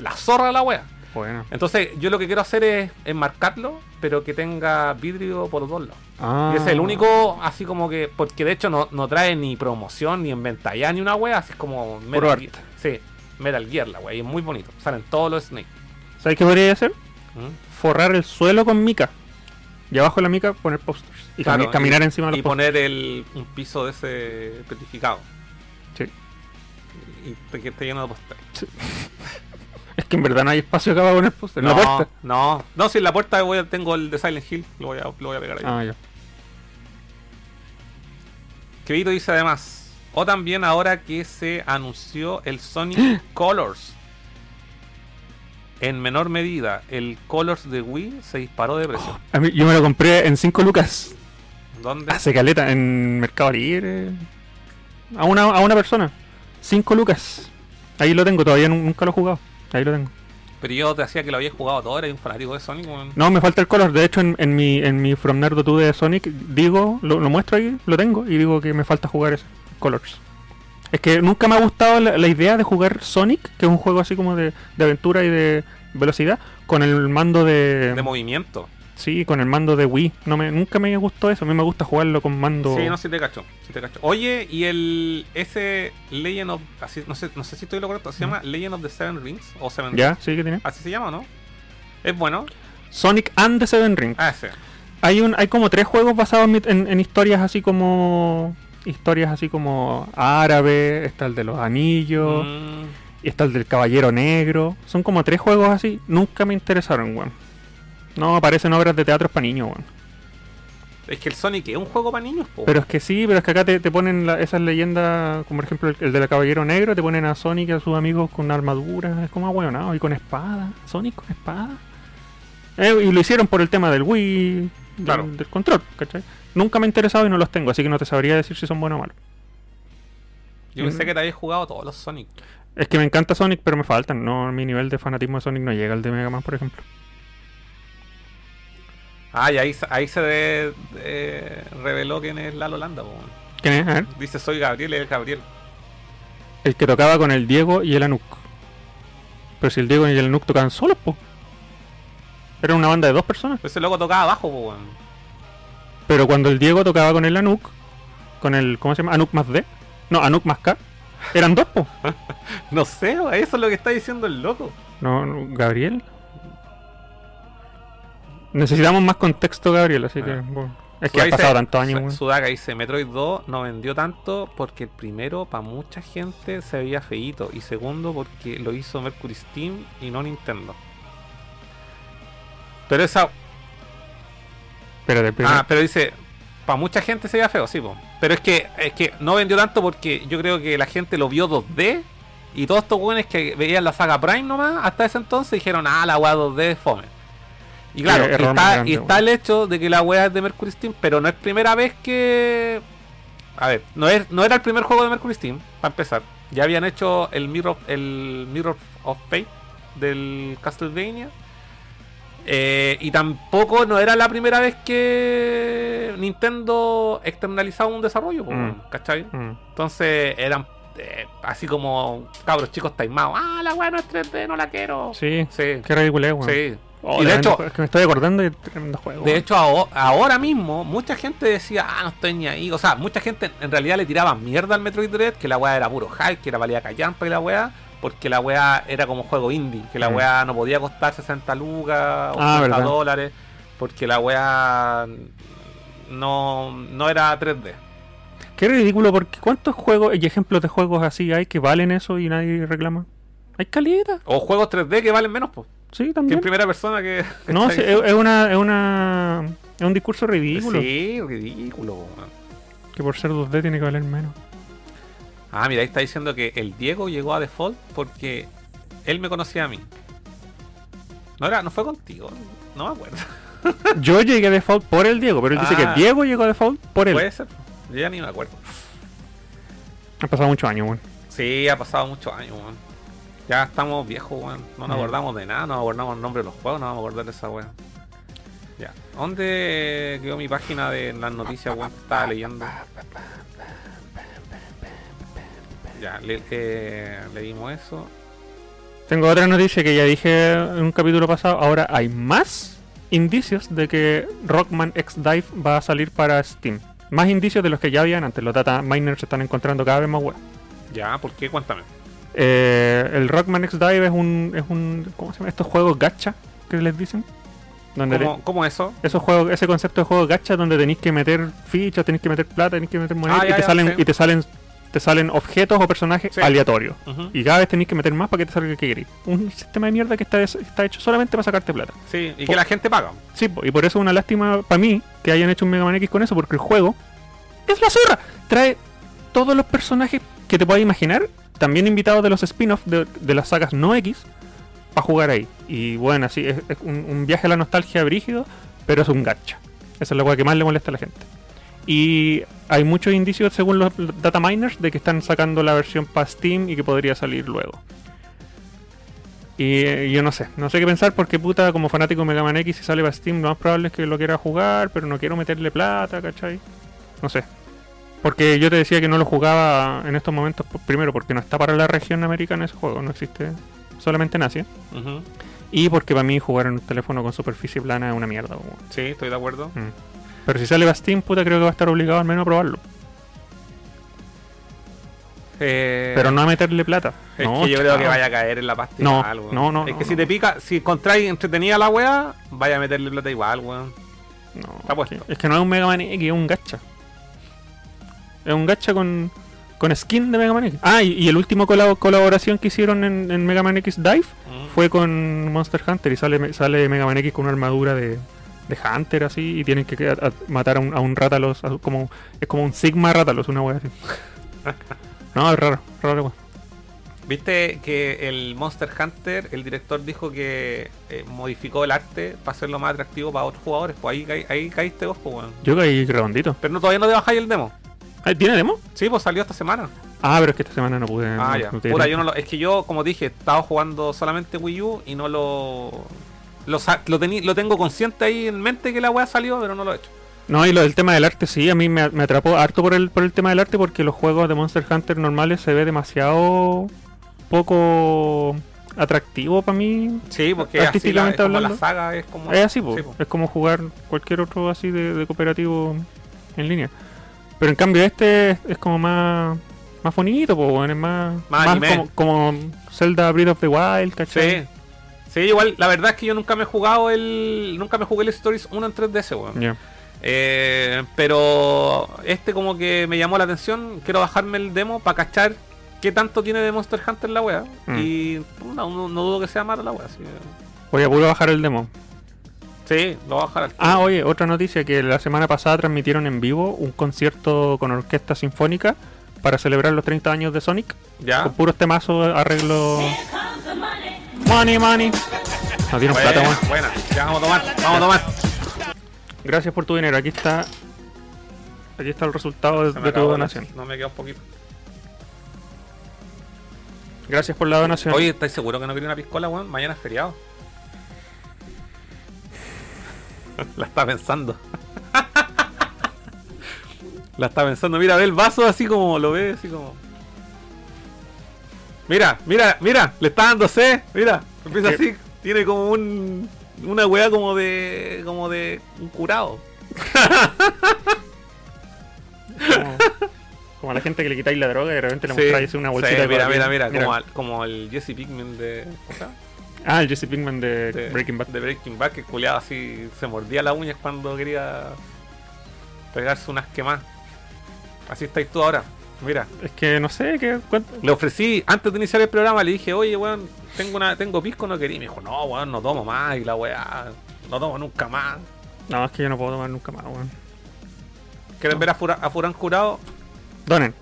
la zorra de la wea. Bueno. Entonces, yo lo que quiero hacer es enmarcarlo, pero que tenga vidrio por los dos lados. Ah. Y es el único, así como que. Porque de hecho no, no trae ni promoción, ni en venta ya, ni una wea. Así es como. Metal arte. Gear. Sí, Metal Gear la wea. Y es muy bonito. Salen todos los Snake. ¿Sabes qué podría hacer? ¿Mm? Forrar el suelo con mica. Y abajo de la mica poner posters. Y Claro, cami- caminar encima de Y los posters. poner el, un piso de ese petrificado. Sí. Y te- que esté lleno de póster. Es que en verdad no hay espacio acá para poner posters. En no, la puerta. No, no, si en la puerta voy a- tengo el de Silent Hill. Lo voy a, lo voy a pegar ahí. Ah, ya. Crito dice además. O también ahora que se anunció el ¡Ah! Sonic Colors. En menor medida, el Colors de Wii se disparó de precio. A mí- yo me lo compré en 5 lucas. Oh. ¿Dónde? Hace caleta. En Mercado Libre. A una, a una persona. 5 lucas. Ahí lo tengo. Todavía nu- nunca lo he jugado. Ahí lo tengo. Pero yo te decía que lo había jugado todo, era un fanático de Sonic. weón. No, me falta el color. De hecho, en, en mi, en mi From Nerdo 2 de Sonic, digo, lo, lo muestro ahí, lo tengo, y digo que me falta jugar ese Colors. Es que nunca me ha gustado la, la idea de jugar Sonic, que es un juego así como de, de aventura y de velocidad, con el mando de. De movimiento. sí, con el mando de Wii. No me, nunca me gustó eso. A mí me gusta jugarlo con mando. Sí, no, sí te cacho, sí te cacho. Oye, y el ese Legend of así, no sé, no sé si estoy lo correcto, se llama Legend of the Seven Rings o Seven ¿Ya? Rings. ¿Sí que tiene? Así se llama, ¿o ¿no? Es bueno. Sonic and the Seven Rings. Ah, ese. Hay un, hay como tres juegos basados en, mit- en- en historias así como. Historias así como árabe, está el de los anillos. Mm, Y está el del Caballero Negro. Son como tres juegos así. Nunca me interesaron, weón. No, aparecen obras de teatro para niños, weón. es que el Sonic es un juego para niños, po. Pero es que sí, pero es que acá te, te ponen la- esas leyendas, como por ejemplo el, el del Caballero Negro, te ponen a Sonic y a sus amigos con armaduras, es como ahueonado, y con espada. Sonic con espada. Eh, y lo hicieron por el tema del Wii, del, Claro. del control, ¿cachai? Nunca me ha interesado y no los tengo, así que no te sabría decir si son buenos o malos. Yo pensé que te habías jugado todos los Sonic. Es que me encanta Sonic, pero me faltan. No, mi nivel de fanatismo de Sonic no llega al de Mega Man, por ejemplo. Ah, y ahí, se- ahí se de- de- reveló quién es Lalo Landa, po. ¿Quién es? A ver. Dice, soy Gabriel, y es Gabriel. El que tocaba con el Diego y el Anuk. Pero si el Diego y el Anuk tocaban solos, po. Era una banda de dos personas. Ese loco tocaba abajo, po, weón. Pero cuando el Diego tocaba con el Anuk, con el. ¿Cómo se llama? Anuk más D. No, Anuk más K. Eran dos, po. No sé, weón, eso es lo que está diciendo el loco. No, no, Gabriel. Necesitamos más contexto, Gabriel, así que. Ah. bueno. Es que Sudaca han pasado dice- tantos años, Su- weón. Sudaca dice, Metroid 2 no vendió tanto porque el primero, para mucha gente, se veía feíto. Y segundo, porque lo hizo Mercury Steam y no Nintendo. Pero esa... Espérate, primero- Ah, pero dice, para mucha gente se veía feo, sí, po. Pero es que, es que no vendió tanto porque yo creo que la gente lo vio 2D Y todos estos weones que veían la saga Prime nomás, hasta ese entonces dijeron, ah, la weá 2D es fome. Y claro, Eh, error está, más grande, y está el weón. hecho de que la weá es de Mercury Steam, pero no es primera vez que. A ver, no, es, no era el primer juego de Mercury Steam, para empezar. Ya habían hecho el Mirror, el Mirror of Fate del Castlevania. Eh, y tampoco no era la primera vez que Nintendo externalizaba un desarrollo, po, Mm. weón, ¿cachai? Mm. Entonces eran eh, así como cabros chicos taimados. Ah, la weá no es 3D, no la quiero. Sí, Sí, qué ridículo es, weón. sí. Oh, y de tremendo hecho, jue- es que me estoy acordando y tremendo juego. de weón. hecho aho- ahora mismo mucha gente decía, ah, no estoy ni ahí. O sea, mucha gente en realidad le tiraba mierda al Metroid Dread, que la weá era puro hype, que era valía callampa y la weá, porque la weá era como juego indie, que la Mm. weá no podía costar 60 lucas o Ah, 80 verdad. dólares, porque la weá no, no era 3D. qué ridículo, porque ¿cuántos juegos y ejemplos de juegos así hay que valen eso y nadie reclama? Hay calidad, O juegos 3D que valen menos, pues. sí, Que en también. primera persona que... No, sí, es, es una, es una. Es un discurso ridículo. Sí, ridículo. weón. Que por ser 2D tiene que valer menos. Ah, mira, ahí está diciendo que el Diego llegó a default porque él me conocía a mí. No era, no fue contigo, no me acuerdo. Yo llegué a default por el Diego, pero él dice Ah. Pues. que Diego llegó a default por él. Puede ser, yo ya ni me acuerdo. Han pasado muchos años, weón. Sí, ha pasado muchos años, weón. Ya estamos viejos, weón. No nos Mm. acordamos de nada, no nos acordamos el nombre de los juegos, no nos vamos a acordar de esa weón. Ya. ¿Dónde quedó mi página de las noticias, weón? que Estaba leyendo. Ya, le- eh, leímos eso. Tengo otra noticia que ya dije en un capítulo pasado. Ahora hay más indicios de que Rockman X Dive va a salir para Steam. Más indicios de los que ya habían antes. Los data miners se están encontrando cada vez más web. Ya, ¿por qué? Cuéntame. Eh, el Rockman X Dive es un, es un. ¿Cómo se llama? Estos juegos gacha que les dicen. Donde ¿Cómo, cómo eso? le- esos juegos, ese concepto de juego gacha donde tenéis que meter fichas, tenéis que meter plata, tenéis que meter monedas Ah, y, ya, te ya, salen, sí. y te salen te salen objetos o personajes Sí. aleatorios. Ujú. Y cada vez tenéis que meter más para que te salga el que queréis. Un sistema de mierda que está, des- está hecho solamente para sacarte plata. Sí, y Po- que la gente paga. Sí, po, y por eso es una lástima para mí que hayan hecho un Mega Man X con eso, porque el juego es la zorra. Trae todos los personajes que te puedas imaginar, también invitados de los spin-offs de, de las sagas no X, para jugar ahí. Y bueno, así es, es un, un viaje a la nostalgia brígido, pero es un gacha. Esa es la cosa que más le molesta a la gente. Y hay muchos indicios, según los los data miners, de que están sacando la versión para Steam y que podría salir luego. Y eh, yo no sé, no sé qué pensar porque puta, como fanático de Mega Man X, si sale para Steam, lo más probable es que lo quiera jugar, pero no quiero meterle plata, ¿cachai? No sé. Porque yo te decía que no lo jugaba en estos momentos, por- primero porque no está para la región americana ese juego, no existe solamente en Asia. Y porque para mí jugar en un teléfono con superficie plana es una mierda. po, weón. Mm. Sí, estoy de acuerdo. Pero si sale para Steam, puta, creo que va a estar obligado al menos a probarlo. Eh, Pero no a meterle plata. Es no, que yo creo que chao. vaya a caer en la pasta No, igual, weón. no, no, Es no, que si no. te pica, si encontráis entretenida la weá, vaya a meterle plata igual, weón. No, Está puesto. es que- Es que no es un Mega Man X, es un gacha. Es un gacha con, con skin de Mega Man X. Ah, y, y el último colabo- colaboración que hicieron en, en Mega Man X Dive Mm. fue con Monster Hunter y sale, sale Mega Man X con una armadura de, de Hunter así y tienen que que- a- matar a un, a un Rátalos, a- como, es como un Sigma Rátalos, una wea así. No, es raro, raro wea. Viste que el Monster Hunter, el director dijo que eh, modificó el arte para hacerlo más atractivo para otros jugadores. Pues ahí, ca- ahí caíste vos, pues, weón. Yo caí redondito. Pero no, todavía no te bajáis el demo. Ah, ¿Tiene demo? Sí, pues salió esta semana. Ah, pero es que esta semana no pude. Ah, no- ya. no tuve Puta, tiempo. yo no lo- es que yo, como dije, estaba jugando solamente Wii U y no lo. Lo, sa- lo, tení- lo tengo consciente ahí en mente que la weá salió, pero no lo he hecho. No, y lo del tema del arte, sí, a mí me, me atrapó harto por el, por el tema del arte porque los juegos de Monster Hunter normales se ve demasiado poco atractivo para mí. Sí, porque así la, Artísticamente es como la hablando. saga es como. es así, po. Sí, po. es como jugar cualquier otro así de, de cooperativo en línea. Pero en cambio este es, es como más más bonito, po, weón, es más, Más anime. como, como Zelda Breath of the Wild, ¿cachai? Sí. Sí, igual, la verdad es que yo nunca me he jugado el. Nunca me jugué el Stories 1 en 3DS, weón. Ya. Eh, pero este como que me llamó la atención. Quiero bajarme el demo para cachar qué tanto tiene de Monster Hunter la wea. Mm. Y no, no, no dudo que sea mala la wea. Sí, Voy a puro bajar el demo. Sí, lo voy a bajar al Ah, oye, otra noticia que la semana pasada transmitieron en vivo un concierto con orquesta sinfónica para celebrar los 30 años de Sonic. Ya. Con puros temazos, arreglo. Money, money. No tiene un plata, Buena, weón. buena. Ya vamos a tomar, vamos a tomar. Gracias por tu dinero. Aquí está. Aquí está el resultado Se de, me de tu acabó la- donación. No me queda un poquito. Gracias por la donación. Oye, ¿estáis seguro que no quería una piscola, weón? Mañana es feriado. La está pensando. La está pensando. Mira, ve el vaso así como lo ve, así como. Mira, mira, mira, le está dando C. Mira, empieza así. Tiene como un. Una weá como de. Como de. Un curado. Como, como a la gente que le quitáis la droga y de repente le Sí, mostráis una bolsita sí, de mira, mira, cocaína. mira, Como, al- como el Jesse Pinkman de. ¿cómo se llama? Ah, el Jesse Pinkman de, de Breaking Bad. de Breaking Bad, que culeaba así, se mordía las uñas cuando quería pegarse unas quemadas. Así estáis tú ahora. Mira, Es que no sé, ¿qué, cuánto- le ofrecí, antes de iniciar el programa, le dije, oye, weón, tengo una, tengo pisco, no quería. Y me dijo, no, weón, no tomo más, y la weá, no tomo nunca más. No, es que yo no puedo tomar nunca más, weón. ¿Quieren ver a, Fura- a Furán curado? Donen.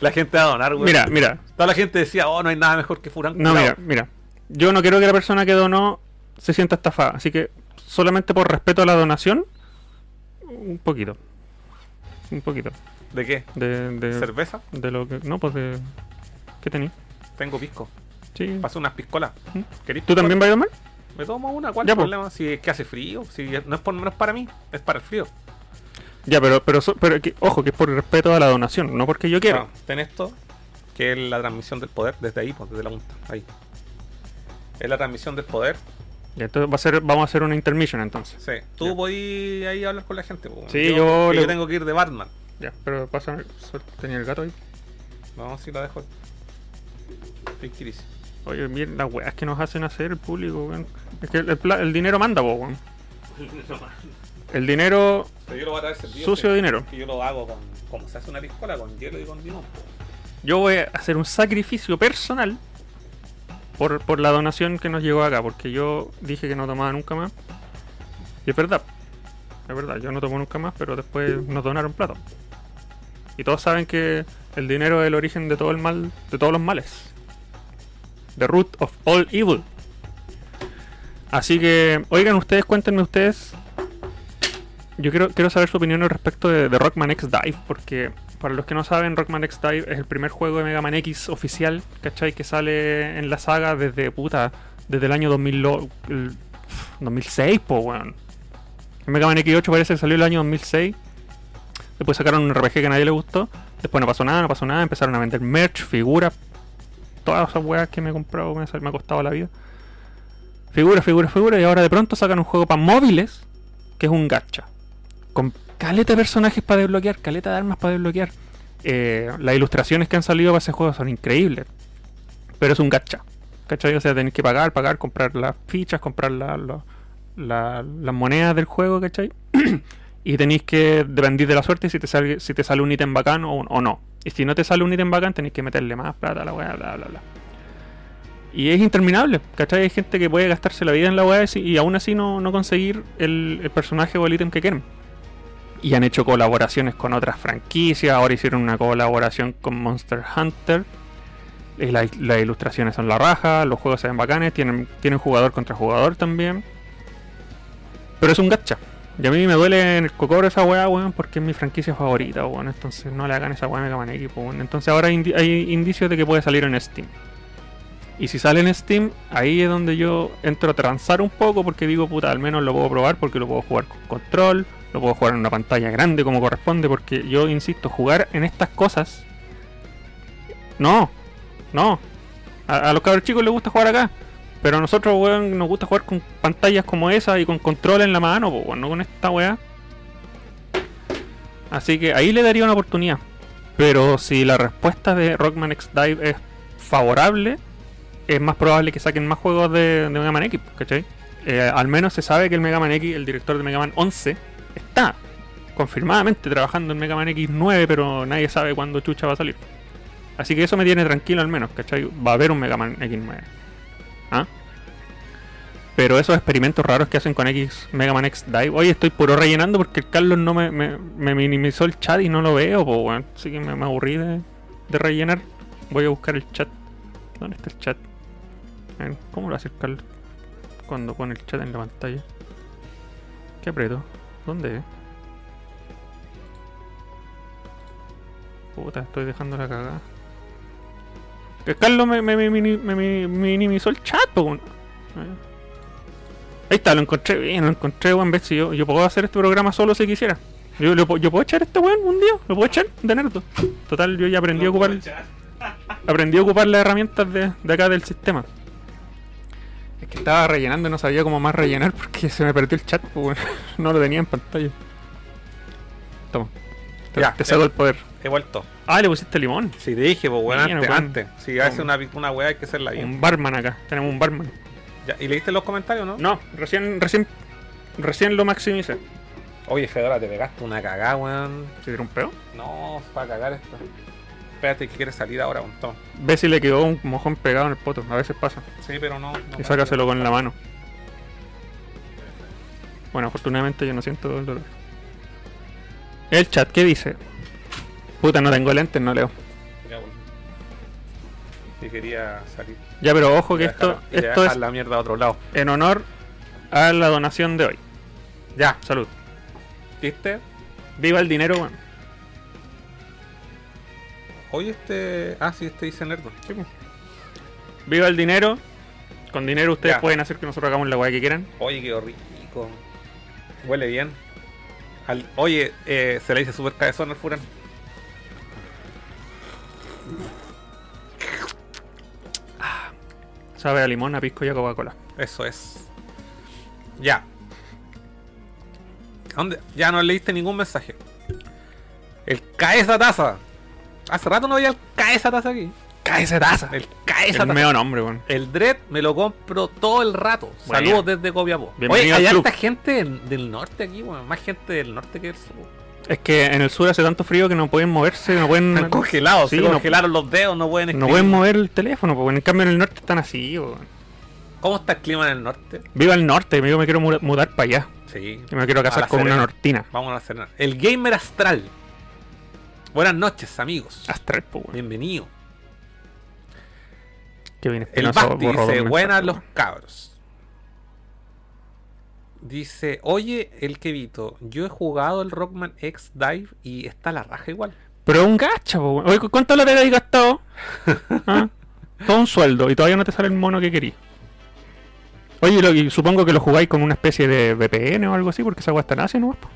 la gente va a donar, weón. Mira, mira. Toda la gente decía, oh, no hay nada mejor que Furán No, curado. mira, mira. Yo no quiero que la persona que donó se sienta estafada. Así que, solamente por respeto a la donación, un poquito. Un poquito. ¿De qué? De, de, ¿Cerveza? de lo que. No, pues de. ¿Qué tenés? Tengo pisco. Sí. Paso unas piscolas. Ujú. ¿Queréis ¿Tú también vas a tomar? Me tomo una, ¿cuál Ya, es el po. problema? Si es que hace frío, si es- no es por menos para mí, es para el frío. Ya, pero, pero, so- pero que- ojo, que es por respeto a la donación, no porque yo quiera. Claro, Ah, ten esto, que es la transmisión del poder desde ahí, pues, desde la punta, ahí. Es la transmisión del poder. Ya, entonces va a ser, vamos a hacer una intermission entonces. Sí. Tú podís ahí hablar con la gente. pues. Sí, yo que le- yo tengo que ir de Batman. Ya, pero pasa, so- tenía el gato ahí. No, si la dejo. Estoy crisis. Oye, miren las weas que nos hacen hacer el público, weón. Es que el, el pla- el dinero manda, po, weón. El dinero, Pero yo lo voy a traer servido, Sucio sí, dinero. que Yo lo hago con, como se hace una piscola, con hielo y con limón. pues. yo voy a hacer un sacrificio personal por, por la donación que nos llegó acá, porque yo dije que no tomaba nunca más. Y es verdad, es verdad, yo no tomo nunca más, pero después nos donaron plata. Y todos saben que el dinero es el origen de todo el mal, de todos los males. The root of all evil. Así que, oigan ustedes, cuéntenme ustedes. Yo quiero, quiero saber su opinión al respecto de, de Rockman X Dive, porque para los que no saben, Rockman X Dive es el primer juego de Mega Man X oficial, ¿cachai? Que sale en la saga desde, puta, desde el año 2000, lo- el- 2006, po, weón. El Mega Man X8 parece que salió el año 2006. Después sacaron un RPG que a nadie le gustó. Después no pasó nada, no pasó nada. Empezaron a vender merch, figuras. Todas esas weas que me he comprado me, sal- me ha costado la vida. Figuras, figuras, figuras. Y ahora de pronto sacan un juego para móviles que es un gacha. Con caleta de personajes para desbloquear, caleta de armas para desbloquear. Eh, las ilustraciones que han salido para ese juego son increíbles. Pero es un gacha. ¿Cachai? O sea, tenéis que pagar, pagar, comprar las fichas, comprar la- la- la- las monedas del juego, ¿cachai? y tenéis que depender de la suerte si te sale, si te sale un ítem bacán o, un- o no. Y si no te sale un ítem bacán, tenéis que meterle más plata a la weá, bla, bla, bla. Y es interminable, ¿cachai? Hay gente que puede gastarse la vida en la weá y si- y aún así no, no conseguir el, el personaje o el ítem que quieren. Y han hecho colaboraciones con otras franquicias, ahora hicieron una colaboración con Monster Hunter. Y la- las ilustraciones son la raja, los juegos se ven bacanes, tienen, tienen jugador contra jugador también. Pero es un gacha. Y a mí me duele en el cocoro esa weá, weón, porque es mi franquicia favorita, weón. Entonces no le hagan esa weá a Mega Man X, weón. Entonces ahora hay indi- hay indicios de que puede salir en Steam. Y si sale en Steam, ahí es donde yo entro a transar un poco porque digo, puta, al menos lo puedo probar porque lo puedo jugar con control, lo puedo jugar en una pantalla grande como corresponde, porque yo insisto, jugar en estas cosas... No, no. A, a los cabros chicos les gusta jugar acá. Pero a nosotros, weón, nos gusta jugar con pantallas como esa y con control en la mano, pues, no con esta weá. Así que ahí le daría una oportunidad. Pero si la respuesta de Rockman X Dive es favorable, es más probable que saquen más juegos de, de Mega Man X, ¿cachai? Eh, al menos se sabe que el Mega Man X, el director de Mega Man 11, está confirmadamente trabajando en Mega Man X 9, pero nadie sabe cuándo chucha va a salir. Así que eso me tiene tranquilo al menos, ¿cachai? Va a haber un Mega Man X9. ¿Ah? Pero esos experimentos raros que hacen con X Mega Man X Dive, oye, estoy puro rellenando porque el Carlos no me, me- me minimizó el chat y no lo veo, pues weón. Así que me, me aburrí de, de rellenar. Voy a buscar el chat. ¿Dónde está el chat? A ver, ¿Cómo lo hace el Carlos cuando pone el chat en la pantalla? ¿Qué aprieto? ¿Dónde es? Puta, estoy dejando la cagada. Que Carlos me, me- me- mini- me- me- minimizó el chat, po, weón. Ahí está, lo encontré bien, lo encontré, weón. Ves, si yo, yo puedo hacer este programa solo si quisiera. Yo, lo po- yo puedo echar a este weón un día, lo puedo echar de nerdo. Total, yo ya aprendí a ocupar. Aprendí a ocupar las herramientas de, de acá del sistema. Es que estaba rellenando y no sabía cómo más rellenar porque se me perdió el chat, po, weón. No lo tenía en pantalla. Toma. Te, Ya, te saco eh. el poder. He vuelto. Ah, le pusiste limón. Si te dije, pues weón, Mira, antes, weón. antes. Si haces una, una weá hay que hacerla bien. Un barman acá, tenemos un barman. Ya, ¿Y leíste los comentarios, no? No, recién, recién, recién lo maximice. Oye, Fedora, te pegaste una cagada, weón. ¿Se dieron un peo? No, para cagar esto. Espérate que quieres salir ahora, un montón. Ve si le quedó un mojón pegado en el poto, a veces pasa. Sí, pero no. no Y sácaselo con la mano. Bueno, afortunadamente yo no siento el dolor. El chat, ¿qué dice? Puta, no tengo lentes, no leo. Ya, weón. Sí, quería salir. Ya, pero ojo que Quería esto, dejar- quería esto dejar es la mierda a otro lado. en honor a la donación de hoy. Ya, Salud. ¿viste? Viva el dinero, weón. Oye, este. Ah, sí, este dice Nerdo. Viva el dinero. Con dinero ustedes Ya. pueden hacer que nosotros hagamos la weá que quieran. Oye, qué rico. Huele bien. Al- Oye, eh, se le dice super cabezón al Furán. Sabe a limón, a pisco y a Coca-Cola. Eso es. Ya. ¿A ¿Dónde? Ya no leíste ningún mensaje. El cae esa taza. Hace rato no veía el cae esa taza aquí. ¡Cae esa taza! El, El cae esa taza. medio nombre, weón. El Dread me lo compro todo el rato. Bueno. Saludos desde Copiapó. Oye, Bienvenido hay al club. harta gente del, del norte aquí, weón. Más gente del norte que del sur. Es que en el sur hace tanto frío que no pueden moverse, no pueden. Están congelados, Sí, se no- congelaron los dedos, no pueden No escribir. pueden mover el teléfono, porque en cambio en el norte están así, weón. ¿Cómo está el clima en el norte? Viva el norte, yo me quiero mu- mudar para allá. Sí. Yo me quiero A casar la con una Serena. nortina. Vamos a cenar. El gamer astral. Buenas noches, amigos. Astral, pues, weón. Bienvenido. Qué bien El espinoso Basti borró dice, los buenas mensajes, los weón. cabros. Dice, oye, el Kevito, yo he jugado el Rockman X Dive y está la raja igual. Pero un gacha, po, weón. Oye, ¿cu- ¿cuánto lo te has gastado? ¿Ah? Todo un sueldo y todavía no te sale el mono que querís. Oye, lo- y supongo que lo jugáis con una especie de VPN o algo así, porque esa weá está en Asia nomás, po.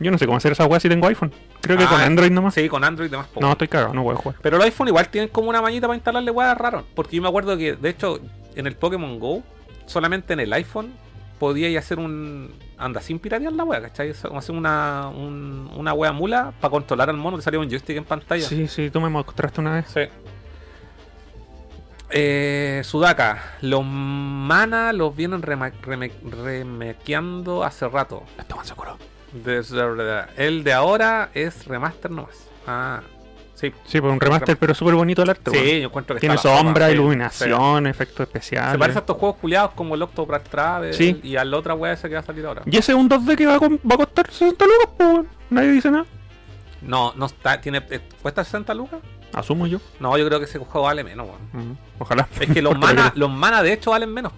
Yo no sé cómo hacer esa weá si tengo iPhone. Creo que con Ah, Android nomás. Sí, con Android y demás. po. No, estoy cagado, no voy a jugar. Pero los iPhone igual tienen como una mañita para instalarle weas raras. Porque yo me acuerdo que, de hecho, en el Pokémon Go, solamente en el iPhone podías hacer un. Anda, sin piratear la wea, ¿cachai? O sea, Como hacer una, un- una wea mula para controlar al mono. Te salía un joystick en pantalla. Sí, sí, tú me mostraste una vez. Sí. Eh, Sudaka, los mana los vienen rema- reme- remequeando hace rato. Esto me seguro. Desde- El de ahora es remaster nomás. Ah, sí. Este Sí, pues un remaster, pero súper bonito el arte. Sí, weón. yo encuentro que Tiene está la sombra, zorra, sí, sí. iluminación, efectos especiales. Se parece a estos juegos culiados como el Octopath Travel Sí. y a la otra wea esa que va a salir ahora. Y ese es un 2D que va a, com- va a costar 60 lucas, pues, weón. Nadie dice nada. No, no está, tiene, eh, ¿cuesta 60 lucas? Asumo yo. No, yo creo que ese juego vale menos, weón. Mm, Ojalá. Es que los Porque lo mana, quiero. los mana de hecho valen menos.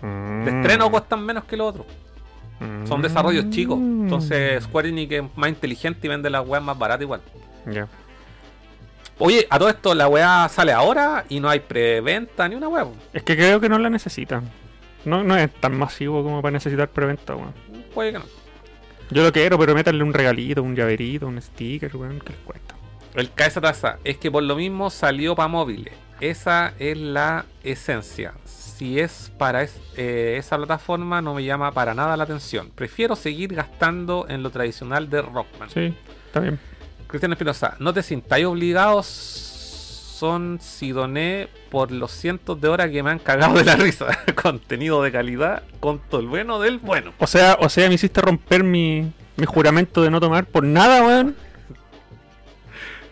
De estreno Mm. cuestan menos que los otros. Son Mm. desarrollos chicos. Entonces Square Enix es más inteligente y vende las weas más baratas igual. Ya. Oye, a todo esto la wea sale ahora y no hay preventa ni una wea. po. Es que creo que no la necesitan. No, no es tan masivo como para necesitar preventa, weón. Puede que no. Yo lo quiero, pero métanle un regalito, un llaverito, un sticker, weón, que les cuesta. El cabeza taza es que por lo mismo salió para móviles. Esa es la esencia. Si es para es- eh, esa plataforma, no me llama para nada la atención. Prefiero seguir gastando en lo tradicional de Rockman. Sí, está bien. Cristian Espinosa, no te sintáis obligados. Son si doné por los cientos de horas que me han cagado de la risa. Contenido de calidad con todo el bueno del bueno. O sea, o sea, me hiciste romper mi, mi juramento de no tomar por nada, weón.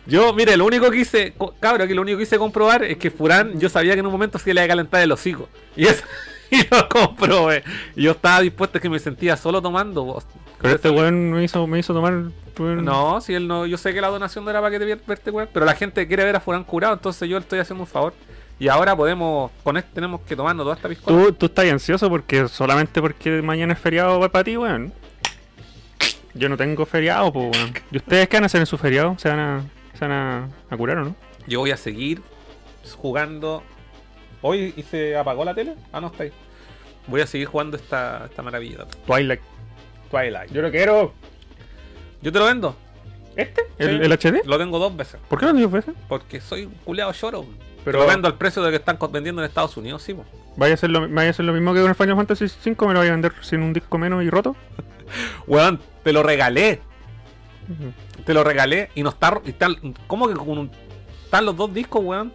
Yo, mire, lo único que hice, co- cabrón, que lo único que hice comprobar es que Furán, yo sabía que en un momento se le iba a calentar el hocico. Y eso, y lo compro, wey. Y yo estaba dispuesto que me sentía solo tomando, vos. Pero este weón me hizo, me hizo tomar. weón. No, si él no. Yo sé que la donación no era para que te vier- verte, weón. Pero la gente quiere ver a Furán curado, entonces yo le estoy haciendo un favor. Y ahora podemos. Con esto tenemos que tomarnos toda esta piscola. Tú, tú estás ansioso porque solamente porque mañana es feriado va para ti, weón. Yo no tengo feriado, pues, weón. ¿Y ustedes qué van a hacer en su feriado? ¿Se van a, se van a, a curar o no? Yo voy a seguir jugando. Hoy y se apagó la tele. Ah, no, está ahí. Voy a seguir jugando esta, esta maravilla. Twilight. Twilight. Yo, lo quiero. te lo vendo. ¿Este? ¿El, Sí. el HD? Lo tengo dos veces. ¿Por qué lo dio ese? Porque soy un culeado lloro. Pero Pero- lo vendo al precio de que están co- vendiendo en Estados Unidos, sí, po. ¿Vaya a, ser lo, ¿Vaya a ser lo mismo que con el Final Fantasy V? ¿Me lo voy a vender sin un disco menos y roto? Weón, te lo regalé. Te lo regalé y no está. ro- y está- ¿Cómo que con un- están los dos discos, weón?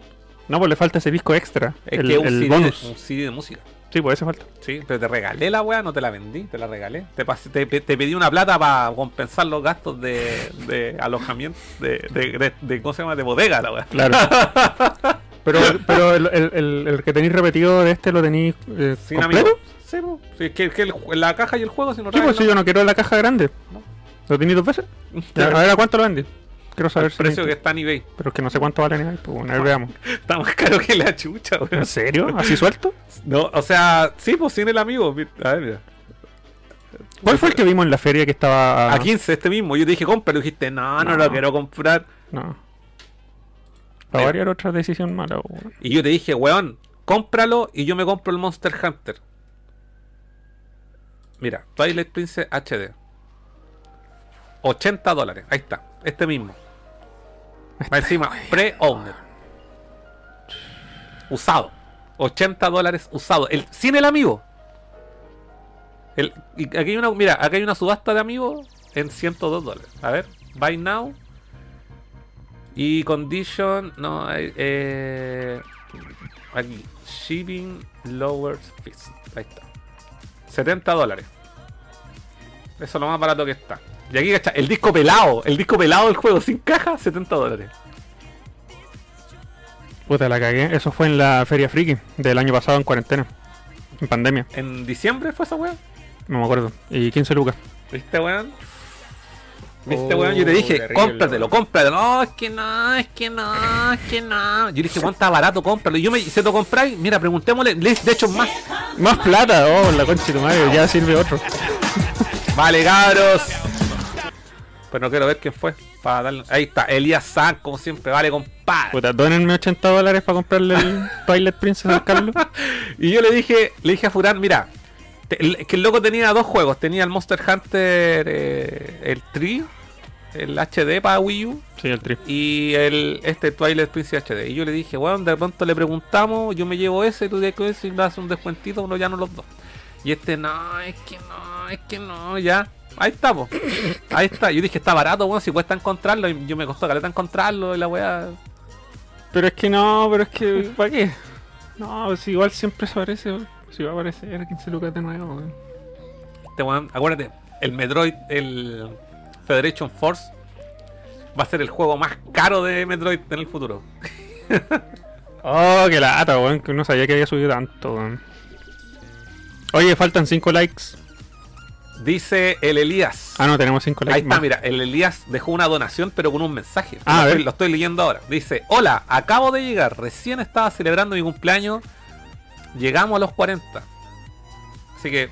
No, pues le falta ese disco extra. Es el que es un, el CD de- bonus. un CD de música. Sí, pues ese falta. Sí, pero te regalé la weá, no te la vendí, te la regalé. Te, pasé- te, pe- te pedí una plata para compensar los gastos de, de alojamiento, de, de, de- de- ¿cómo se llama? De bodega, la weá. Claro. pero pero el, el- el- el que tenéis repetido de este lo tenéis eh, Sin completo. amigos. Sí, po. Sí, es que, es que el ju- la caja y el juego, si no Sí, pues regalan- si yo no quiero la caja grande. No. ¿Lo tenéis dos veces? Te- A ver, ¿a cuánto lo vendí? Quiero saber el precio me que inter- está en eBay. Pero es que no sé cuánto vale ni ahí, pues bueno, a ver, veamos. Está más caro que la chucha, weón. ¿En serio? ¿Así suelto? No, o sea, sí, pues sin el amigo. mi- A ver, mira. ¿Cuál fue el que vimos en la feria que estaba A 15, este mismo. Yo te dije, cómpralo. Y dijiste, no, no, No. lo quiero comprar. No. Para Eh. variar otra decisión mala, pues, weón. Y yo te dije, weón, cómpralo y yo me compro el Monster Hunter. Mira, Twilight Princess HD. 80 dólares. Ahí está. Este mismo. Más encima, pre-owned. Usado. 80 dólares usado. El, sin el amigo. El- y aquí hay una, mira, acá hay una subasta de amigos en 102 dólares. A ver, buy now. Y condition, no, eh, eh, aquí, shipping lower fees. Ahí está. 70 dólares. Eso es lo más barato que está. Y aquí, ¿cachai? El disco pelado, el disco pelado del juego sin caja, 70 dólares. Puta, la cagué. Eso fue en la feria friki del año pasado en cuarentena. En pandemia, En diciembre fue esa weón. no me acuerdo. Y 15 lucas. ¿Viste, weón? ¿Viste, Oh, weón? Yo te dije, terrible, cómpratelo, weón. cómpratelo. No, es que no, es que no, es que no. Yo le dije, weón, está barato, cómpralo. Y yo me, se lo compráis, mira, preguntémosle, le- de hecho, más. Más plata, oh, la concha de tu madre, ya sirve otro. Vale, cabros. Pero no quiero ver quién fue. Para darle- Ahí está, Elías San, como siempre, vale, compadre. Puta, donenme 80 dólares para comprarle el Twilight Princess al Carlos. Y yo le dije, le dije a Furán, mira, te- el- que el loco tenía dos juegos. Tenía el Monster Hunter, eh, el Tree, el HD para Wii U. Sí, el tri. y el este Twilight Princess HD. Y yo le dije, bueno, de pronto le preguntamos, yo me llevo ese, tú te llevas ese y le haces un descuentito, uno ya no los dos. Y este, no, es que no, es que no, ya. Ahí está, po. Ahí está. Yo dije, está barato, bueno, si cuesta encontrarlo. Y yo me costó caleta encontrarlo y la weá. Pero es que no, pero es que. ¿Para qué? No, pues igual siempre se aparece, weón. si va a aparecer 15 lucas de nuevo, weón. Este weón, acuérdate, el Metroid, el Federation Force va a ser el juego más caro de Metroid en el futuro. Oh, qué lata, weón, que no sabía que había subido tanto, weón. Oye, faltan 5 likes. Dice el Elías. Ah, no, tenemos 5 likes. Ahí está, más. mira, el Elías dejó una donación, pero con un mensaje. Ah, lo, a ver. Estoy, lo estoy leyendo ahora. Dice: Hola, acabo de llegar. Recién estaba celebrando mi cumpleaños. Llegamos a los 40. Así que.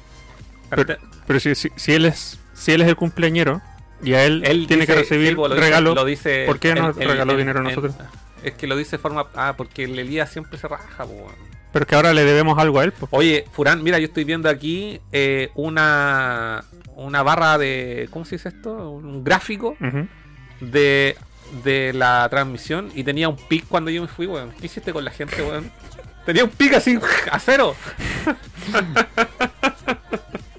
Pero, pero si, si, si él es, si él es el cumpleañero y a él, tiene dice- que recibir sí, pues, lo dice- regalo. lo dice, ¿Por qué no el- el- regaló el- dinero a el- nosotros? es que lo dice de forma. Ah, porque el Elías siempre se raja, po, weón. Pero que ahora le debemos algo a él, pues. Oye, Furán, mira, yo estoy viendo aquí eh, una. Una barra de. ¿Cómo se dice esto? Un gráfico. Ujú. de, de la transmisión y tenía un pic cuando yo me fui, weón. ¿Qué hiciste con la gente, weón? Tenía un pic así, a cero.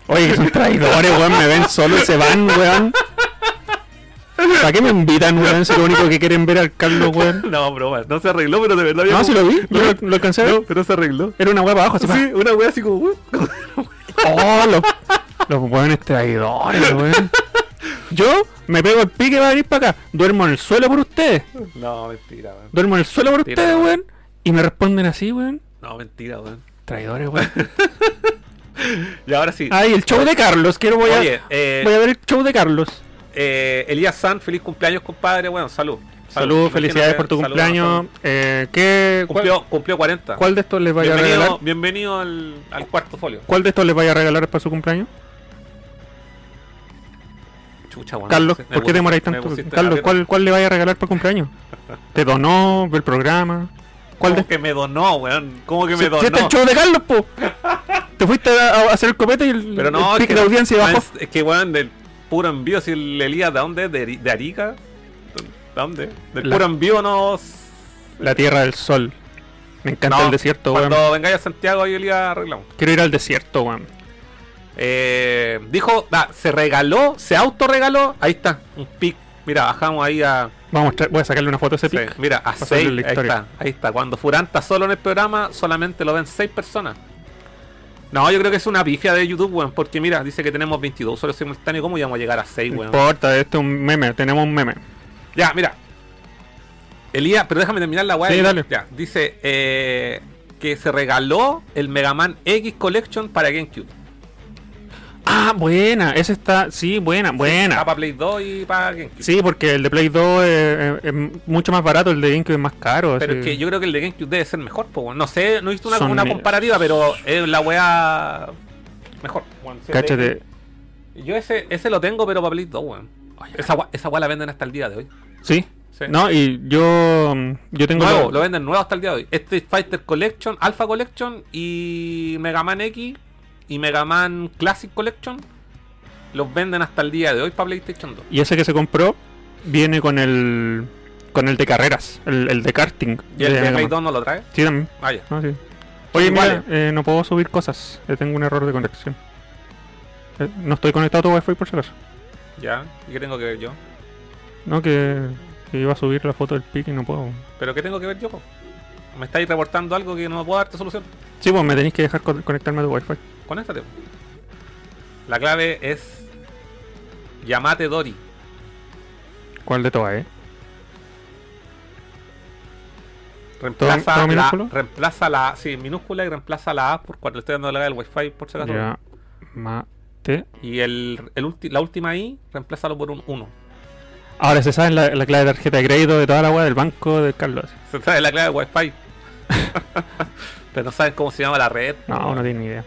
Oye, que son traidores, weón, me ven solo y se van, weón. ¿Para qué me invitan, weón? Si lo único que quieren ver al Carlos, weón. No, broma, no se arregló, pero de verdad había No, si como- lo vi, lo, lo alcancé a ver. No, pero se arregló. Era una weá para abajo, así Sí, una wea así como, uh. weón. pa- Oh, los, los weones traidores, weón. Yo me pego el pique para venir para acá. Duermo en el suelo por ustedes. No, mentira, weón. Duermo en el suelo por Tira, ustedes, weón. weón. Y me responden así, weón. No, mentira, weón. traidores, weón. Y ahora sí. Ay, el show de Carlos, quiero voy a, Oye, eh, voy a ver el show de Carlos. eh, Elías San, feliz cumpleaños, compadre. Bueno, salud. Salud, Imagino felicidades que- por tu salud, cumpleaños. salud. Eh, ¿qué, cuál, Cumplió, cumplió 40. cuál de estos les vaya a regalar? bienvenido bienvenido al, al cuarto folio. ¿Cuál de estos les vaya a regalar para su cumpleaños? Chucha, bueno, Carlos, me ¿por qué te pusiste- demoráis me tanto? pusiste Carlos, aprieta. ¿cuál, ¿cuál le vaya a regalar para cumpleaños? ¿Te donó? ¿Ve el programa? ¿Cuál de ¿Cómo que me donó, weón? ¿Cómo que Si- me si donó? este es el show de Carlos, po. Te fuiste a, a hacer el copete y el, Pero no, el es pic que, de audiencia bajó. Es, es que, weón, del puro envío, si el Elías, ¿de dónde? ¿De, Ari- de Arica? ¿De dónde? Del La- puro envío nos... La tierra del sol. Me encanta No, el desierto, weón. Cuando vengáis a Santiago, ahí Elías arreglamos. Quiero ir al desierto, weón. Eh, dijo, ah, se regaló, se autorregaló. Ahí está, un pic. Mira, bajamos ahí a. Vamos, a tra- voy a sacarle una foto a ese sí, pic. mira, a Pasarle seis. la Ahí historia. está, ahí está. Cuando Furanta solo en el programa, solamente lo ven seis personas. No, yo creo que es una pifia de YouTube, weón. Porque mira, dice que tenemos 22 usuarios simultáneos. ¿Cómo íbamos a llegar a seis, No weón? importa, esto es un meme, tenemos un meme. Ya, mira. Elías, pero déjame terminar la weá. Sí, dale. Ya, dice eh, que se regaló el Mega Man X Collection para GameCube. Ah, buena, ese está, sí, buena, Está buena. para Play 2 y para GameCube. Sí, porque el de Play 2 es, es- es mucho más barato, el de GameCube es más caro. Pero así. es que yo creo que el de GameCube debe ser mejor, po, weón. No sé, no he visto una, Son una mi- comparativa, pero es la weá mejor. weón. Si es de Cáchate, GameCube. Yo ese, ese lo tengo, pero para Play 2, weón. Esa weá, esa weá la venden hasta el día de hoy. sí. Sí. No, y yo, mm, yo tengo... Nuevo, lo- lo venden nuevo hasta el día de hoy. Street Fighter Collection, Alpha Collection y Mega Man X y Mega Man Classic Collection los venden hasta el día de hoy para PlayStation 2. Y ese que se compró viene con el con el de carreras, el, el de karting. ¿Y el de de Mega Play Man. 2 no lo trae? Sí, también. Ah, ya. Ah, sí. Oye, iguales. mira, eh, no puedo subir cosas. Eh, tengo un error de conexión. Eh, no estoy conectado a tu wifi por si acaso. Ya. ¿Y qué tengo que ver yo? No, que, que iba a subir la foto del pic y no puedo. ¿Pero qué tengo que ver yo? po? Me estáis reportando algo que no puedo darte solución. Sí, pues me tenéis que dejar co- conectarme a tu wifi. Conéctate. po. La clave es Yamate Dori. ¿Cuál de todas, eh? Reemplaza, la, todo minúsculo? reemplaza la sí, minúscula y reemplaza la A por cuando le estoy dando la del wifi por si acaso. Ya. Mate. Y el, el ulti- la última I, reemplázalo por un 1. Ahora se sabe la, la clave de tarjeta de crédito de toda la weá del banco de Carlos. Se trae la clave de wifi. Pero no saben cómo se llama la red. No, no tiene ni idea.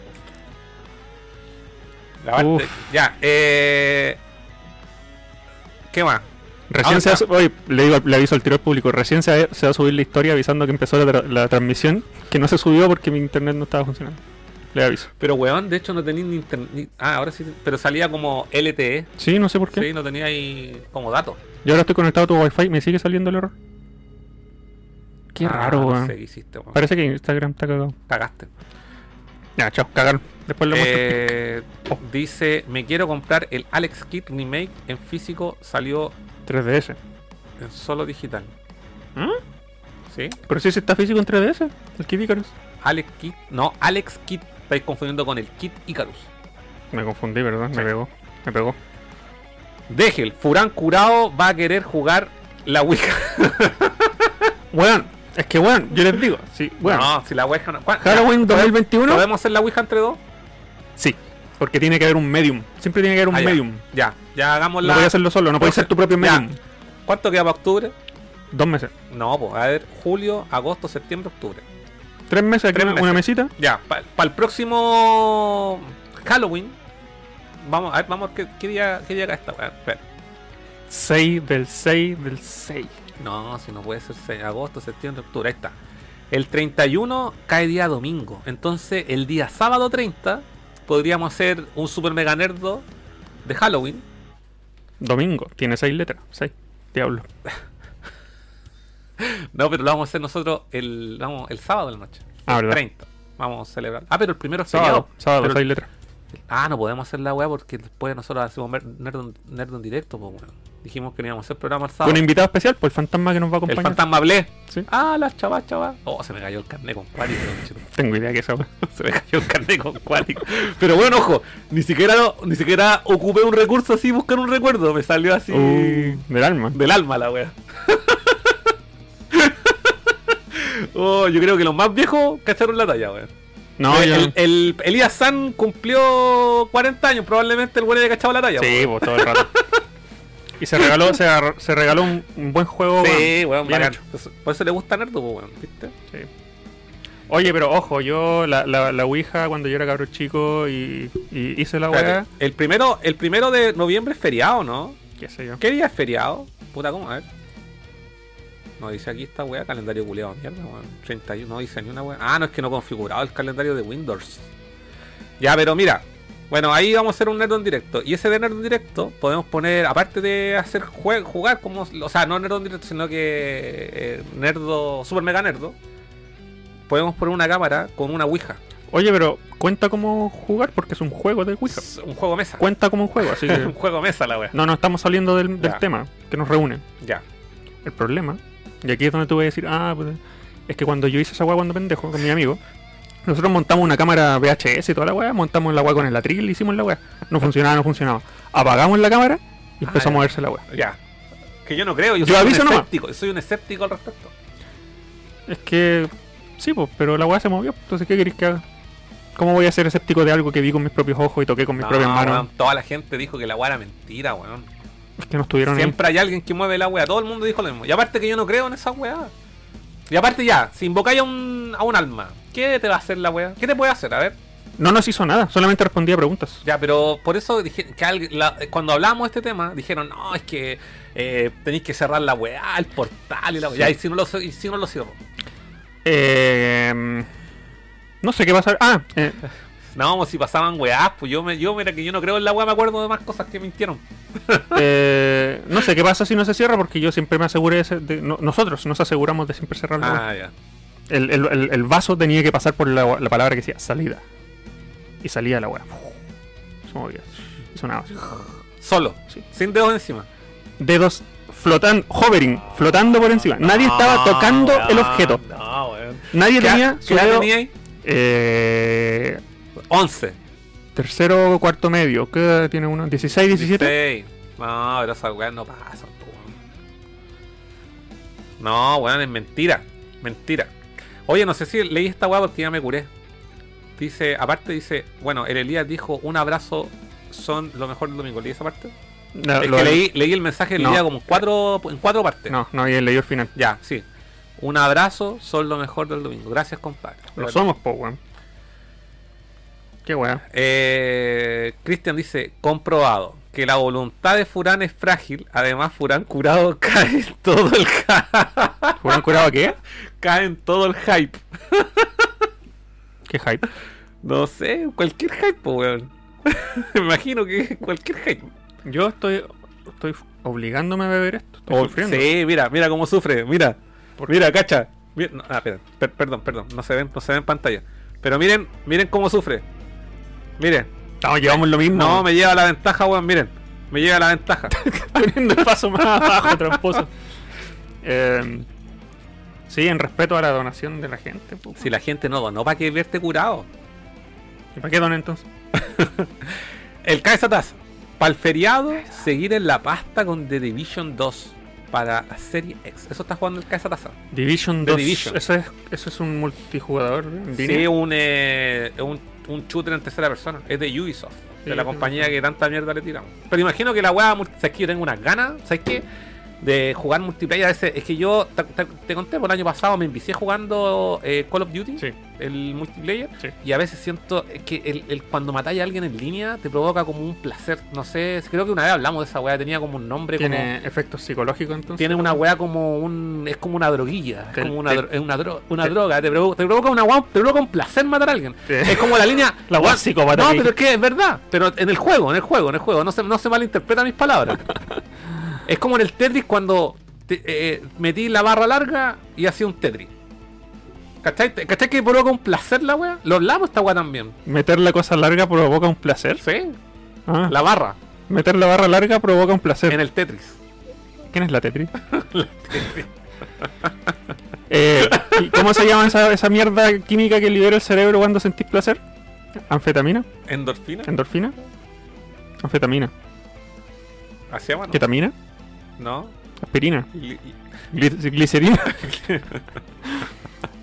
La parte- Uf. Ya, eh... ¿Qué más? Recién Ahora se va a su- oye, le, digo, le aviso al tiro al público, recién se va, se va a subir la historia avisando que empezó la, tra- la transmisión, que no se subió porque mi internet no estaba funcionando. Le aviso. Pero weón, de hecho no tenía ni internet. ni- Ah, ahora sí. Pero salía como LTE. Sí, no sé por qué. Sí, no tenía ahí como datos. Yo ahora estoy conectado a tu wifi, me sigue saliendo el error. Qué Ah, raro, no weón. sé qué hiciste, weón. Parece que Instagram está cagado. Cagaste. Ya, chao, cagaron. Después lo muestro. Eh, dice, me quiero comprar el Alex Kidd Remake en físico. Salió 3DS. en solo digital. ¿Mm? ¿Sí? Pero si sí está físico en 3DS, el Kid Icarus. Alex Kid, no, Alex Kid, estáis confundiendo con el Kid Icarus. Me confundí, ¿verdad? Sí. Me pegó. Me pegó. Degel, Furán Curado va a querer jugar la Ouija. Weón, es que weón, yo les digo. Sí, weón. no, si la Ouija no. ¿cuál- Halloween ya, ¿podemos- 2021. ¿Podemos hacer la Ouija entre dos? Sí, porque tiene que haber un medium. Siempre tiene que haber un Ah, ya. medium. Ya, ya hagamos No la. podía hacerlo solo, no podía ser tu propio Ya. medium. ¿Cuánto queda para octubre? Dos meses. No, pues, a ver, julio, agosto, septiembre, octubre. Tres meses aquí, Tres una, una mesita. Ya, para el próximo Halloween. Vamos, a ver, vamos, ¿qué, qué día, qué día acá está? A ver, 6 del 6 del 6. No, si no puede ser se- agosto, septiembre, octubre. Ahí está. El 31 cae día domingo. Entonces, el día sábado 30 podríamos hacer un super mega nerdo de Halloween. Domingo, tiene seis letras. Seis. Diablo. No, pero lo vamos a hacer nosotros el, vamos, el sábado de la noche. Ah, el ¿verdad? 30. Vamos a celebrar. Ah, pero el primero es Sábado, feriado. sábado, Pero- seis letras. Ah, no podemos hacer la weá porque después nosotros hacemos mer- nerdo, en- nerdo en directo. Pues, bueno. Dijimos que no íbamos a hacer programa el sábado. Con invitado especial, pues el fantasma que nos va a el acompañar. fantasma hablé. Sí. Ah, la chaval, chaval. Oh, se me cayó el carnet, compadre. pero- Tengo idea que esa wea. Se me cayó el carnet con Qualic. Pero bueno, ojo, ni siquiera, ni siquiera ocupé un recurso así, buscar un recuerdo. Me salió así Uh, del alma. del alma la wea. oh, yo creo que los más viejos cacharon la talla, wea. No, el, yo- el, el Elías San cumplió 40 años, probablemente el güey haya cachado la talla. Sí, pues todo el rato. Y se regaló, se, agar- se regaló un, un buen juego. weón. weón. sí weón, Bien bacán. hecho. Entonces, Por eso le gusta Nerdo, pues, weón, ¿viste? Sí. Oye, pero ojo, yo la, la, la Ouija cuando yo era cabro chico y, y hice la weá, Espérate, el primero, el primero de noviembre es feriado, ¿no? qué sé yo. ¿Qué día es feriado? Puta, ¿cómo? A ver. No dice aquí esta weá, calendario culeado, mierda, weón. 31, no dice ni una weá. Ah, no, es que no he configurado el calendario de Windows. Ya, pero mira. Bueno, ahí vamos a hacer un nerd en directo. Y ese de nerd en directo podemos poner, aparte de hacer jue- jugar como. O sea, no nerd en directo, sino que. eh, nerdo. Super mega nerdo. Podemos poner una cámara con una Ouija. Oye, pero cuenta cómo jugar porque es un juego de Ouija. Es Un juego mesa. Cuenta como un juego, así un que. juego mesa la weá. No, no estamos saliendo del, del Ya. tema que nos reúne. Ya. El problema, y aquí es donde tú vas a decir, ah, pues, es que cuando yo hice esa weá cuando pendejo con mi amigo, nosotros montamos una cámara VHS y toda la weá, montamos la weá con el atril, hicimos la weá. No funcionaba, no funcionaba. Apagamos la cámara y empezó Ah, a ya. moverse la weá. Ya. Que yo no creo, yo, Yo soy aviso un nomás. escéptico, soy un escéptico al respecto. Es que, sí, pues, pero la weá se movió, entonces, ¿qué queréis que haga? ¿Cómo voy a ser escéptico de algo que vi con mis propios ojos y toqué con mis No, propias manos? weón, toda la gente dijo que la weá era mentira, weón. Es que no estuvieron ahí. Siempre hay alguien que mueve la weá, todo el mundo dijo lo mismo. Y aparte que yo no creo en esa weá. Y aparte ya, si invocáis a un, a un alma, ¿qué te va a hacer la weá? ¿Qué te puede hacer? A ver. No nos hizo nada, solamente respondía preguntas. Ya, pero por eso dije que alguien- la- cuando hablamos de este tema, dijeron, no, es que eh, tenéis que cerrar la weá, el portal y la weá. Ya, y si no lo, y si no lo cierro. Eh, no sé qué pasa. Ah, eh, No, si pasaban weás, pues yo, me, yo mira que yo no creo en la weá, me acuerdo de más cosas que mintieron. Eh, no sé qué pasa si no se cierra, porque yo siempre me aseguré de, cer- de- no- nosotros nos aseguramos de siempre cerrar la web. Ah, ya. el, el- el- el vaso tenía que pasar por la, la palabra que decía salida. Y salía la weá. Se movía. y Sonaba así. Solo, Sí. sin dedos encima. Dedos flotando, hovering, flotando por encima. Nadie estaba tocando el objeto. Ah, No, weón. Nadie ¿Qué tenía edad- su qué edad dedo- tenía ahí? eh, 11. tercero o cuarto medio. ¿Qué edad tiene uno? ¿16, 17? 16. No, pero esas weas no pasan, po, weón. No, weón, es mentira. Mentira. Oye, no sé si leí esta wea porque ya me curé. Dice, aparte dice, bueno, el Elías dijo, un abrazo son lo mejor del domingo. ¿Leí esa parte? No, es Ah, lo- que leí, leí el mensaje del No. Elías como en cuatro, en cuatro partes. no, no había leído el final. Ya, sí. Un abrazo, son lo mejor del domingo. Gracias, compadre. Lo somos, po, weón. Qué weá. Eh, Cristian dice, comprobado que la voluntad de Furán es frágil. Además, Furán curado cae en todo el hy- ¿Fueron curado a qué? cae en todo el hype. Qué hype. No sé, cualquier hype, po, weón. Me imagino que cualquier hype. Yo estoy, estoy obligándome a beber esto. Estoy Oh, sufriendo. sí, mira, mira cómo sufre, mira. Mira, cacha. Mi- no, ah, espera, per- perdón, perdón, no se ven, no se ven en pantalla. Pero miren, miren cómo sufre. Miren. No, llevamos lo mismo. No, me lleva la ventaja, weón, miren. Me lleva la ventaja. poniendo el paso más abajo, tramposo. Eh, sí, en respeto a la donación de la gente. pues, po. Si la gente no donó para que vierte curado. ¿Y para qué donen entonces? El Caesatas. Para el feriado, seguir en la pasta con The Division 2 para la serie X. Eso está jugando el Caesatas. Division The 2. Division. Eso, es, eso es un multijugador. en Sí, línea. un, eh, un, un shooter en tercera persona. Es de Ubisoft. Sí, de la sí, compañía sí. que tanta mierda le tiramos. Pero imagino que la weá. mul- ¿Sabes que yo tengo unas ganas? ¿Sabes qué? De jugar multiplayer. A veces es que yo. Te, te- te conté, por el año pasado me envicié jugando eh, Call of Duty. Sí. El multiplayer. Sí. Y a veces siento que el, el- cuando matáis a alguien en línea te provoca como un placer. No sé, creo que una vez hablamos de esa weá. Tenía como un nombre. Tiene como, efectos psicológicos entonces. tiene una weá como un. Es como una droguilla. Te- es como una, te- dro- es una, dro- una te- droga. Te provoca, te provoca una weá- Te provoca un placer matar a alguien. Te- Es como la línea. La weá weón, psicópata No, que- pero es que es verdad. Pero en el juego, en el juego, en el juego. No se, no se malinterpreta mis palabras. es como en el Tetris cuando te- eh, metí la barra larga y hacía un Tetris. ¿Cachai? Te- ¿Cachai que provoca un placer la weá? Lo hablamos esta weá también. Meter la cosa larga provoca un placer. Sí, Ah, la barra Meter la barra larga provoca un placer. en el Tetris. ¿Quién es la Tetris? Eh, ¿y ¿Cómo se llama esa, esa mierda química que libera el cerebro cuando sentís placer? ¿Anfetamina? ¿Endorfina? ¿Endorfina? ¿Anfetamina? ¿Hacía mano? ¿Ketamina? ¿No? ¿Aspirina? Li- Gli- ¿Glicerina?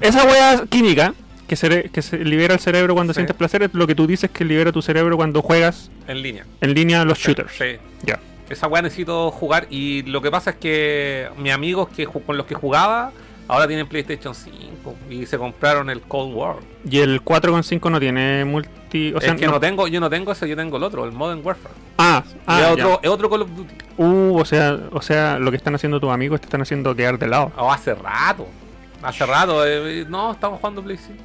esa hueá química que, cere- que se libera el cerebro cuando Sí. sientes placer, es lo que tú dices que libera tu cerebro cuando juegas en línea. en línea los shooters. Sí. Ya. Esa weá necesito jugar. Y lo que pasa es que mis amigos que ju- con los que jugaba ahora tienen PlayStation 5 y se compraron el Cold War. Y el 4.5 no tiene multi. O sea, es que no. tengo, yo no tengo ese, yo tengo el otro, el Modern Warfare. Ah, y es ah, ya. otro, es otro Call of Duty. Uh, o sea, o sea, lo que están haciendo tus amigos te están haciendo quedar de lado. Oh, hace rato. Hace rato. eh, no, estamos jugando Play 5.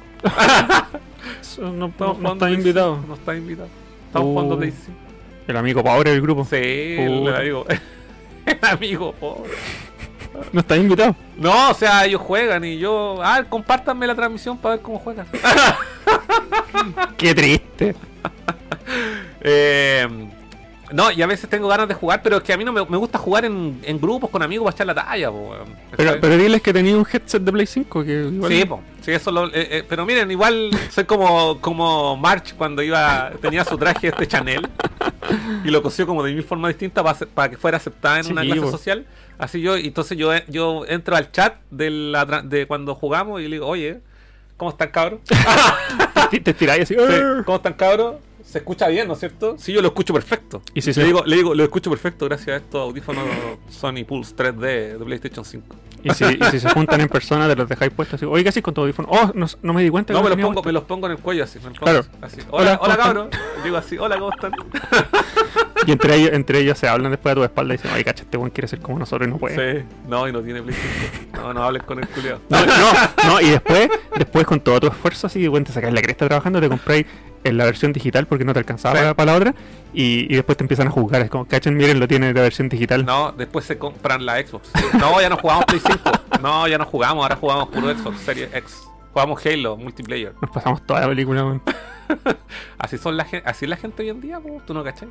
Eso No, no, Estamos no jugando están Play invitados. 5, No está invitado. Estamos Uh. jugando Play 5. El amigo pobre del grupo. Sí, el Puta. amigo. El amigo, pobre. No está invitado. No, o sea, ellos juegan y yo. Ah, compártanme la transmisión para ver cómo juegan. Qué triste. Eh, no, y a veces tengo ganas de jugar, pero es que a mí no me, me gusta jugar en, en grupos con amigos para echar la talla, po, weón. Pero, ¿Cachai? pero diles que tenía un headset de Play 5 que igual- Sí, po, sí, eso lo- eh, eh, pero miren, igual soy como, como March cuando iba tenía su traje este Chanel y lo cosió como de mil formas distintas para, que fuera aceptada en Sí, una clase po. social. Así yo, y entonces yo, yo entro al chat de, la, tra- de cuando jugamos y le digo, oye, ¿cómo están cabros? te, te tiráis así. Sí, "Arr". ¿Cómo están, cabros? Se escucha bien, ¿no es cierto? Sí, yo lo escucho perfecto. Y si le, se- digo, le digo, lo escucho perfecto gracias a estos audífonos Sony Pulse 3D de PlayStation 5. Y, si, y si se juntan en persona, te los dejáis puestos así. Oiga, sí, con tu audífono. Oh, no, no me di cuenta. que No, me los, tenía pongo, puesto". me los pongo en el cuello así. me los pongo Claro. así. Hola, Hola, hola, ¿cómo cabros. Digo así, hola, ¿cómo están? Y entre ellos, entre ellos se hablan después a tu espalda y dicen: Oye, cacha, este buen quiere ser como nosotros y no puede. Sí. No, y no tiene PlayStation. No, no hables con el culiado. No, no, no, y después, después con todo tu esfuerzo, así, bueno, te sacáis la cresta trabajando, te compráis en la versión digital porque no te alcanzaba Sí. para, para la otra, y, y después te empiezan a juzgar, es como, cachen, miren, lo tiene la versión digital. No, después se compran la Xbox. No, ya no jugamos Play 5. No, ya no jugamos, ahora jugamos puro Xbox, Serie X. Jugamos Halo, multiplayer. Nos pasamos toda la película, weón. Así son la gente, así es la gente hoy en día, po, tú no cachai.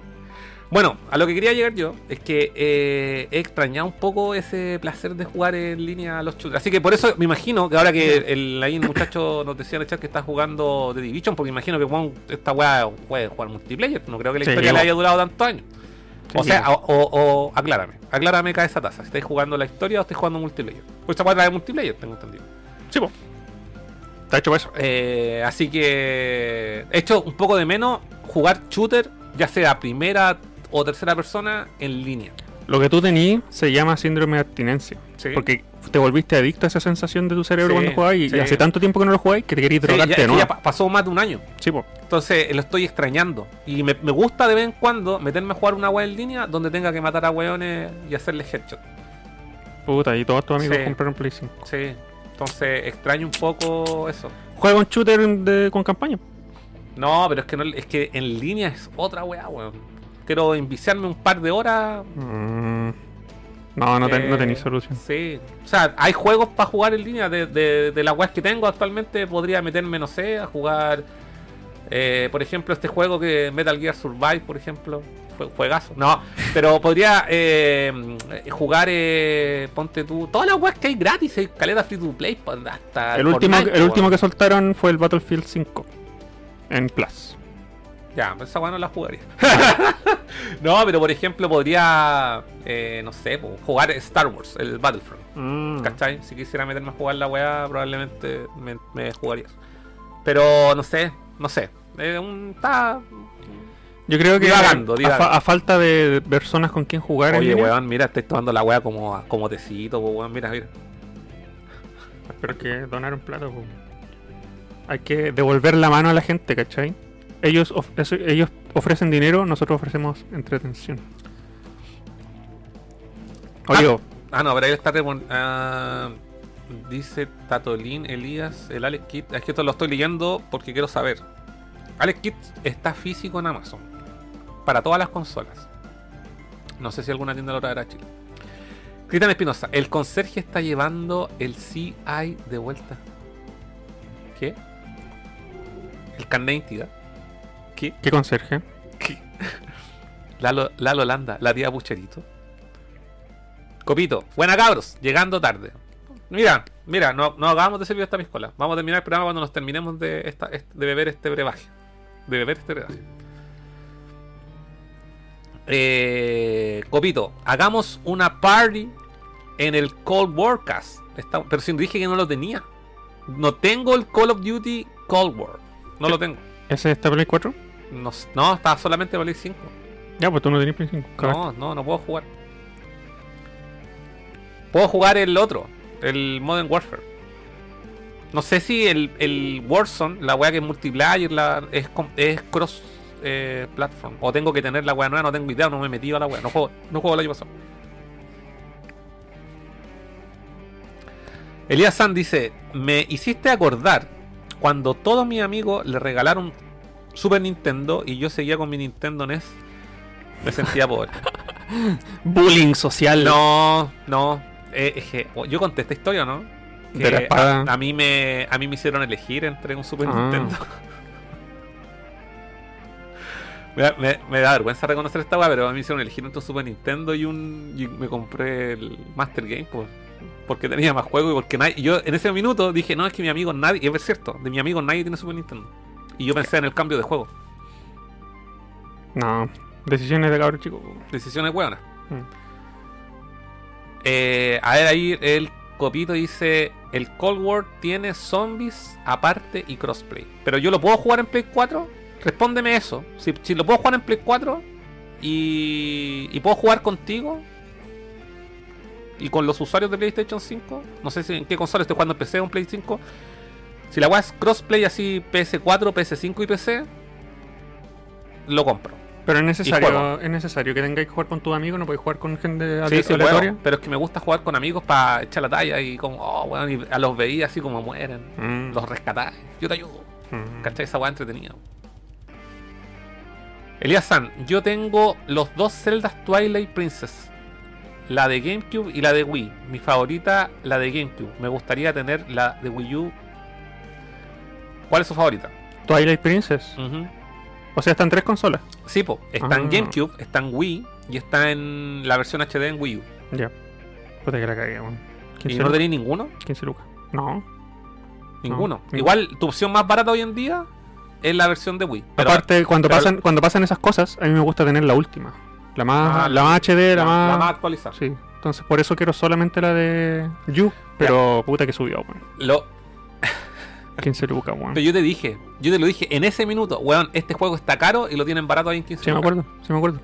Bueno, a lo que quería llegar yo es que eh, he extrañado un poco ese placer de jugar en línea a los shooters. Así que por eso me imagino que ahora que el, ahí el muchacho nos decía en el chat que está jugando The Division, porque imagino que weón, esta weá puede jugar multiplayer. No creo que la Sí, historia le po. haya durado tantos años. o Sí, sea, po. o, o- o- aclárame, aclárame cada esa taza. Si estáis jugando la historia o estáis jugando multiplayer. Pues esta weá trae multiplayer, tengo entendido. Sí, po. Está hecho para eso. Eh, así que hecho un poco de menos jugar shooter, ya sea primera o tercera persona, en línea. Lo que tú tenías se llama síndrome de abstinencia, Sí. porque te volviste adicto a esa sensación de tu cerebro Sí, cuando jugabas y, y sí. hace tanto tiempo que no lo jugabas que te querías Sí, drogarte ya, de que nuevo. ya pa- pasó más de un año. Sí, po. Entonces eh, lo estoy extrañando. Y me, me gusta de vez en cuando meterme a jugar una web en línea donde tenga que matar a weones y hacerle headshot. Puta, y todos tus amigos Sí. compraron Play 5. Sí. Entonces extraño un poco eso. Juega un shooter de- con campaña. No, pero es que no, es que en línea es otra weá, weón. Quiero enviciarme un par de horas Mm. No, no, ten- no Eh, tenéis solución. Sí. O sea, hay juegos para jugar en línea. De, de, de las weas que tengo actualmente, podría meterme, no sé, a jugar. eh, por ejemplo, este juego que Metal Gear Survive, por ejemplo. Fue juegazo. No, pero podría eh, jugar, eh, ponte tú, todas las weas que hay gratis, hay caleta free to play, pa- hasta. El último, Fortnite, el po, último weón. que soltaron fue el Battlefield 5 en Plus. Ya, pues esa weá no la jugaría. no, pero por ejemplo, podría, eh, no sé, po, jugar Star Wars, el Battlefront. ¿Cachai? Si quisiera meterme a jugar la weá, probablemente me, me jugaría eso. Pero no sé, no sé. Eh, un, está. Yo creo que Divagando, a, divagando. fa- a falta de personas con quien jugar en Oye, línea- weón, mira, estáis tomando la weá como, como tecito, po, weón, mira, mira. Pero que donaron plata. po. Hay que devolver la mano a la gente, ¿cachai? Ellos, of- eso- ellos ofrecen dinero, nosotros ofrecemos entretención. Oye, Ah, Ah, no, pero ahí está. repon- ah, dice Tatolín, Elías, el Alex Kit. Es que esto lo estoy leyendo porque quiero saber. Alex Kit está físico en Amazon. Para todas las consolas. No sé si alguna tienda lo traerá a Chile. Cristian Espinosa, el conserje está llevando el CI de vuelta. ¿Qué? El carnet de identidad. ¿Qué? ¿qué conserje? Lalo, Lalo Landa, la tía Pucherito. Copito, buena cabros, llegando tarde. Mira, mira, no, no acabamos de servir esta piscola. Vamos a terminar el programa cuando nos terminemos de, esta, este- de beber este brebaje. De beber este brebaje. Eh, Copito, hagamos una party en el Cold Warcast. Está- pero si dije que no lo tenía. No tengo el Call of Duty Cold War. No lo tengo. ¿Ese está Play 4? No, s- no, estaba solamente para Play 5. Ya, pues tú no tenías Play 5. cagaste. No, no, no puedo jugar. Puedo jugar el otro, el Modern Warfare. No sé si el, el Warzone, la weá que es multiplayer, la, es, com- es cross eh, platform. O tengo que tener la weá nueva, no tengo idea, no me he metido a la weá. No juego, no juego el año pasado. Elías San dice: Me hiciste acordar cuando todos mis amigos le regalaron Super Nintendo y yo seguía con mi Nintendo NES. Me sentía pobre. Bullying social. No, no. eh, es que, oh, yo conté esta historia, ¿no? De la Que espada. a, a mí me, a mí me hicieron elegir entre un Super Ah. Nintendo. me, da- me- me da vergüenza reconocer esta weá, pero a mí me hicieron elegir entre un Super Nintendo y un. Y me compré el Master Game por- porque tenía más juegos y porque nadie. y yo en ese minuto dije, no, es que mi amigo nadie. Y es cierto, de mi amigo nadie tiene Super Nintendo. Y yo pensé en el cambio de juego. No. Decisiones de cabrón, chico. Decisiones hueonas. Mm. Eh, a ver, ahí el copito dice: El Cold War tiene zombies aparte y crossplay. Pero yo lo puedo jugar en Play 4? Respóndeme eso. Si, si lo puedo jugar en Play 4 y, y puedo jugar contigo y con los usuarios de PlayStation 5, no sé si en qué consola estoy jugando, en PC o en Play 5. Si la weá es crossplay así PS4, PS5 y PC, lo compro. Pero es Y juego. necesario, es necesario que tengáis que jugar con tus amigos, no podéis jugar con gente Sí, ale- sí, aleatoria. puedo, pero es que me gusta jugar con amigos para echar la talla y como, oh, weón, y a los veía así como mueren, Mm, los rescatáis, yo te ayudo. mm. ¿Cachai? Esa weá entretenida. Elías San, yo tengo los dos celdas Twilight Princess, la de GameCube y la de Wii. Mi favorita, la de GameCube. Me gustaría tener la de Wii U. ¿Cuál es su favorita? Twilight Princess. Ujú. O sea, están tres consolas. Sí, po, está en Ah. GameCube, está en Wii y está en la versión HD en Wii U. Ya. Puta que la cagué, weón. ¿Y 15, no lucas. tenéis ninguno? 15 lucas. No. Ninguno. No. Igual, tu opción más barata hoy en día es la versión de Wii. Pero Aparte, cuando, pero- pasan, cuando pasan esas cosas, a mí me gusta tener la última. La más, Ah, la más HD, la, la, más... la más actualizada. Sí. Entonces, por eso quiero solamente la de You. Pero puta que subió, weón. Lo- Ah. 15 lucas, weón. pero yo te dije, yo te lo dije en ese minuto, weón, este juego está caro y lo tienen barato ahí en 15 Sí, me lucas. acuerdo, sí, me acuerdo.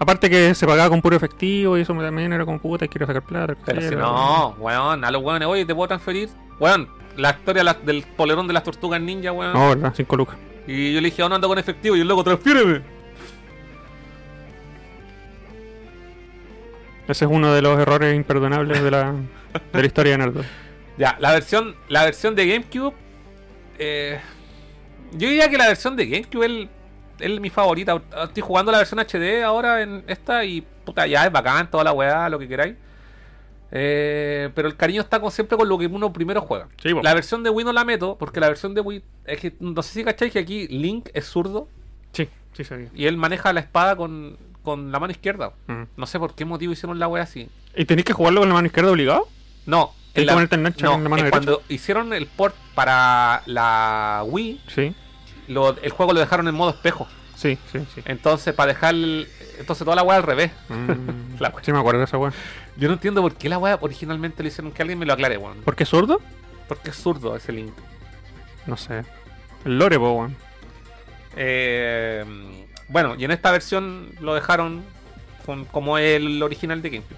Aparte que se pagaba con puro efectivo y eso también era como puta y quiero sacar plata. Pero si etcétera. no, weón, a los weones, oye, te puedo transferir. Weón, la historia de la- del polerón de las tortugas ninja, weón. No, verdad, 5 lucas. Y yo le dije, oh, no ando con efectivo. Y el loco, transfiéreme. Ese es uno de los errores imperdonables de la, de la historia de Naruto. Ya, la versión, la versión de GameCube. eh, yo diría que la versión de GameCube es, el- es mi favorita. Estoy jugando la versión HD ahora en esta y puta, ya es bacán, toda la weá, lo que queráis. Eh, pero el cariño está con, siempre con lo que uno primero juega. Sí, po. la versión de Wii no la meto, porque la versión de Wii. Es que no sé si cacháis que aquí Link es zurdo Sí, sí sabía. y él maneja la espada con, con la mano izquierda. Mm. No sé por qué motivo hicieron la weá así. ¿Y tenéis que jugarlo con la mano izquierda obligado? No, Hay en que la- ponerte el nunchuck no, en la mano es derecha. cuando hicieron el port para la Wii, Sí, lo- el juego lo dejaron en modo espejo. sí, sí, sí. Entonces, para dejar. el- entonces, toda la weá al revés. Mm. La wea. Sí, me acuerdo de esa weá. Yo no entiendo por qué la weá originalmente lo hicieron. Que alguien me lo aclare, weón. ¿Por qué es zurdo? ¿Por qué es zurdo ese link? No sé. El lore, po, weón. Eh, bueno, y en esta versión lo dejaron con- como el original de GameCube.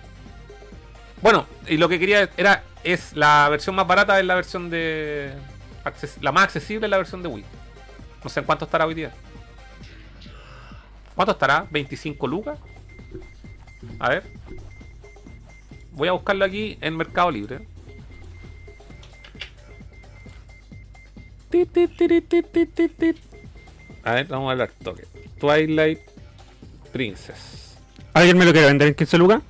Bueno, y lo que quería era. Es la versión más barata, es la versión de. acces- la más accesible es la versión de Wii. No sé en cuánto estará hoy día. ¿Cuánto estará? ¿25 lucas? A ver. Voy a buscarlo aquí en Mercado Libre. Ti, ti, ti, ti, ti, ti, ti, ti. A ver, vamos a hablar toque. Twilight Princess. ¿Alguien me lo quiere vender en 15 lucas?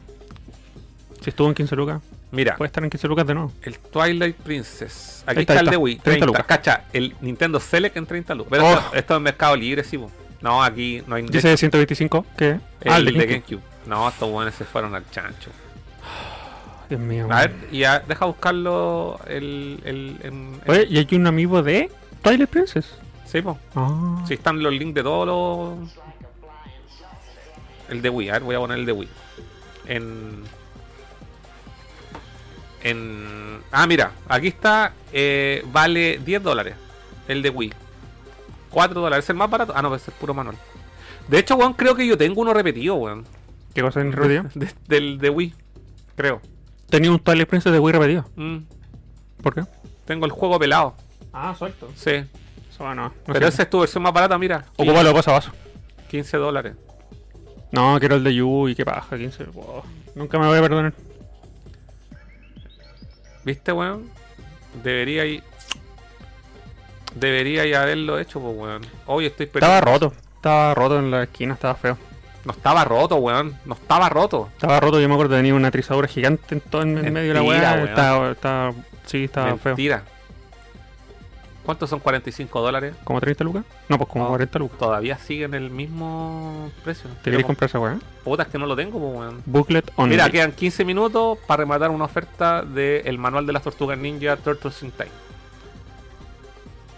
Si estuvo en 15 lucas, Mira, puede estar en 15 lucas de nuevo. el Twilight Princess. Aquí Ahí está, está, ahí el de está. Wii. 30 30, lucas. Cacha, el Nintendo Select en 30 lucas. Pero Oh. esto, esto es mercado libre, sí, po. No, aquí no hay Dice de 125, ¿qué? el, ah, el de de GameCube. GameCube. No, estos buenos se fueron al chancho. Dios mío. A ver, weón. y a- deja buscarlo el. el, en- en- Oye, ¿y hay un amigo de Twilight Princess? Sí, po. Ah. Sí, están los links de todos los. El de Wii, a ver, voy a poner el de Wii. En. En. Ah, mira, aquí está. eh, vale 10 dólares. el de Wii. 4 dólares, ¿es el más barato. Ah, no, es el puro manual. De hecho, weón, creo que yo tengo uno repetido, weón. ¿Qué cosa en repetido? de- del de Wii. Creo. Tenía un Twilight Princess de Wii repetido. Mm, ¿Por qué? tengo el juego pelado. Ah, suelto. Sí. Eso ah, no. no Pero sirve. esa es tu versión más barata, mira. Ocúpalo, cosa vaso. 15 dólares. No, quiero el de Yu y qué paja, 15. Wow. Nunca me voy a perdonar. ¿Viste, weón? Debería ir. Debería ir haberlo hecho, pues, weón. Hoy estoy perdiendo. Estaba roto. Estaba roto en la esquina, estaba feo. No estaba roto, weón. No estaba roto. Estaba roto, yo me acuerdo, tenía una trizadura gigante en todo en medio de Mentira, la weá. weón. Estaba, estaba, sí, estaba feo. Mentira. ¿Cuántos son 45 dólares? ¿Como 30 lucas? No, pues como No. 40 lucas. Todavía siguen el mismo precio. ¿Te querés Ah. Pero, comprar esa weá? Puta, es que no lo tengo, pues, weón. Booklet on Mira, Mail. quedan 15 minutos para rematar una oferta del manual de las tortugas ninja Turtles in Time.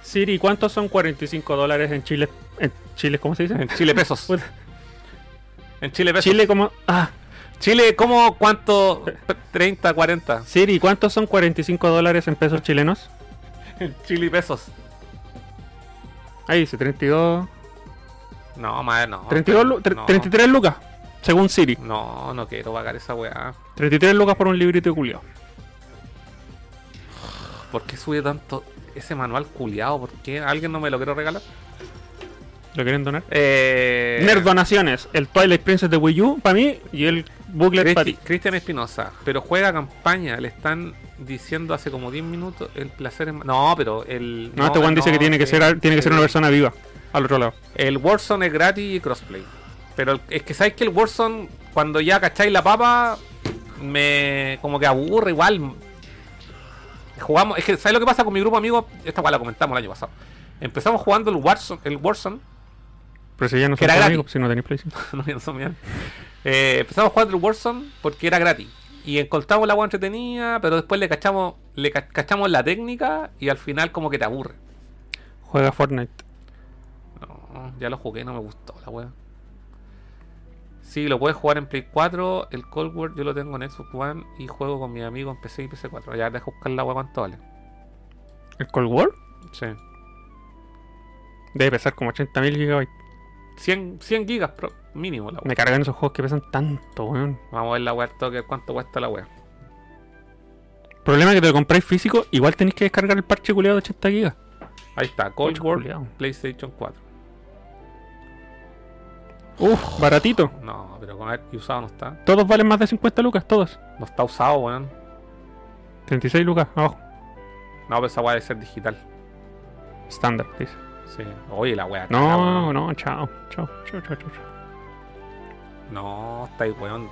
Siri, ¿cuántos son 45 dólares en Chile? ¿En Chile cómo se dice? En Chile pesos. Puta. en Chile pesos. Chile como... Ah, Chile, ¿cómo? ¿Cuánto? 30, 40. Siri, ¿cuántos son 45 dólares en pesos chilenos? En Chile pesos. Ahí dice 32... No, madre, no. 32 lu- tre- no, 33 lucas, según Siri. No, no quiero pagar esa weá. 33 lucas por un librito de culiao. ¿Por qué sube tanto ese manual culiado? ¿Por qué alguien no me lo quiero regalar? ¿Lo quieren donar? Eh, Nerd donaciones, el Twilight Princess de Wii U para mí y el booklet para Cristi- ti. Cristian Espinosa, pero juega campaña, le están diciendo hace como 10 minutos el placer es ma- No, pero el. No, este Juan no, dice eh, que tiene que sí, ser al- tiene que ser sí. una persona viva al otro lado. El Warzone es gratis y crossplay. Pero el- es que sabes que el Warzone, cuando ya cacháis la papa, me. como que aburre igual. Jugamos. Es que, ¿sabes lo que pasa con mi grupo de amigos? Esta cual la comentamos el año pasado. Empezamos jugando el Warzone, el Warzone Pero si ya no Que son era tus gratis. amigos, si no tenéis PlayStation. no, ya no son mías. Eh, empezamos a jugar el Warzone porque era gratis. Y encontramos la agua entretenida, pero después le cachamos, le ca- cachamos la técnica y al final como que te aburre. Juega Fortnite. No, ya lo jugué, no me gustó la wea. Sí, lo puedes jugar en Play 4, el Cold War yo lo tengo en Xbox One y juego con mis amigos en PC y PC4. Ya deja buscar la wea cuánto vale. ¿El Cold War? Sí. Debe pesar como 80.000 gigabytes. 100, 100 gigas pro- mínimo la wea. Me cargan esos juegos que pesan tanto, weón. Vamos a ver la wea al toque, cuánto cuesta la wea. Problema es que te lo compráis físico, igual tenéis que descargar el parche culiado de 80 gigas. Ahí está, Cold Mucho culiao. War, PlayStation 4. Uf, baratito. No, pero con ver, y usado no está. Todos valen más de 50 lucas, todos. No está usado, weón. 36 lucas, abajo. No, pero esa weá debe ser digital. Estándar, dice. Sí. Oye, la weá. cara, No, weón. no, chao. Chao, chao, chao, chao. chao. No, está ahí, weón.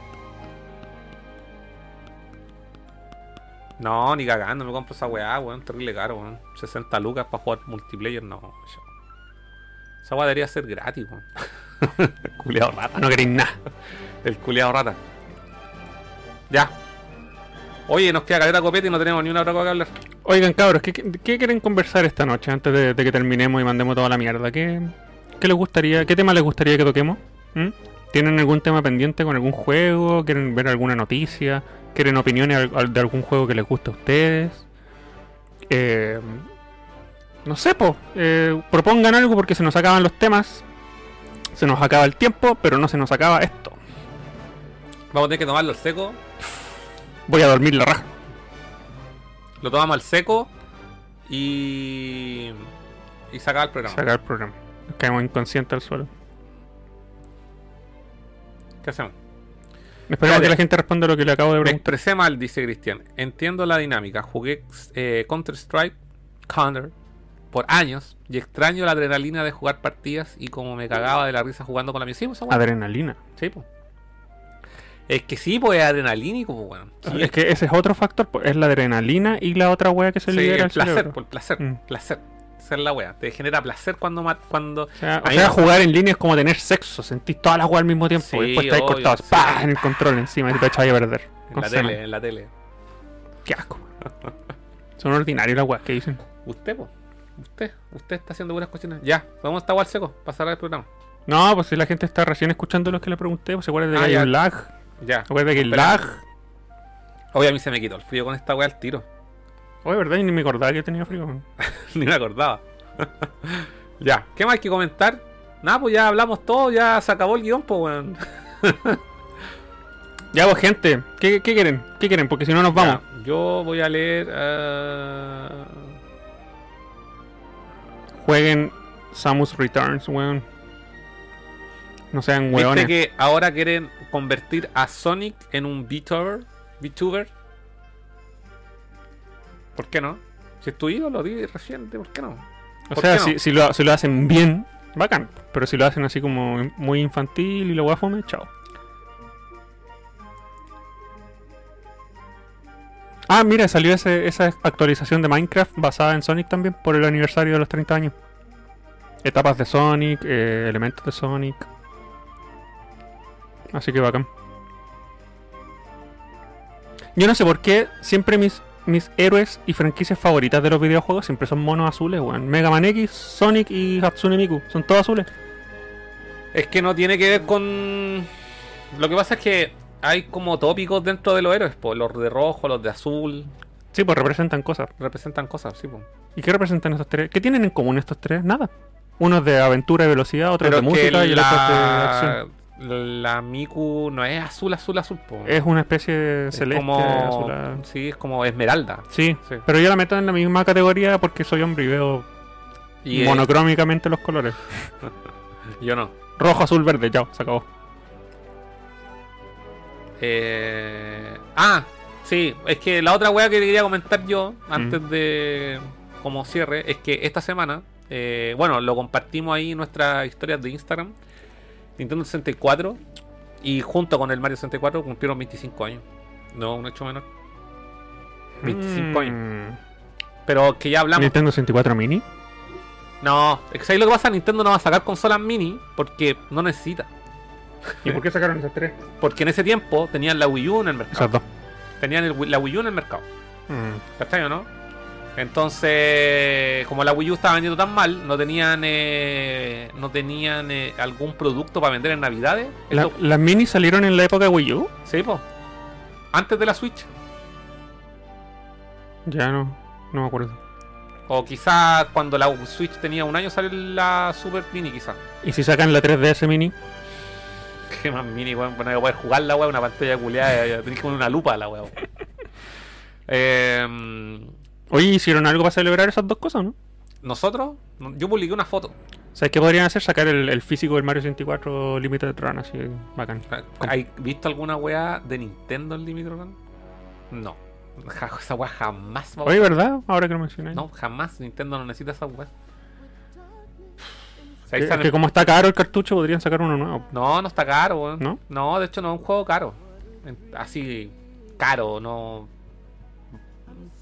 No, ni cagando, me compro esa weá, weón. Terrible caro, weón. 60 lucas para jugar multiplayer, no. yo- Esa weá debería ser gratis, weón. culeado rata. Ah, no queréis nada. El culeado rata. Ya. Oye, nos queda caleta copete y no tenemos ni una hora que hablar. Oigan, cabros, ¿qué, qué- qué quieren conversar esta noche antes de, de que terminemos y mandemos toda la mierda? ¿Qué, qué les gustaría, qué tema les gustaría que toquemos? ¿Mm? ¿Tienen algún tema pendiente con algún juego? ¿Quieren ver alguna noticia? ¿Quieren opiniones al- al- de algún juego que les guste a ustedes? Eh, no sé, po. eh, propongan algo porque se nos acaban los temas. Se nos acaba el tiempo, pero no se nos acaba esto. Vamos a tener que tomarlo al seco. Voy a dormir la raja. Lo tomamos al seco y. Y se acaba el programa. Sacar el programa. Nos caemos inconscientes al suelo. ¿Qué hacemos? Esperemos Dale. que la gente responda lo que le acabo de Me preguntar. expresé mal, dice Cristian. Entiendo la dinámica. Jugué eh, Counter-Strike, Counter, por años y extraño la adrenalina de jugar partidas y como me cagaba de la risa jugando con la misión. esa weá. Adrenalina. Sí, po. Es que sí, pues es adrenalínico, pues, weón. Sí, es que ese es otro factor, po, es la adrenalina y la otra wea que se sí, libera el al placer, pues. cerebro. por el placer, Mm. placer. Esa es la wea. Te genera placer cuando, ma- cuando O sea, o Ahí sea, no. jugar en línea es como tener sexo, sentís todas las weas al mismo tiempo Sí, y después estáis obvio, cortados, sí. ¡pah! en el control encima y te echáis a perder. en Con la semen. tele, en la tele. Qué asco. Son ordinarios las weas que dicen. Usted, po. Usted, usted está haciendo buenas cuestiones. Ya, vamos a estar al seco para cerrar el programa. No, pues si la gente está recién escuchando los que le pregunté, pues se acuerdan de que Ah, hay ya. un lag. Ya. Se acuerdan que el Espera. lag. Oye, a mí se me quitó el frío con esta wea al tiro. Oye, verdad, y ni me acordaba que tenía frío. weón. Ni me acordaba. Ya, ¿qué más hay que comentar? Nada, pues ya hablamos todo, ya se acabó el guión, pues weón. Ya vos, gente, ¿qué, qué quieren? ¿Qué quieren? Porque si no nos vamos. Ya, yo voy a leer. ah, Jueguen Samus Returns, weón. No sean ¿Viste weones. que ahora quieren convertir a Sonic en un VTuber? VTuber? ¿Por qué no? Si es tu ídolo, di reciente, ¿por qué no? O ¿por sea, qué no? si, si lo, si lo hacen bien, bacán. Pero si lo hacen así como muy infantil y lo guafome, chao. Ah, mira, salió ese- esa actualización de Minecraft basada en Sonic también por el aniversario de los 30 años. Etapas de Sonic, eh, elementos de Sonic. Así que bacán. Yo no sé por qué siempre mis, mis héroes y franquicias favoritas de los videojuegos siempre son monos azules, weón. Mega Man X, Sonic y Hatsune Miku. Son todos azules. Es que no tiene que ver con. Lo que pasa es que hay como tópicos dentro de los héroes, po. los de rojo, los de azul, Sí, pues representan cosas. representan cosas, sí, pues. po. ¿Y qué representan estos tres? ¿Qué tienen en común estos tres? Nada. Uno es de aventura y velocidad, otro es de Pero que música y el otro es de la... acción. la Miku no es azul, azul, azul, po. Es una especie de Es celeste, ah. como... azulada. Sí, es como esmeralda. Sí, Sí. pero yo la meto en la misma categoría porque soy hombre y veo Y eh, monocrómicamente los colores. yo no. Rojo, azul, verde, ya, se acabó. Eh, Ah, sí, es que la otra wea que quería comentar yo antes Mm. de como cierre es que esta semana, eh, bueno, lo compartimos ahí en nuestras historias de Instagram, Nintendo 64 y junto con el Mario 64 cumplieron 25 años. No, un hecho menor. 25 años. Mm. Pero que ya hablamos. Nintendo 64 Mini. No, es que ahí lo que pasa, Nintendo no va a sacar consolas mini porque no necesita. ¿Y por qué sacaron esas tres? Porque en ese tiempo tenían la Wii U en el mercado. Esas dos. Tenían el Wii- la Wii U en el mercado. Mm. ¿Cachai o no? Entonces, como la Wii U estaba vendiendo tan mal, no tenían eh, no tenían eh, algún producto para vender en Navidades. La- Esto- las mini salieron en la época de Wii U. sí, po. Antes de la Switch. Ya no, no me acuerdo. O quizás cuando la Switch tenía un año salió la Super Mini, quizás. ¿Y si sacan la 3DS mini? Qué más mini, weón. Bueno, voy poder jugar la weón, una pantalla culiada. eh, Tenés que poner una lupa a la weón. Eh, Oye, hicieron algo para celebrar esas dos cosas, ¿no? Nosotros, yo publiqué una foto. ¿Sabes qué podrían hacer? Sacar el, el físico del Mario 64 Limited Run, así bacán. ¿Hay visto alguna weá de Nintendo en Limit Run? No. Ja- Esa weá jamás va a Oye, ¿verdad? Ahora que lo mencioné. No, jamás. Nintendo no necesita esa weá. O sea, ahí que, sale- que como está caro el cartucho, podrían sacar uno nuevo. No, no está caro, weón. ¿No? de hecho no es un juego caro. En- Así caro, no.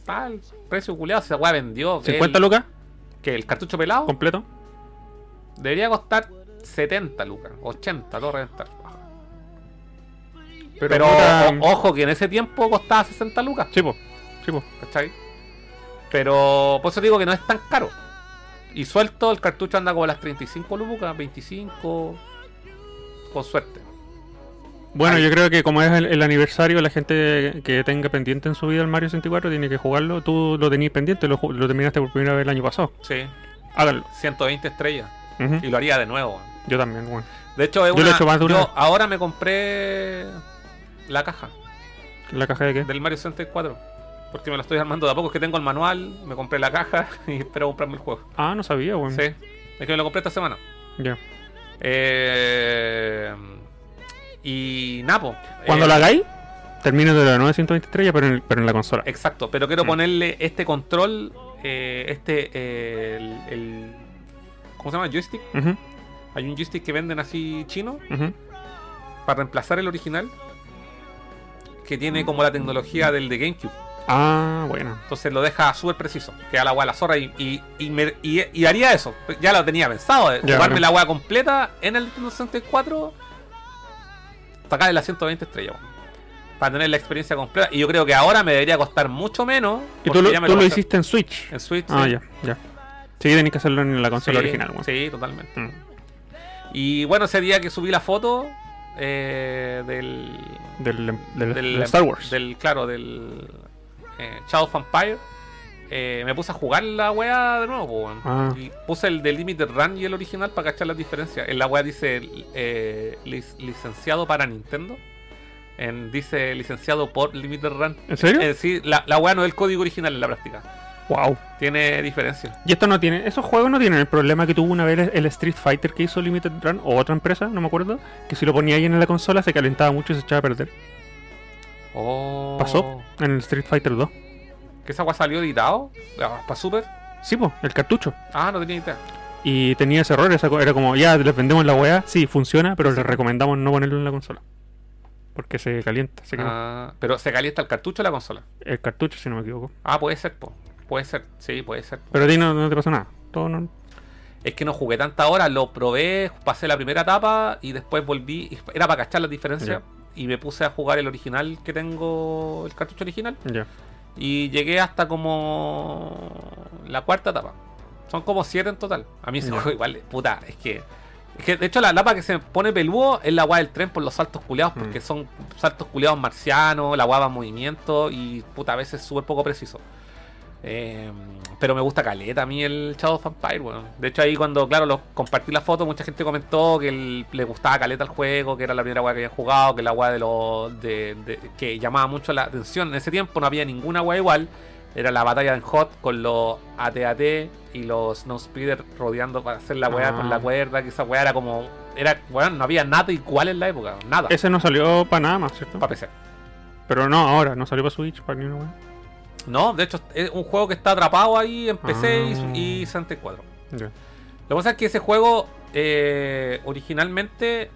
Tal, precio culeado, esa weá vendió. ¿50 el, lucas? Que el cartucho pelado ¿Completo? debería costar 70 lucas, 80, todo reventar. Pero, oh, puta, o- ojo que en ese tiempo costaba 60 lucas. Sí, po. Sí, po. ¿cachai? Pero por eso digo que no es tan caro. Y suelto, el cartucho anda como a las 35 lucas, 25, con suerte. Bueno, Ay. yo creo que como es el, el aniversario, la gente que tenga pendiente en su vida el Mario 64 tiene que jugarlo. Tú lo tenías pendiente, lo, ju- lo terminaste por primera vez el año pasado. Sí, Háganlo. 120 estrellas. Ujú. Y lo haría de nuevo. Yo también, bueno. De hecho, es ¿Mm? Yo lo he una- hecho más de una yo vez. ahora me compré la caja ¿La caja de qué? del Mario 64. Porque me lo estoy armando de a poco, es que tengo el manual, me compré la caja y espero comprarme el juego. Ah, no sabía, weón. Sí, es que me lo compré esta semana. Ya. Eh, y Napo. Cuando eh, la hagáis, termina de la 923 ya, pero en, el- pero en la consola. Exacto, pero quiero Mm. ponerle este control, eh, este, eh, el, el- ¿Cómo se llama? Joystick. Ujú, Hay un joystick que venden así chino ujú. para reemplazar el original, que tiene como la Mm. tecnología del de GameCube. Ah, bueno. Entonces lo deja súper preciso, queda la hueá la zorra y, y, y me- y- y haría eso. Ya lo tenía pensado, de Ya, jugarme bueno. la hueá completa en el Nintendo 64, sacarle la 120 estrellas. weón, Para tener la experiencia completa. Y yo creo que ahora me debería costar mucho menos. ¿Y tú porque lo, ya me tú lo costé- hiciste en Switch? En Switch. Ah, sí. ya, ya. Sí, tenés que hacerlo en la consola Sí, original, weón. Sí, totalmente. Mm. Y bueno, ese día que subí la foto eh, del, em, Del, del- del Star Wars. Del, claro, del eh, Shadow of Empire. eh, me puse a jugar la weá de nuevo, po, weón. Ah. Y puse el de Limited Run y el original para cachar las diferencias. En la weá dice eh, lic- licenciado para Nintendo. En- dice licenciado por Limited Run. ¿En serio? Eh, sí, la, la weá no es el código original en la práctica. Wow. Tiene diferencias. Y esto no tiene, esos juegos no tienen el problema que tuvo una vez el Street Fighter que hizo Limited Run o otra empresa, no me acuerdo, que si lo ponía ahí en la consola se calentaba mucho y se echaba a perder. Oh. ¿Pasó? En el Street Fighter 2. ¿Que esa weá salió editado? Ah, ¿Para Super? Sí, pues, el cartucho. Ah, no tenía idea. Y tenía ese error, esa co- era como, ya les vendemos la weá, sí, funciona, pero les recomendamos no ponerlo en la consola. Porque se calienta, se quema. Ah, pero se calienta el cartucho de la consola. El cartucho, si no me equivoco. Ah, puede ser, po. Puede ser, sí, puede ser. po. Pero a ti no, no te pasó nada. Todo no... Es que no jugué tanta hora, lo probé, pasé la primera etapa y después volví. y Era para cachar las diferencias. Y me puse a jugar el original que tengo, el cartucho original. Ya. Y llegué hasta como la cuarta etapa. Son como siete en total. A mí se Ya. juego igual, puta, es que. Es que de hecho la etapa que se pone peludo es la guada del tren por los saltos culeados, porque son saltos culeados marcianos, la guada va en movimiento y puta a veces es súper poco preciso. Eh, pero me gusta caleta a mí el Shadow of Vampire, weón. De hecho, ahí cuando, claro, los, compartí la foto, mucha gente comentó que el- le gustaba caleta el juego, que era la primera weá que había jugado, que la weá de los. De, de- que llamaba mucho la atención. En ese tiempo no había ninguna weá igual. Era la batalla en Hot con los AT-AT y los No Speeder rodeando para hacer la weá Ah. con la cuerda, que esa weá era como. Era, weón, no había nada igual en la época, nada. Ese no salió para nada más, ¿cierto? Para PC. Pero no, ahora, no salió para Switch, para ni una weá. No, de hecho, es un juego que está atrapado ahí en PC Ah. y, y 64. Ya. Lo que pasa es que ese juego eh, originalmente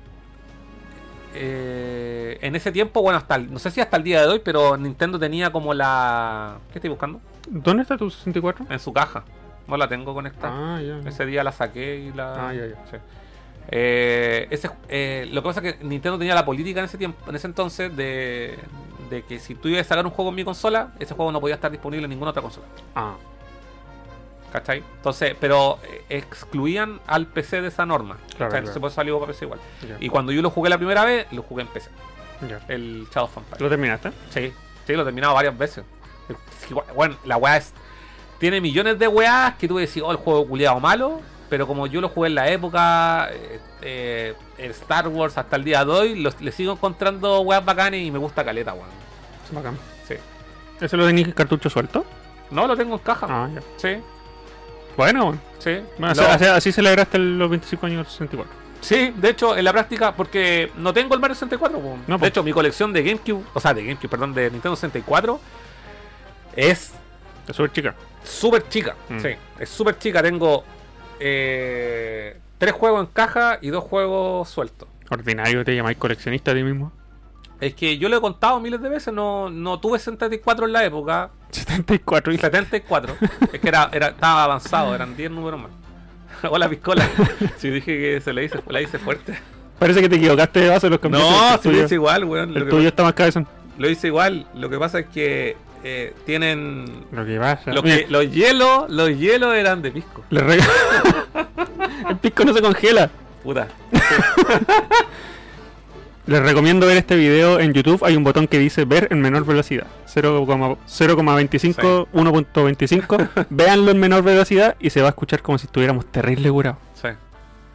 eh, en ese tiempo, bueno, hasta el- no sé si hasta el día de hoy, pero Nintendo tenía como la. ¿Qué estoy buscando? ¿Dónde está tu 64? En su caja. No la tengo conectada. Ah, ya. ya. Ese día la saqué y la. Ah, ya, ya. Sí. Eh, ese, eh, lo que pasa es que Nintendo tenía la política en ese tiempo, en ese entonces, de, de que si tú ibas a sacar un juego en mi consola, ese juego no podía estar disponible en ninguna otra consola. Ah, ¿Cachai? Entonces, pero eh, excluían al PC de esa norma. Claro, ¿cachai? claro. Entonces, por eso salió para PC igual. ya. Y cuando yo lo jugué la primera vez, lo jugué en PC. ya. El Shadow of Vampire. ¿Lo terminaste? Sí, sí, lo he terminado varias veces. Es que, Bueno, la weá es. Tiene millones de weás que tú decís, oh, el juego culiado malo. Pero como yo lo jugué en la época, eh, eh, el Star Wars hasta el día de hoy, los- le sigo encontrando weas bacanes y me gusta caleta, weón. Bacán. Sí. ¿Ese lo tenías cartucho suelto? No, lo tengo en caja. Ah, ya. Sí, Bueno, bueno. sí. Bueno, Lo- o sea, así celebraste los 25 años del 64. Sí, de hecho, en la práctica, porque no tengo el Mario 64. po. No, pues. po. de hecho, mi colección de GameCube, o sea, de GameCube, perdón, de Nintendo 64, es Es súper chica. súper chica. Mm. Sí, es súper chica. Tengo eh, tres juegos en caja y dos juegos sueltos. Ordinario, te llamáis coleccionista a ti mismo. Es que yo lo he contado miles de veces, no, no tuve 64 en la época, 74 y 74. es que era, era, estaba avanzado, eran 10 números más. Hola, piscola. si dije que se le hice, la hice fuerte. Parece que te equivocaste de base los cambiaste No, el si tuyo. lo hice igual, weón. Lo El que tuyo está más cabezón. Lo hice igual, lo que pasa es que eh, tienen... Lo que pasa. Los, Mira, que- los hielos los hielos eran de pisco. le rega- el pisco no se congela. Puta. Les recomiendo ver este video en YouTube. Hay un botón que dice ver en menor velocidad. 0,25, 1.25. Véanlo en menor velocidad y se va a escuchar como si estuviéramos terrible curados. Sí.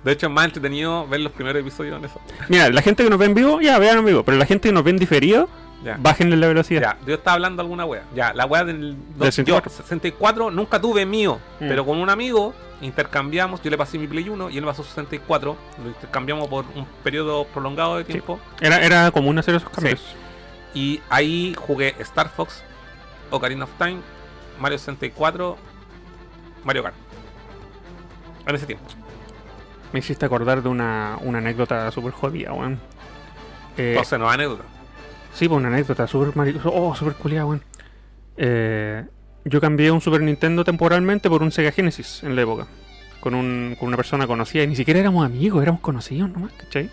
De hecho, es más entretenido ver los primeros episodios en eso. Mira, la gente que nos ve en vivo, ya vean en vivo. Pero la gente que nos ve en diferido, Ya. bájenle la velocidad. Ya, yo estaba hablando alguna wea. Ya, la wea del no, Del 64. yo, 64 nunca tuve mío, Mm. pero con un amigo intercambiamos, yo le pasé mi Play 1 y él pasó su 64, lo intercambiamos por un periodo prolongado de tiempo Era, era común hacer esos cambios. y ahí jugué Star Fox, Ocarina of Time, Mario 64, Mario Kart. En ese tiempo. Me hiciste acordar de una, una anécdota súper jodida, weón. Eh, Entonces, no anécdota. sí, pues una anécdota súper marico- Oh, súper culiada, weón. Eh, yo cambié un Super Nintendo temporalmente por un Sega Genesis en la época. Con, un, con una persona conocida. Y ni siquiera éramos amigos, éramos conocidos nomás, ¿cachai?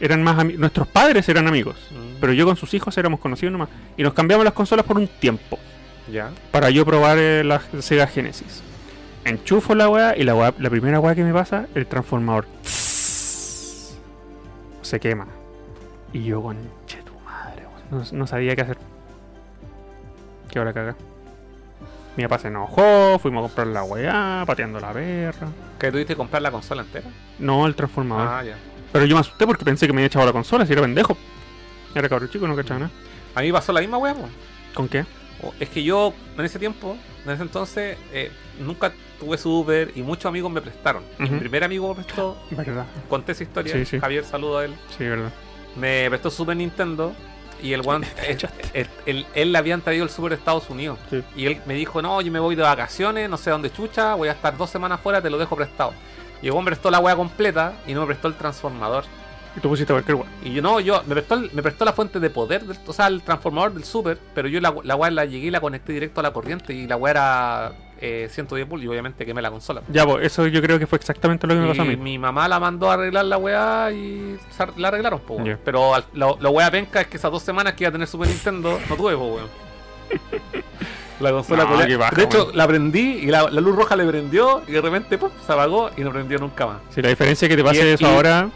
Eran más ami- Nuestros padres eran amigos. Mm. Pero yo con sus hijos éramos conocidos nomás. Y nos cambiamos las consolas por un tiempo. Ya. para yo probar eh, la Sega Genesis. Enchufo la weá y la, weá- la primera weá que me pasa, el transformador. Se quema. Y yo con tu madre, weón, no, no sabía qué hacer. Qué hora caga. Mi papá se enojó, fuimos a comprar la weá, pateando la perra. Que tuviste que comprar la consola entera. No, el transformador. Ah, ya. Pero yo me asusté porque pensé que me había echado la consola, si era pendejo. Era cabrón chico, no cachaba nada. A mí me pasó la misma weá, po. ¿Con qué? O- Es que yo, en ese tiempo, en ese entonces, eh, nunca tuve Super y muchos amigos me prestaron. Ujú. Mi primer amigo me prestó, Verdad. conté esa historia. Sí, sí. Javier, saludo a él. Sí, verdad. Me prestó Super Nintendo y el one. el- el- el- él le habían traído el Super de Estados Unidos. Sí. Y él me dijo: No, yo me voy de vacaciones, no sé a dónde chucha, voy a estar dos semanas fuera, te lo dejo prestado. Y el one prestó la weá completa y no me prestó el transformador. Y tú pusiste cualquier weá. Y yo no, yo me prestó, el- me prestó la fuente de poder, del- o sea, el transformador del super, pero yo la, la weá la llegué y la conecté directo a la corriente y la weá era eh, 110 volts y obviamente quemé la consola. Ya, pues, eso yo creo que fue exactamente lo que me pasó a Y mí. mi mamá la mandó a arreglar la weá y se ar- la arreglaron, po, weón. Ya. Pero al- la, la weá penca es que esas dos semanas que iba a tener Super Nintendo no tuve, po, weón. La consola No, culiá- qué baja, De hecho, weón. la prendí y la, la luz roja le prendió y de repente puf, se apagó y no prendió nunca más. Si la diferencia es que te Y- pase eso y- ahora,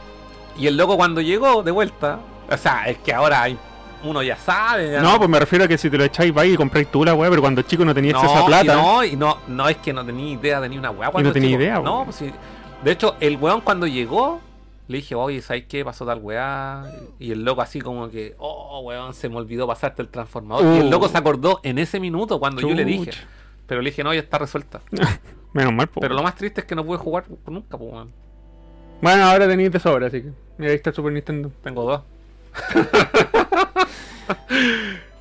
Y el loco cuando llegó de vuelta, o sea, es que ahora hay- uno ya sabe. ya No, pues me refiero a que si te lo echáis, vais y compráis tú la weá, pero cuando chico no tenías no, esa plata. Y no, y no, no es que no tenía idea de ni una weá. cuando tenía chico. idea, No, weón. pues sí. De hecho, el weón cuando llegó, le dije, oye, ¿sabes qué pasó tal weá? Y el loco así como que, oh, weón, se me olvidó pasarte el transformador. Y el Uh. loco se acordó en ese minuto cuando yo le dije. Chuch. Pero le dije, no, ya está resuelta. Menos mal, pues. Pero lo más triste es que no pude jugar nunca, pues, weón. Bueno, ahora tenéis de sobra, así que. Mira, ahí está el Super Nintendo. Tengo dos.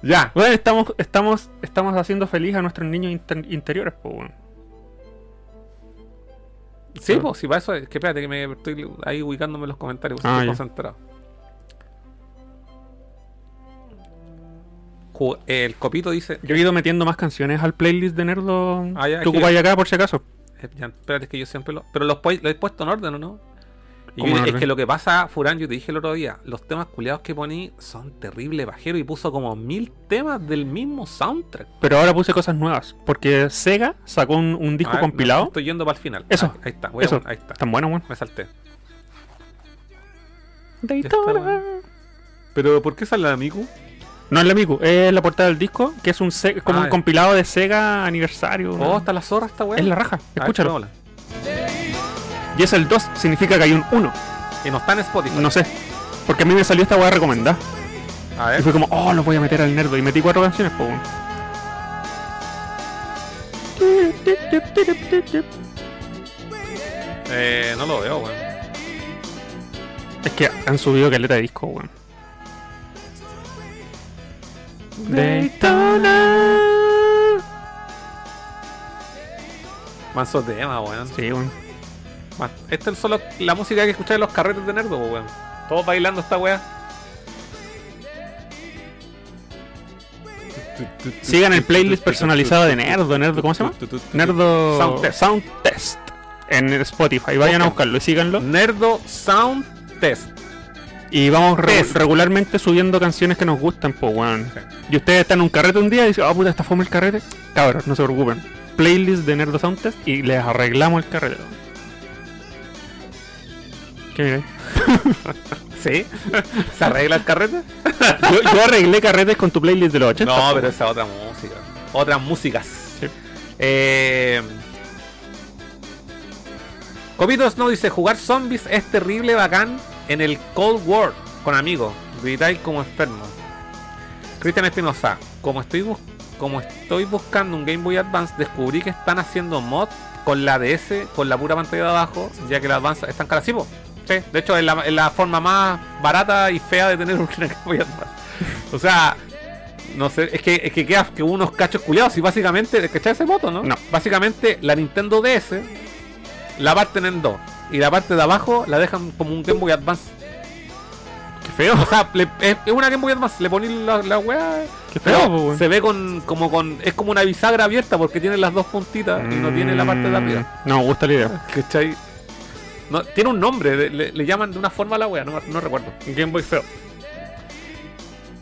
Ya. Bueno, estamos, estamos, estamos haciendo feliz a nuestros niños inter- interiores, pues, weón. Sí, Ah. pues, sí, para eso es que espérate que me estoy ahí ubicándome en los comentarios, pues, Ah, estoy ya. concentrado. Ju- El copito dice. Yo he ido metiendo más canciones al playlist de Nerdo Ah, ya, que que- ocupáis acá, por si acaso. eh, ya, espérate, es que yo siempre lo. Pero los, poi- los he puesto en orden, ¿o no? Y ¿Cómo yo- en es orden? que lo que pasa, Furán, yo te dije el otro día, los temas culiados que poní son terribles bajeros y puso como mil temas del mismo soundtrack. Pero ahora puse cosas nuevas, porque Sega sacó un, un A disco ver, compilado. Ah, no, estoy yendo para el final. Eso. Ah, ahí está, voy a Eso. poner- ahí está. Tan bueno, weón. Me salté. Daytona. weón. Pero ¿por qué sale el amigo? No es la Miku, es la portada del disco, que es un se- como Ah, un ya. compilado de Sega aniversario. Oh, weón. está la zorra esta weá. Es la raja, A ver, escúchalo. probémosla. Y es el 2, significa que hay un 1. Y no está en Spotify. No sé. Porque a mí me salió esta weá recomendada. A Y ver. fue como, oh, lo voy a meter al nerdo. Y metí cuatro canciones, po. weón. Eh, no lo veo, weón. Es que han subido caleta de disco, weón. Daytona. Manso tema, weón. Sí, weón. Man- Esta es solo la música que escuchaba en los carretes de nerdo, po, weón. Todos bailando esta weá. Sigan el playlist personalizado de Nerdo, Nerdo, ¿cómo se llama? Nerdo Sound Test. Sound Test en Spotify. Vayan a Ok. buscarlo y síganlo. Nerdo Sound Test. Y vamos re- Test. regularmente subiendo canciones que nos gustan, po, weón. Sí. Y ustedes están en un carrete un día y dicen, ah, puta, está fome el carrete. Cabros, no se preocupen. Playlist de Nerdo Sound Test y les arreglamos el carrete. ¿Qué miráis? ¿Sí? ¿Se arregla el carrete? Yo, yo arreglé carretes con tu playlist de los 80. No, po, pero weón. esa otra música. Otras músicas. pues. Sí. Eh, Copitos no dice, jugar zombies es terrible bacán en el Cold War con amigos. Gritáis como enfermo. Cristian Espinosa, como estoy, bus- como estoy buscando un Game Boy Advance, descubrí que están haciendo mod con la DS, con la pura pantalla de abajo, ya que la Advance están caras. Sí, po. Sí, de hecho es la, es la forma más barata y fea de tener un Game Boy Advance. O sea, no sé, es que, es que queda que unos cachos culiados y básicamente, ¿cachai ese moto, no? No. Básicamente la Nintendo DS la parten en dos y la parte de abajo la dejan como un Game Boy Advance. Qué feo. O sea, le- es, es una Game Boy Advance, le poní la, la weá. Qué feo, po, Pero weón. se ve con, como con. Es como una bisagra abierta porque tiene las dos puntitas y no tiene la parte de arriba. Mm, No, me gusta la idea. ¿Cachai? No, tiene un nombre, le- le, le llaman de una forma a la wea, no, no recuerdo. Game Boy feo.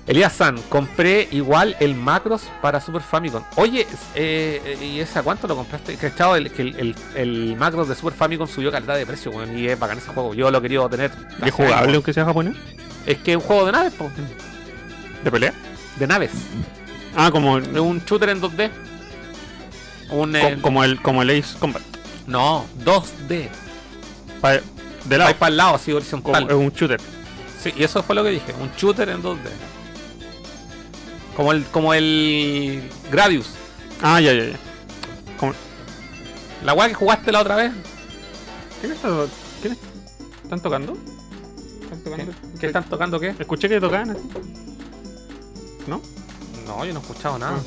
Elías San, compré igual el Macros para Super Famicom. Oye, es- eh, eh, ¿y ese a cuánto lo compraste? Que chavo, el, que el, el, el Macros de Super Famicom subió calidad de precio, weón. Y es bacán ese juego. Yo lo quería tener. ¿Y es jugable aunque sea japonés? Es que es un juego de naves, po. ¿De pelea? De naves. Ah, como Es un shooter en 2D. Un, Co- eh, como, el, como el Ace Combat. no, 2D. Pa- de Ahí lado. para el lado, así como- horizontal. es un shooter. Sí, y eso fue lo que dije, un shooter en 2D. Como el, como el Gradius. Ah, ya, ya, ya. Como- La weá que jugaste la otra vez. ¿Qué es eso? ¿Qué es esto? ¿Están tocando? ¿Están ¿Qué, tocando? ¿Qué están tocando qué? Escuché que tocaban así. ¿No? No, yo no he escuchado nada. Ah.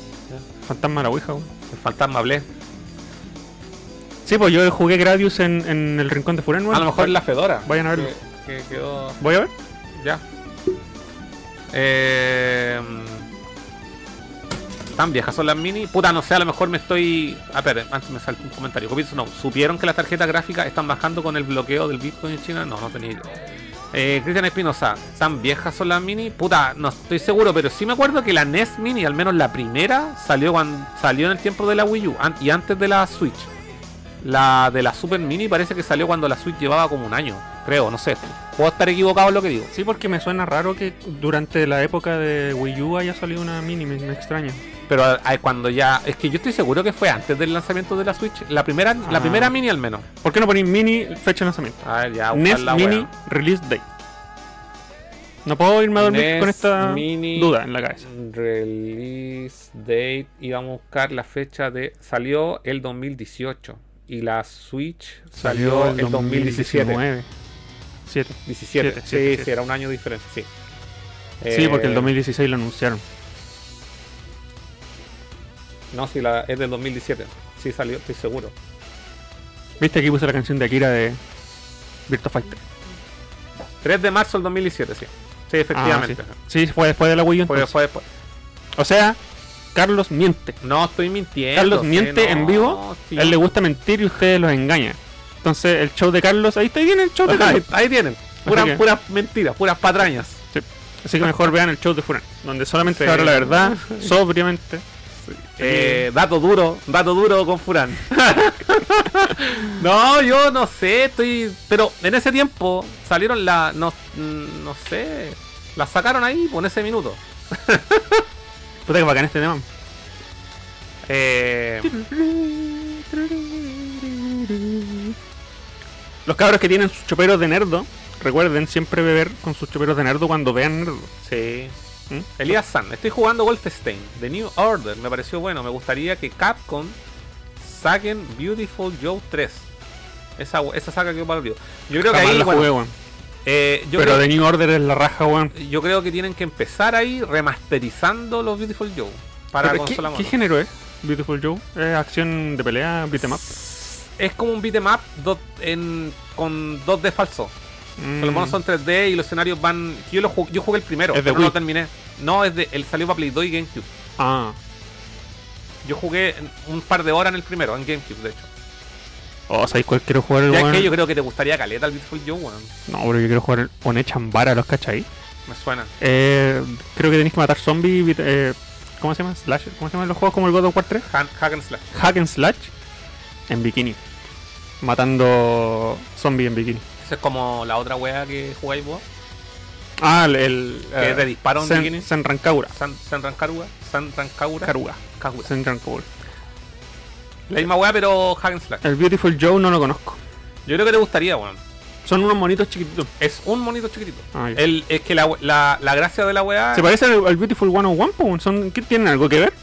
Fantasma de la Ouija, weón. El fantasma hablé. Sí, pues yo jugué Gradius en, en el Rincón de Furén, weón. A lo mejor en la Fedora. Vayan a verlo. Que, que quedó. Voy a ver. Ya. Eh, Tan viejas son las mini. Puta, no sé, a lo mejor me estoy. A ver, antes me saltó un comentario. Copizo, no. ¿Supieron que las tarjetas gráficas están bajando con el bloqueo del Bitcoin en China? No, no tenía idea. Eh, Cristian Espinosa, ¿tan viejas son las mini? Puta, no estoy seguro, pero sí me acuerdo que la NES Mini, al menos la primera, salió cuando, salió en el tiempo de la Wii U an- y antes de la Switch. La de la Super Mini parece que salió cuando la Switch llevaba como un año, creo, no sé. Puedo estar equivocado en lo que digo. Sí, porque me suena raro que durante la época de Wii U haya salido una mini, me, me extraña. Pero a- a- cuando ya. Es que yo estoy seguro que fue antes del lanzamiento de la Switch. La primera, Ah. la primera mini al menos. ¿Por qué no ponéis mini fecha de lanzamiento? A ver, ya. NES E Mini Release Date. No puedo irme a dormir NES con esta E Mini- duda en la cabeza. Release date. Y vamos a buscar la fecha de. Salió el 2018. Y la Switch salió, el 2017. 7. 17. Siete, sí, siete, sí, siete. era un año de diferencia, sí. Sí, porque el Eh, 2016 lo anunciaron. No, sí, la, es del 2017. Sí, salió, estoy seguro. Viste aquí puse la canción de Akira de Virtua Fighter. 3 de marzo del 2017, sí. Sí, efectivamente. Ah, sí. Sí, fue después de la Wii U. Fue- entonces. fue después. O sea, Carlos miente. No, estoy mintiendo. Carlos sí, miente no, en vivo. sí. A él le gusta mentir y ustedes los engañan. Entonces, el show de Carlos, ahí está bien el show de Ahí, Carlos. ahí tienen. que- Puras, puras mentiras, puras patrañas. Sí. Así que mejor vean el show de Furan, donde solamente se Sí. habla la verdad, sobriamente. Eh, dato duro, dato duro con Furán. no, yo no sé, estoy. Pero en ese tiempo salieron la. No, mm, no sé. La sacaron ahí por ese minuto. Puta que bacán este tema. Eh, Los cabros que tienen sus choperos de nerdo, recuerden siempre beber con sus choperos de nerdo cuando vean nerdo. sí. ¿Mm? Elías San, estoy jugando Wolfenstein, The New Order, me pareció bueno, me gustaría que Capcom saquen Beautiful Joe 3. Esa, esa saga que yo valoro. Yo creo que Jamás ahí, la bueno, jugué, weón. eh, yo, Pero creo, The New Order es la raja, weón. yo creo que tienen que empezar ahí remasterizando los Beautiful Joe para Pero ¿qué, consola ¿Qué mono. género es? Beautiful Joe. ¿Es acción de pelea, beat 'em up? Es como un beat'em up dos- en- con 2D falso. Mm. Los monos son 3D y los escenarios van. Yo, lo ju- yo jugué el primero, Es de pero no Wii. lo terminé. No, es de, él salió para Play 2 y GameCube. Ah, Yo jugué en- un par de horas en el primero, en GameCube, de hecho. oh, ¿sabéis cuál quiero jugar el Ya weón? que yo creo que te gustaría caleta el Beautiful Joe, weón. No, pero yo quiero jugar el Onechambara, ¿los cachai? Me suena. Eh, creo que tenéis que matar zombies. Eh, ¿Cómo se llama? Slasher. ¿Cómo se llaman los juegos como el God of War 3? Han- hack and slash. Hack and Slash en bikini. Matando zombies en bikini. Eso es como la otra wea que jugáis vos. Ah, el. el Que eh, te dispara un Sen- bikini. Senrankaura. San, San Rancarua. San Rancaura. Karuga. Kakura. Senrankaura. La misma wea, pero hack and slash. El Beautiful Joe no lo conozco. Yo creo que te gustaría, weón. Son unos monitos chiquititos. Es un monito chiquitito. Ah, ya. El, es que la, la, la gracia de la wea. ¿Se parece al, al Beautiful 101? po? ¿Son, ¿Qué tienen algo que ver?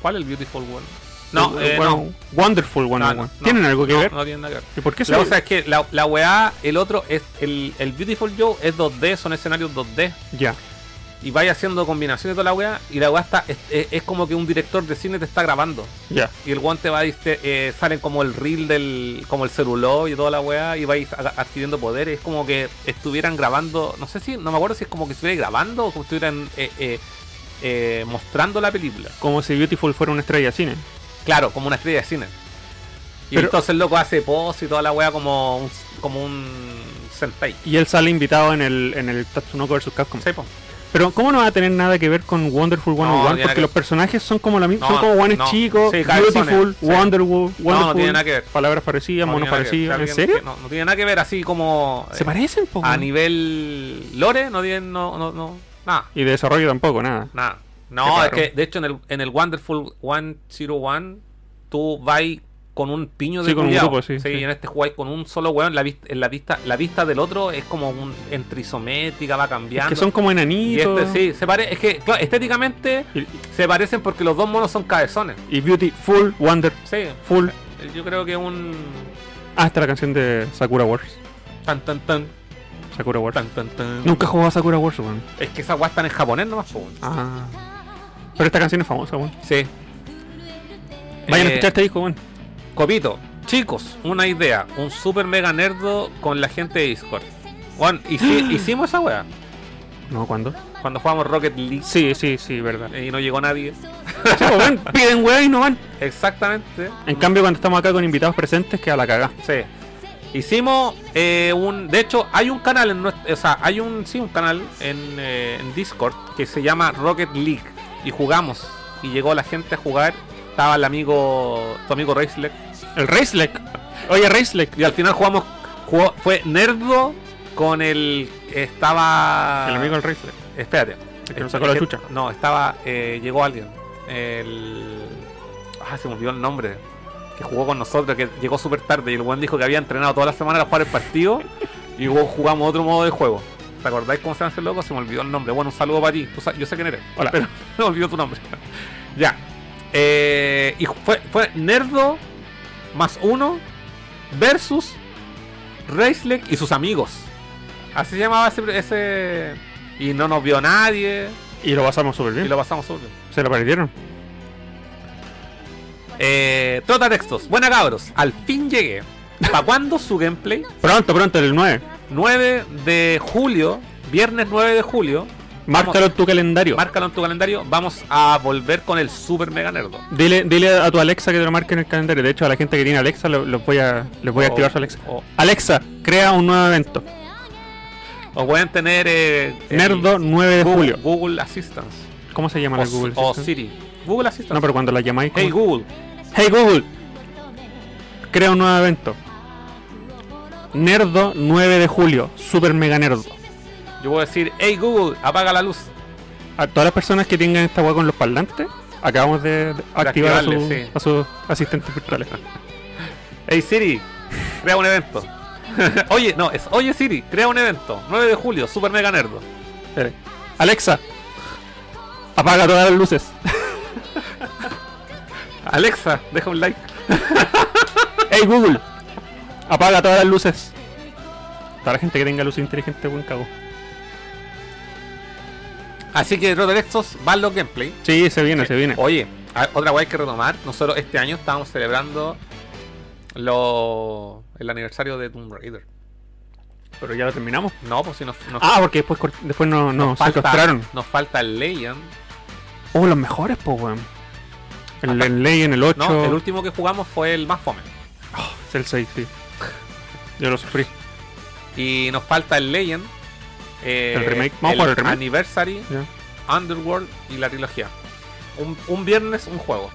¿Cuál es el Beautiful One? No, El- el eh, no. one- oh, Wonderful 101. No, no, no. ¿Tienen algo que No, ver? No tiene nada que ver. ¿Y por qué se La cosa es que la, la weá, el otro, es el, el Beautiful Joe es 2D, son escenarios 2D. Ya. y vaya haciendo combinaciones de toda la weá, y la weá está, es, es- es como que un director de cine te está grabando. Ya. Y el guante va a diste- eh, salen como el reel del, como el celular y toda la weá, y vais a- adquiriendo poderes. Es como que estuvieran grabando, no sé si, no me acuerdo si es como que estuvieran grabando o como estuvieran eh, eh, eh, mostrando la película. Como si Beautiful fuera una estrella de cine. Claro, como una estrella de cine. Y Pero- entonces el loco hace pose y toda la weá como un, como un sentai. Y él sale invitado en el, en el Tatsunoko vs. Capcom. Sí, po. Pero ¿cómo no va a tener nada que ver con Wonderful 101? tiene porque que- los personajes son como la misma, No, son como Juanes no. Chico, Sí, calzones, Beautiful, sí. Wonderful, Wonderful. No, no tiene nada que ver. Palabras parecidas, No monos tiene nada que ver. parecidos. O sea, ¿En alguien serio? que No, no tiene nada que ver, así como. Se eh, parecen, po. A weón. nivel lore no tienen, no, no, no, nada, Y de desarrollo tampoco, nada. nada. Qué No, es raro. que de hecho en el, en el Wonderful 101 tú vas con un piño de Sí, con un culiao. grupo, sí, sí. en este jugáis con un solo weón, la, vis- en la vista la vista del otro es como un, en trisométrica, va cambiando. Que son como y enanitos. este, sí, se pare, es que claro, estéticamente Y- se parecen porque los dos monos son cabezones. Y Beautiful Wonder Sí, Full. yo creo que un Hasta la canción de Sakura Wars. tan tan tan Sakura Wars. tan tan tan. Nunca he jugado a Sakura Wars, weón. Es que esa weá están en japonés nomás, po, weón. Ah. Pero esta canción es famosa, weón. Sí. Vayan a Eh, escuchar este disco, weón. Copito, chicos, una idea. Un super mega nerdo con la gente de Discord. Juan, hicimos esa weá. No, ¿cuándo? Cuando jugamos Rocket League Sí, sí, sí, verdad. y no llegó nadie. Sí, pues, weón, piden weón y no van. Exactamente. En cambio, cuando estamos acá con invitados presentes, queda la cagá. Sí. Hicimos eh, un. De hecho, hay un canal en nuestro. O sea, hay un. Sí, un canal en, eh, en Discord que se llama Rocket League. Y jugamos. Y llegó la gente a jugar. Estaba el amigo. Tu amigo Reisler. El Racelec. Oye, Racelec. Y al final jugamos. jugó- fue Nerdo con el. Estaba. El amigo del Racelec. Espérate. El que nos sacó la chucha. No, estaba. eh, llegó alguien. El. Ah, se me olvidó el nombre. Que jugó con nosotros, que llegó súper tarde. Y el buen dijo que había entrenado toda la semana para jugar el partido. y luego jugamos otro modo de juego. ¿Te acordáis cómo se llama ese loco? Se me olvidó el nombre. Bueno, un saludo para ti. Tú sa- yo sé quién eres. Hola. Pero me olvidó tu nombre. ya. Eh, y fue, fue Nerdo más uno versus Reisleck y sus amigos. Así se llamaba ese, ese- Y no nos vio nadie. Y lo pasamos súper Y bien. lo pasamos sobre. Se lo perdieron. Eh, Trota textos. Buena cabros. Al fin llegué. ¿Para cuándo su gameplay? Pronto, pronto, el 9. 9 de julio. Viernes 9 de julio. Márcalo en tu calendario. Márcalo en tu calendario. Vamos a volver con el Super Mega Nerdo. Dile, dile a tu Alexa que te lo marque en el calendario. De hecho, a la gente que tiene Alexa, lo- los voy a, les voy a O- activar su Alexa. O, Alexa, crea un nuevo evento. o pueden tener. eh, el Nerdo 9 de Google, julio. Google Assistance. ¿Cómo se llama O, la Google? o Assistant? Siri. Google Assistance. No, pero cuando la llamáis. Hey ¿cómo? Google. Hey Google, crea un nuevo evento. Nerdo 9 de julio, super mega nerdo. Yo voy a decir, hey Google, apaga la luz. A todas las personas que tengan esta weá con los parlantes, acabamos de, de activar a, su- activarle, sí. a sus asistentes virtuales. Hey Siri, crea un evento. oye, no, es Oye Siri, crea un evento. 9 de julio, Super Mega Nerdo. Espere. Alexa, apaga todas las luces. Alexa, deja un like. Hey Google, apaga todas las luces. Toda la gente que tenga luz inteligente, buen cago. Así que Rotorexos, van los gameplay. Sí, se viene, se viene. Oye, a- otra guay que retomar. Nosotros este año estábamos celebrando lo, el aniversario de Tomb Raider. Pero ya lo terminamos. No, pues si nos, nos Ah, porque después, cort- después no, no, se falta, frustraron. nos falta el Legend. Oh, los mejores, pues, weón. El, el Ley en el 8, No, el último que jugamos fue el más fome. es el 6, sí. Yo lo sufrí. Y nos falta el Legend. eh, El remake. Vamos a jugar el remake. Anniversary, ya. Underworld y la trilogía. Un, un viernes, un juego.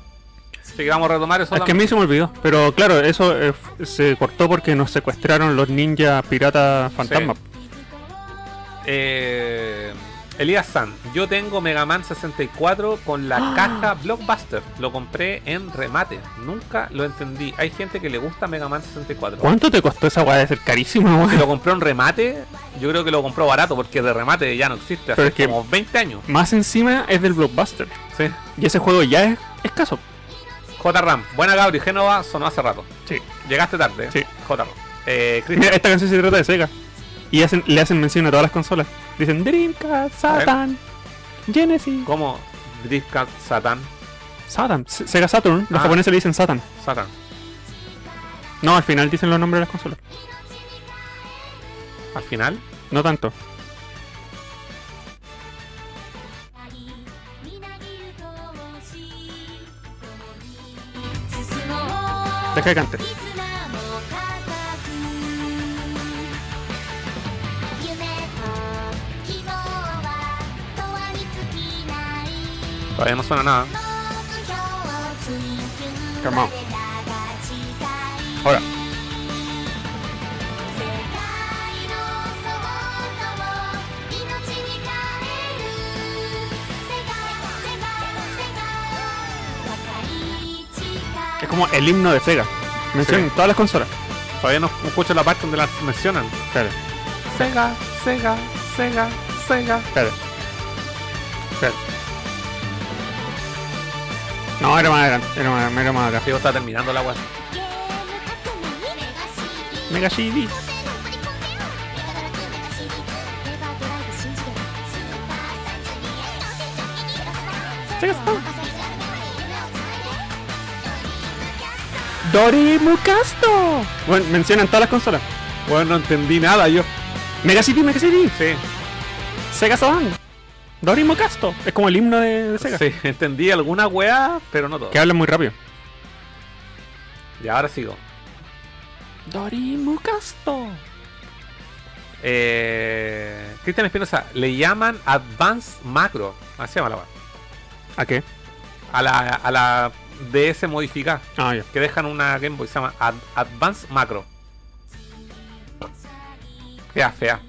Así que vamos a retomar eso. Es que a también. mí se me olvidó. Pero claro, eso eh, f- se cortó porque nos secuestraron los ninjas piratas fantasma. Sí. Eh, Elías San, yo tengo Mega Man 64 con la caja Blockbuster. Lo compré en remate. Nunca lo entendí. Hay gente que le gusta Mega Man 64. ¿Cuánto te costó esa weá de ser carísima, Si weón? lo compró en remate, yo creo que lo compró barato porque de remate ya no existe. Hace Pero es que- como 20 años. Más encima es del blockbuster. Sí. Y ese juego ya es escaso. JRAM, buena Gabri, Génova sonó hace rato. Sí. Llegaste tarde. Sí. JRAM. Eh, Cristian, Mira, esta canción se trata de Sega. Y hacen, le hacen mención a todas las consolas. Dicen Dreamcast, ver. Satan, Genesis, ¿cómo? Driftcast, Satan, Satan, Se- Sega Saturn. Los Ah. japoneses le dicen Satan. Satan. No, al final dicen los nombres de las consolas. Al final, No tanto. Deja que cante. todavía no suena nada. Come on. Ahora. Es como el himno de Sega. Mencionan Sí. todas las consolas. Todavía no escucho la parte donde las mencionan. Claro, Sega, Sega, Sega, Sega. claro. Claro. No, era más adelante, era más, era más acá. Digo, está terminando la weá. ゲーム革命メ Mega ガ CD CD. 東西ドを取り込んでよメガドラ2メガ CD レバードライブ信じてスーパー32へ当セ選ガ直ス撃パンセガスパン Dorimucasto. Bueno, mencionan todas las consolas. Bueno, no entendí nada yo. Mega CD, Mega CD. Sí, Sega Saban. Dorimucasto. Es como el himno de, de Sega. sí, entendí alguna weá, pero no todo. Que hablan muy rápido. Y ahora sigo. Dorimucasto. Eh, Cristian Espinosa, le llaman Advanced Macro. Así se llama la weá. ¿A qué? A la, a la DS modificada. Ah, ya. Que dejan una Game Boy. Se llama Ad- Advanced Macro. Queda fea.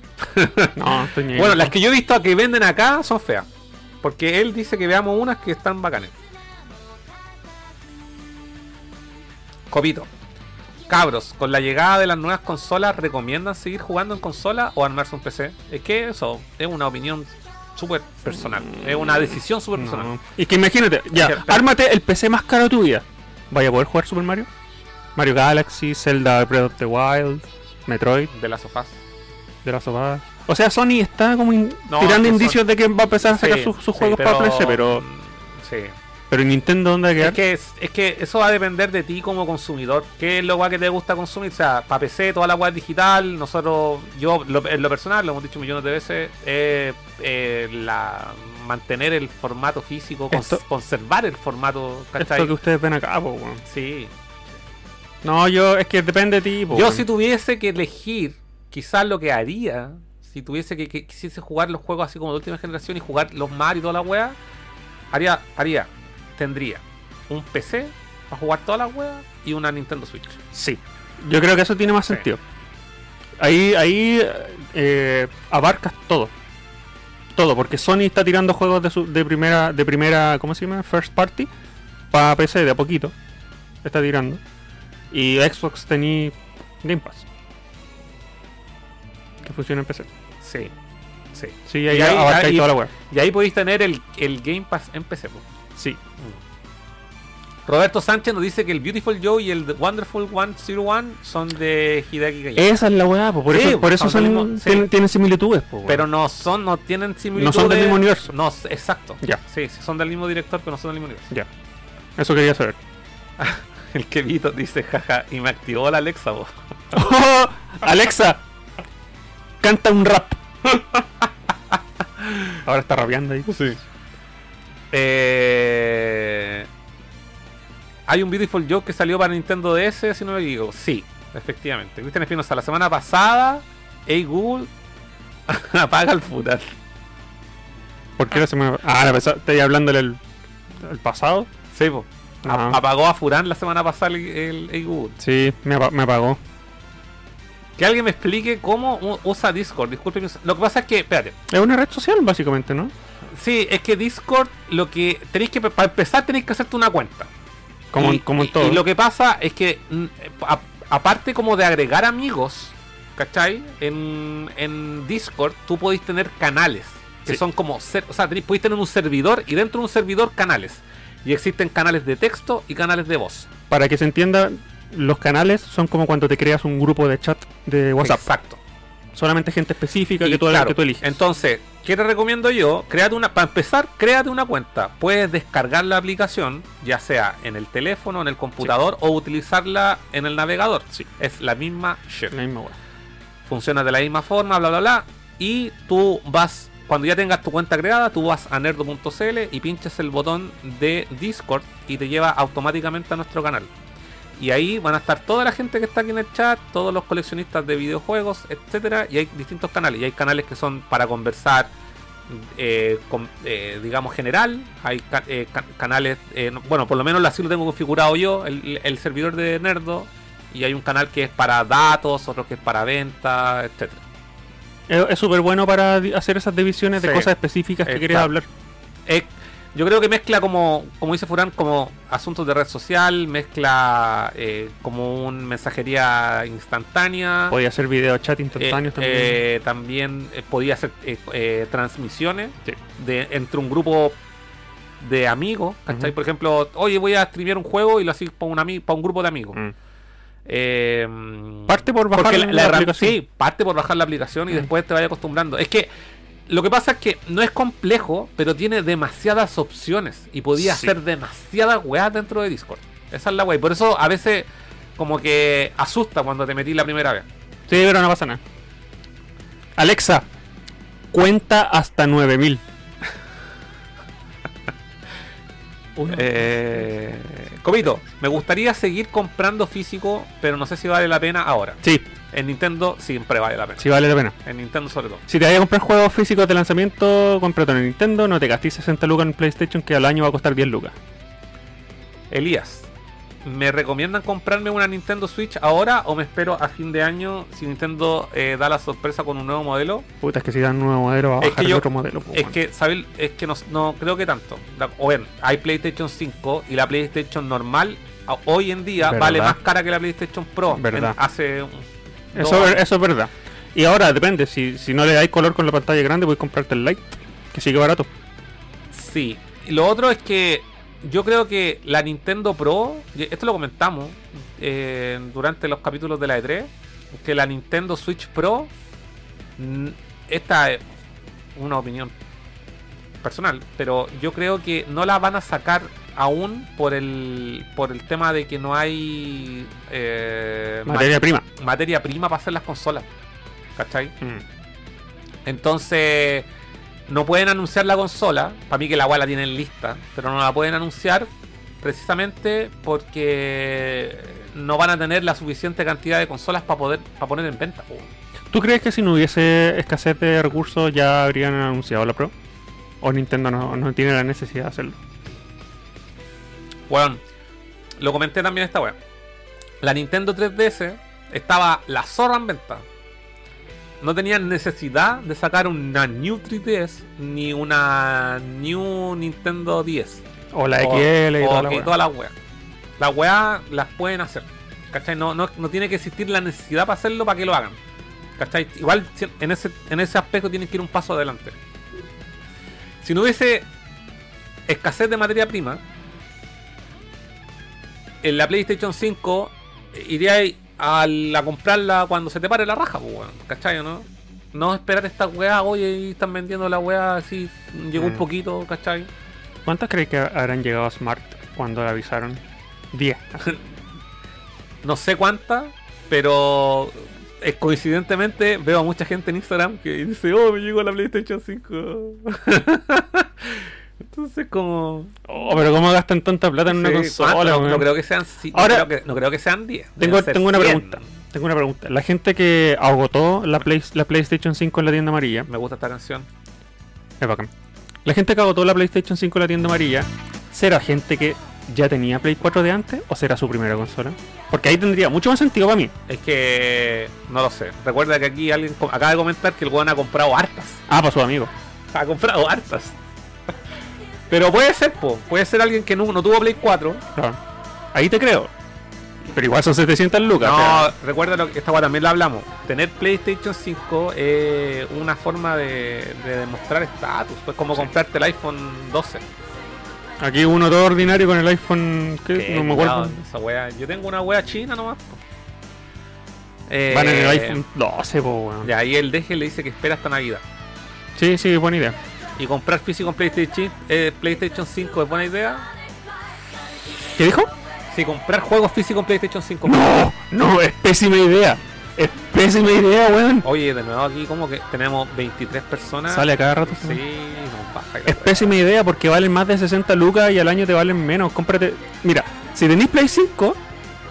No, estoy ni ahí. Bueno, las que yo he visto que venden acá son feas. Porque él dice que veamos unas que están bacanes. Copito. Cabros, con la llegada de las nuevas consolas, ¿recomiendan seguir jugando en consola o armarse un PC? Es que eso es una opinión súper personal. Mm. Es una decisión súper personal. No. Y que imagínate, ya, Sí, pero- ármate el PC más caro de tu vida. ¿Vaya a poder jugar Super Mario? Mario Galaxy, Zelda Breath of the Wild, Metroid, De las sofás. de la sopa. O sea, Sony está como in- No, tirando que indicios de que va a empezar a sacar Sí, sus, sus sí, mm, juegos para PC, pero. Sí. Pero Nintendo, ¿dónde va a Es quedar? que, es, es que eso va a depender de ti como consumidor. ¿Qué es lo guay que te gusta consumir? O sea, para PC, toda la web digital, nosotros, yo lo- en lo personal, lo hemos dicho millones de veces, eh, eh, la, mantener el formato físico, cons- Esto- conservar el formato, ¿cachai? Esto que ustedes ven acá, po, weón. Sí. No, yo, es que depende de ti, po, Yo weón. si tuviese que elegir, quizás lo que haría, si tuviese que, que quisiese jugar los juegos así como de última generación y jugar los Mario y toda la wea, haría, haría, tendría un PC para jugar toda la wea y una Nintendo Switch. Sí. Yo creo que eso tiene más Sí. sentido. Ahí, ahí eh, abarcas todo. Todo, porque Sony está tirando juegos de, su- de primera, de primera, ¿cómo se llama? First party para PC de a poquito. Está tirando. Y Xbox tenía Game Pass. Que funciona en PC. Sí. Sí. Sí, ahí, Y ahí- abarcáis y- toda la web. Y ahí podéis tener el, el Game Pass en PC. po. Sí. Roberto Sánchez nos dice que el Beautiful Joe y el The Wonderful 101 son de Hideki Kajima. Esa es la weá, po, por Sí, eso, por eso son son, del mismo- sí. tienen, tienen similitudes, po, weón. Pero no son, no tienen similitudes. del mismo universo. No, s- exacto. Ya. Sí, sí, son del mismo director, pero no son del mismo universo. Ya. Eso quería saber. El que Vito dice, jaja, y me activó la Alexa, vos. Oh, Alexa, canta un rap. Ahora está rapeando ahí. Sí. Eh, Hay un Beautiful Joe que salió para Nintendo DS, si no me equivoco. Sí, efectivamente. Cristian Espinosa, la semana pasada, hey Google, apaga el futal. ¿Por qué la semana Ah, la pasada. Estoy hablándole el, el pasado. Sí, po. A- Ajá. Apagó a Furán la semana pasada el, el Hey Google. Sí, me, apa- me apagó. Que alguien me explique cómo u- usa Discord. Disculpe, lo que pasa es que, espérate. Es una red social, básicamente, ¿no? Sí, es que Discord, lo que tenéis que, para empezar, tenéis que hacerte una cuenta. Como, y, en- como en y- todo. Y lo que pasa es que, mm, a- aparte como de agregar amigos, ¿cachai? En, en Discord tú podéis tener canales, que Sí. son como, ser- o sea, tenéis- podéis tener un servidor y dentro de un servidor canales. Y existen canales de texto y canales de voz. Para que se entienda, los canales son como cuando te creas un grupo de chat de WhatsApp. Exacto. Solamente gente específica Y que tú, claro, que tú eliges. Entonces, ¿qué te recomiendo yo? Créate una, para empezar, créate una cuenta. Puedes descargar la aplicación, ya sea en el teléfono, en el computador o utilizarla en el navegador. Sí. Es la misma shit. La misma weá. Funciona de la misma forma, bla, bla, bla. Y tú vas, cuando ya tengas tu cuenta creada, tú vas a nerdo.cl y pinches el botón de Discord y te lleva automáticamente a nuestro canal. Y ahí van a estar toda la gente que está aquí en el chat, todos los coleccionistas de videojuegos, etcétera, y hay distintos canales. Y hay canales que son para conversar, eh, con- eh, digamos, general. Hay ca- eh, ca- canales, eh, no- bueno, por lo menos así lo tengo configurado yo, el, el servidor de Nerdo. Y hay un canal que es para datos, otro que es para venta, etcétera. Es es súper bueno para di- hacer esas divisiones Sí. de cosas específicas que querías Exacto. hablar. Eh, Yo creo que mezcla como, como dice Furán, como asuntos de red social, mezcla eh, como un mensajería instantánea. Podía hacer video chat instantáneo Eh, también. eh, también eh, podía hacer eh, eh, transmisiones Sí. de, entre un grupo de amigos, ¿cachai? Ujú. Por ejemplo, oye, voy a escribir un juego y lo haces para un, ami- pa' un grupo de amigos. Mm. Eh, Parte por bajar porque la, la, la herram- aplicación. Sí, parte por bajar la aplicación y Mm. después te vaya acostumbrando. Es que lo que pasa es que no es complejo, pero tiene demasiadas opciones y podía Sí. hacer demasiadas weas dentro de Discord. Esa es la wea. y Por eso a veces como que asusta cuando te metí la primera vez. Sí, pero no pasa nada. Alexa, cuenta hasta 9000. Eh, Comito, me gustaría seguir comprando físico, pero no sé si vale la pena ahora. Sí, En Nintendo siempre vale la pena. sí vale la pena. En Nintendo sobre todo. Si te vas a comprar juegos físicos de lanzamiento, cómprate en Nintendo, no te gastes 60 lucas en PlayStation que al año va a costar 10 lucas. Elías, ¿me recomiendan comprarme una Nintendo Switch ahora o me espero a fin de año si Nintendo eh, da la sorpresa con un nuevo modelo? Puta, es que si dan un nuevo modelo, va a Es que bajar el yo- otro modelo. po, Es weón. que, ¿sabes? Es que no, no creo que tanto. La- o bien, hay PlayStation 5 y la PlayStation normal a- hoy en día Verdad. vale más cara que la PlayStation Pro. en- Verdad. hace un- dos eso, es- años. eso es verdad. Y ahora depende, si, si no le dais color con la pantalla grande, puedes comprarte el Lite, que sigue barato. Sí. Y lo otro es que yo creo que la Nintendo Pro, y esto lo comentamos eh, durante los capítulos de la E3, que la Nintendo Switch Pro, mm, esta es una opinión personal, pero yo creo que no la van a sacar aún por el por el tema de que no hay eh, ma- Materia prima. materia prima para hacer las consolas. ¿Cachai? Entonces, no pueden anunciar la consola. Para mí que la guay la tienen lista, pero no la pueden anunciar precisamente porque no van a tener la suficiente cantidad de consolas para poder para poner en venta. Oh, po. ¿Tú crees que si no hubiese escasez de recursos ya habrían anunciado la Pro? ¿O Nintendo no, no tiene la necesidad de hacerlo? Weón, lo comenté también esta web. La Nintendo 3DS estaba la zorra en venta. No tenían necesidad de sacar una New 3DS ni una New Nintendo 10. O la O- XL y o toda la que weá. todas las weas. Las weas las pueden hacer. ¿Cachai? No, no, no tiene que existir la necesidad para hacerlo para que lo hagan. ¿Cachai? Igual si- en ese, en ese aspecto tienen que ir un paso adelante. Si no hubiese escasez de materia prima, en la PlayStation 5 iría al- a comprarla cuando se te pare la raja, pues, weón. ¿Cachai o no? No esperar estas weas, oye, y están vendiendo la wea así, llegó un Mm. poquito, ¿cachai? ¿Cuántas crees que habrán llegado a Smart cuando la avisaron? 10. no sé cuántas, pero eh, coincidentemente veo a mucha gente en Instagram que dice, oh, me llegó la PlayStation 5. Entonces como... Oh, pero ¿cómo gastan tanta plata en una sí, consola? ¿cuánto? no, weón? no creo que sean si- no Ahora- creo que- no creo que sean 10. tengo, deben ser tengo una 100. pregunta. Tengo una pregunta. La gente que agotó la, Play- la PlayStation 5 en la tienda amarilla. Me gusta esta canción. Es bacán. La gente que agotó la PlayStation 5 en la tienda amarilla, ¿será gente que ya tenía Play 4 de antes o será su primera consola? Porque ahí tendría mucho más sentido para mí. Es que... No lo sé. Recuerda que aquí alguien co- acaba de comentar que el weón ha comprado hartas. Ah, para su amigo. ha comprado hartas. Pero puede ser, po. Puede ser alguien que no, no tuvo Play 4 Claro. Ahí te creo. Pero igual son 700 lucas. No, recuerda lo que esta guay también la hablamos. Tener PlayStation 5 es una forma de, de demostrar estatus. Pues como comprarte el iPhone 12. pero Aquí uno todo ordinario con el iPhone. ¿qué? Que, No me acuerdo. cuidado, esa wea- Yo tengo una wea china nomás. po. Eh, Van en el iPhone 12, po, weón. Ya, ahí el deje le dice que espera hasta Navidad. Sí, sí, buena idea. Y comprar físico en PlayStation, eh, PlayStation 5 es buena idea. ¿Qué dijo? Si comprar juegos físicos en PlayStation 5. No, no, es pésima idea. Es pésima idea, weón. Oye, de nuevo aquí como que tenemos 23 personas. Sale a cada rato. Oh, Sí, nos baja. la Es wea. pésima idea porque valen más de 60 lucas y al año te valen menos. Cómprate. Mira, si tenés Play 5,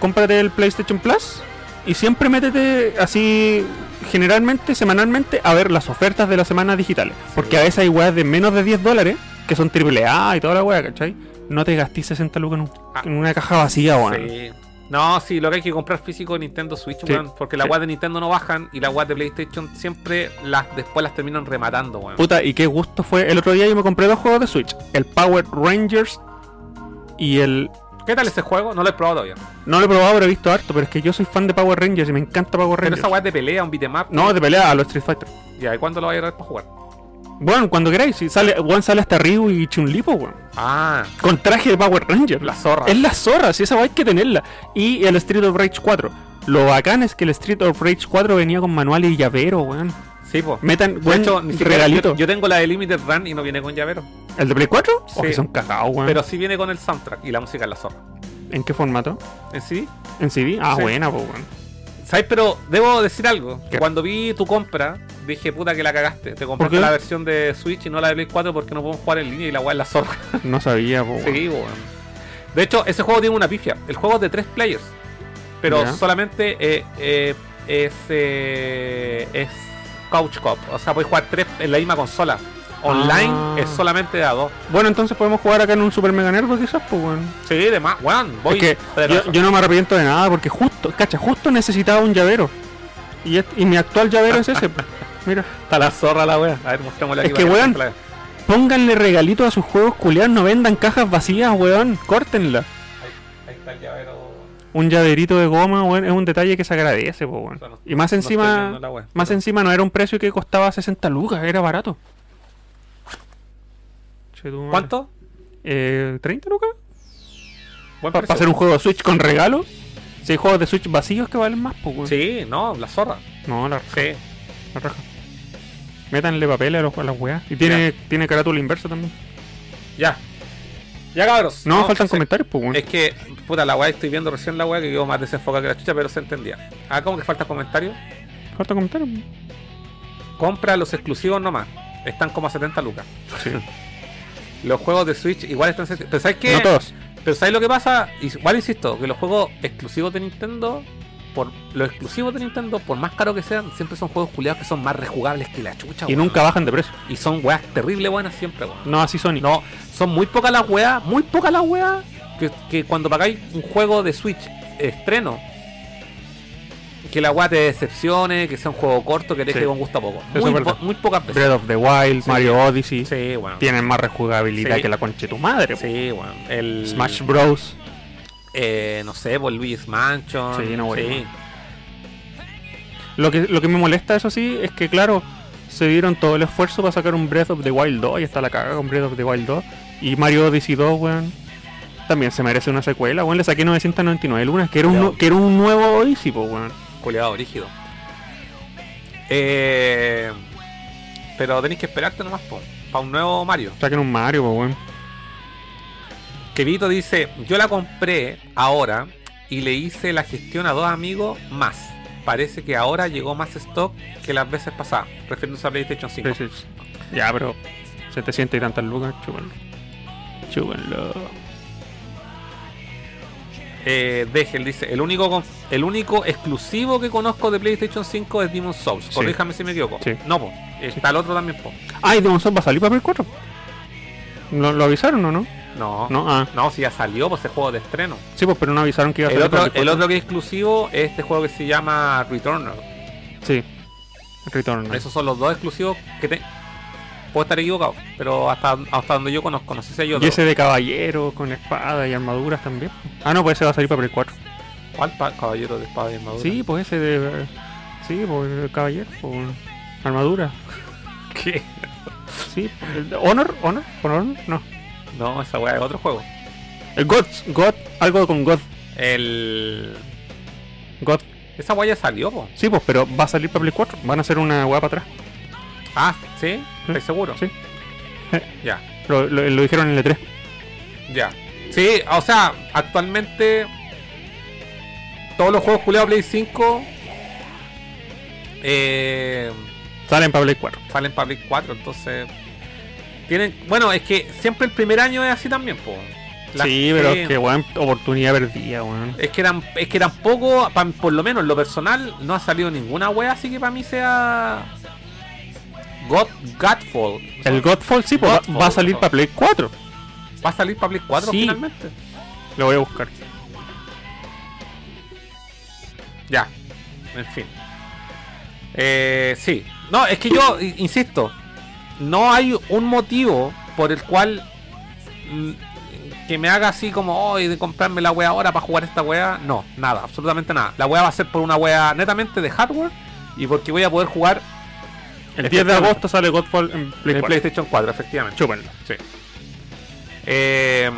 cómprate el PlayStation Plus y siempre métete así, generalmente, semanalmente, a ver las ofertas de las semanas digitales. Porque a veces hay weas de menos de 10 dólares que son AAA y toda la wea, ¿cachai? No te gastís 60 lucas en, un- Ah. en una caja vacía, weón. Sí. No, sí, lo que hay que comprar físico es Nintendo Switch, Sí, weón, porque las sí. guas de Nintendo no bajan y las guas de PlayStation siempre las después las terminan rematando, weón. Puta, y qué gusto fue. El otro día yo me compré dos juegos de Switch: el Power Rangers y el. ¿Qué tal ese juego? No lo he probado todavía. No lo he probado, pero he visto harto. Pero es que yo soy fan de Power Rangers y me encanta Power Pero Rangers. esa guas de pelea, un beatmap. No, de pelea a los Street Fighter. Ya, ¿y cuándo lo vais a traer para jugar? Bueno, cuando queráis. Si sale, weón, sale hasta Ryu y Chun-Li, po, weón. Ah, Con traje de Power Ranger. la zorra. Es la zorra, si esa weá hay que tenerla. Y el Street of Rage 4. Lo bacán es que el Street of Rage 4 venía con manuales y llavero, weón. Sí, po. Metan, De weón, hecho, ni siquiera- regalito. Yo, yo tengo la de Limited Run y no viene con llavero. ¿El de Play 4? Sí. Oh, que son cagados, weón. Pero sí viene con el soundtrack y la música es la zorra. ¿En qué formato? ¿En sí? ¿En CD? Ah, Sí. buena, pues, weón. ¿Sabes? Pero debo decir algo. ¿Qué? Cuando vi tu compra, dije, puta que la cagaste. Te compraste qué? la versión de Switch y no la de Play 4 porque no podemos jugar en línea y la weá es la zorra. No sabía, po, weón. Sí, weón. De hecho, ese juego tiene una pifia. El juego es de tres players. Pero Ya. solamente eh, eh, es, eh, es Couch Cop. O sea, podéis jugar tres en la misma consola. Online Ah. es solamente de a dos. Bueno, entonces podemos jugar acá en un Super Mega Nerd, quizás, pues, weón. Sí, de más. Weón, voy. Es que de yo, razón. yo no me arrepiento de nada porque justo, cacha, justo necesitaba un llavero. Y, es- y mi actual llavero es ese, po. Mira. Está la zorra la wea. A ver, mostrémosla aquí. Es que, para weón, la gente Pónganle regalitos a sus juegos culiados, no vendan cajas vacías, weón. Córtenla. la- Ahí está el llavero. Un llaverito de goma, weón, es un detalle que se agradece, po, weón. O sea, no- Y más no estoy encima, viendo la wea, más pero- encima no era un precio que costaba 60 lucas, era barato. Che, tu madre. ¿Cuánto? Eh, ¿30 lucas? Buen Para precio. hacer un juego de Switch con regalo. Si hay juegos de Switch vacíos que valen más, po, weón. Sí, no, la zorra. No, la raja, Sí. la raja. Métanle papel a, los, a las weas. Y tiene, tiene carátula inversa también. Ya. Ya, cabros. No, faltan sí. comentarios, po, weón. Es que, puta, la weá estoy viendo recién la weá que quedó más desenfocada que la chucha, pero se entendía. Ah, como que falta comentario. Faltan comentarios. po. Compra los exclusivos nomás. Están como a 70 lucas. Sí. Los juegos de Switch igual están. 70. Pero ¿sabes qué? No todos. Pero ¿sabes lo que pasa? Igual insisto, que los juegos exclusivos de Nintendo, por los exclusivos de Nintendo, por más caros que sean, siempre son juegos culiados que son más rejugables que la chucha, Y weón. nunca bajan de precio. Y son weas terrible buenas siempre, weón. No, así Sony. No, son muy pocas las weas, muy pocas las weas que, que cuando pagáis un juego de Switch eh, estreno, que la wea te decepcione, que sea un juego corto, que te Sí. deje con gusto a poco. Eso Muy, es verdad. po- muy pocas veces. Breath of the Wild, Sí. Mario Odyssey. Sí, weón. Tienen más rejugabilidad Sí. que la concha de tu madre. po. Sí, weón. El Smash Bros. eh, no sé, por Luis Mansion. Sí, no, weón. Lo que, lo que me molesta, eso sí, es que, claro, se dieron todo el esfuerzo para sacar un Breath of the Wild 2. Y está la cagada con Breath of the Wild 2. Y Mario Odyssey 2, weón. También se merece una secuela, weón. Le saqué 999 lunas, que era un, Ya. nu- que era un nuevo Odyssey, po, weón. Culeado rígido. Eh, pero tenéis que esperarte nomás, Para un nuevo Mario. Saquen un Mario, po, weón. Que Vito dice, yo la compré ahora y le hice la gestión a dos amigos más. Parece que ahora llegó más stock que las veces pasadas, refiriéndose a PlayStation 5. Sí, sí, sí. Ya, pero 700 y tantas lucas, chúpenlo. Chúpenlo. Eh, Degel dice, el único, con- el único exclusivo que conozco de PlayStation 5 es Demon's Souls. Sí. Corríjame si me equivoco. Sí. No, po. Está el otro también, po. Ay, Demon's Ah, Souls va a salir para Play 4. ¿Lo, lo avisaron o no? No. No, ah. No, si ya salió, pues ese juego de estreno. Sí, pues, pero no avisaron que iba a El salir otro, para Play el 4. otro que es exclusivo es este juego que se llama Returnal. Sí. Retorno. Esos son los dos exclusivos que te... Puedo estar equivocado, pero hasta, hasta donde yo conozco, no sé si hay Y otro. ese de caballero con espada y armaduras también. Ah, no, pues ese va a salir para Play 4. ¿Cuál pa- caballero de espada y armadura? Sí, pues ese de. Sí, pues el caballero. Pues, armadura. ¿Qué? Sí. el de- Honor, Honor, Honor, no. No, esa weá es otro juego. El God, God, algo con God. El... God. Esa weá ya salió, po. Sí, pues, pero va a salir para Play 4. Van a hacer una weá para atrás. Ah, ¿sí? ¿Estás seguro? Sí. Ya, Lo, lo- lo dijeron en el E E3. ya. Sí, o sea, actualmente... Todos los juegos culiados Play 5... Eh... Salen para Play 4. salen para Play 4, entonces tienen, bueno, es que siempre el primer año es así también, po. La- sí, pero sí. es que, weón, oportunidad perdida, weón. es que eran es que tampoco pa- por lo menos en lo personal no ha salido ninguna wea así que para mí sea God Godfall. El Godfall, sí, pues, va- va, a Godfall, salir no. para Play 4. va a salir para Play 4 Sí. finalmente. Lo voy a buscar. Ya, en fin. Eh, sí, no, es que yo, i- insisto, no hay un motivo por el cual mm, que me haga así como, hoy de comprarme la wea ahora para jugar esta wea. No, nada, absolutamente nada. La wea va a ser por una wea netamente de hardware y porque voy a poder jugar El 10 de agosto sale Godfall en Play en 4. PlayStation 4, efectivamente. Chúpenlo. Sí. Eh,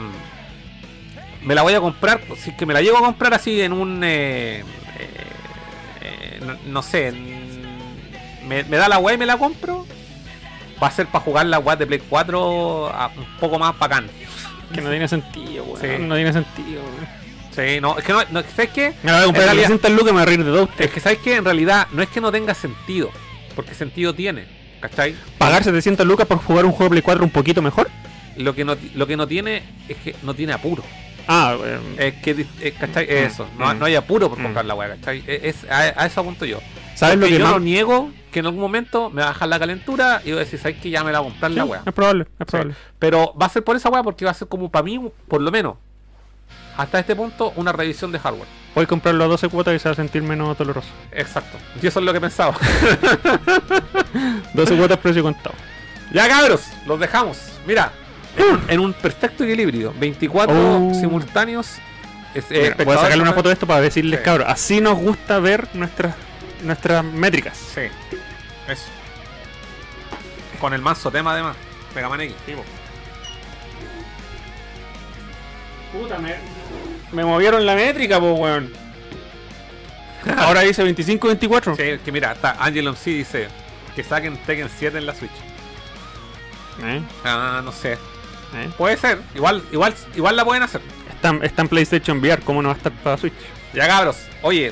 me la voy a comprar, si es que me la llego a comprar así en un... eh, eh, eh, no, no sé, en- me, me da la weá y me la compro. Va a ser para jugar la weá de Play 4 a- un poco más bacán. Que no tiene sentido, weón. Sí. No tiene sentido, weón. Sí, no, es que no, no ¿sabes qué? Me la voy a comprar En a realidad- 300 lucas y me voy a reír de todo Es usted. que ¿sabes qué? En realidad no es que no tenga sentido, porque sentido tiene, ¿cachai? ¿Pagar 700 lucas por jugar un juego de Play 4 un poquito mejor? Lo que no, lo que no tiene es que no tiene apuro. Ah, weón. Es que, di- eh, ¿cachai? Es Eso, no, mm. no hay apuro por Mm. comprar la weá, ¿cachai? E, Es, es- a, a eso apunto yo. ¿Sabes lo Porque que yo más? no niego que en algún momento me va a bajar la calentura y voy a decir, ¿sabes que Ya me la voy a comprar Sí, la weá. es probable, es probable. Pero va a ser por esa weá porque va a ser como para mí, por lo menos, hasta este punto, una revisión de hardware. Voy a comprarlo a 12 cuotas y se va a sentir menos doloroso. Exacto. Y eso es lo que pensaba. 12 cuotas precio contado. ya cabros, los dejamos. Mira, en, en un perfecto equilibrio. 24 Oh. simultáneos. es- eh, Mira, voy a espectadores sacarle una también. foto de esto para decirles, Sí. cabros, así nos gusta ver nuestras nuestras métricas. Sí. Eso. Con el manso tema además. Mega Man X. Puta, me, me movieron la métrica, pues, weón. Ahora dice 25-24. Sí, que mira, hasta Angel MC dice que saquen Tekken 7 en la Switch. Eh, Ah, no sé. eh. Puede ser. Igual, igual, igual la pueden hacer. Está, está en PlayStation VR, ¿cómo no va a estar para Switch? Ya cabros. Oye,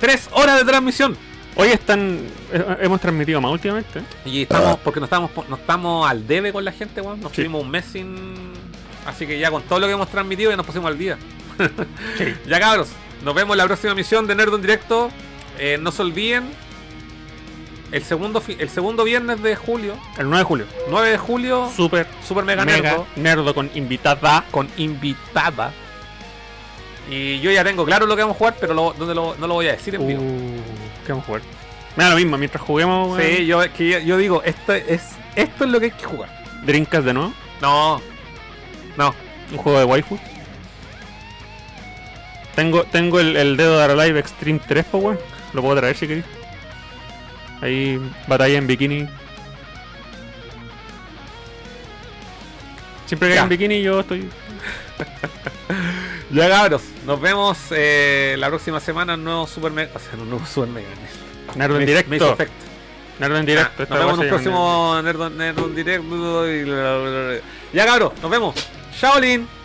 tres horas de transmisión. Hoy están. eh, Hemos transmitido más últimamente. ¿eh? Y estamos, porque no estamos, po- no estamos al debe con la gente, weón. Nos Sí. tuvimos un mes sin. Así que ya con todo lo que hemos transmitido ya nos pusimos al día. Ya cabros, nos vemos en la próxima misión de Nerdon Directo. Eh, no se olviden. El segundo, fi- el segundo viernes de julio, El 9 de julio. 9 de julio, Super Super Oh. Mega, mega, Nerdo. nerdo con invitada. con invitada. Y yo ya tengo claro lo que vamos a jugar, pero lo- donde lo- no lo voy a decir en Uh, vivo. ¿Qué vamos a jugar? Me da lo mismo, mientras juguemos, Sí, weón. yo, que yo, yo digo, esto es, esto es lo que hay que jugar. Drinkas de nuevo. No, no. Un juego de waifu. Tengo, tengo el, el dedo de Live Extreme 3, po, weón. Lo puedo traer si queréis. Ahí, batalla en bikini. Siempre que Ya. hay en bikini, yo estoy. Ya cabros, nos vemos eh, la próxima semana en un nuevo Super Mega. O sea, en un nuevo Super Mega. Nerdo en Me- me hizo directo. efecto. Nerdo en directo. Ya, esta nos vemos en weá un se llama próximo Nerdon, Nerdon Direct. y bla, bla, bla, bla. Ya cabros, nos vemos. Shaolin.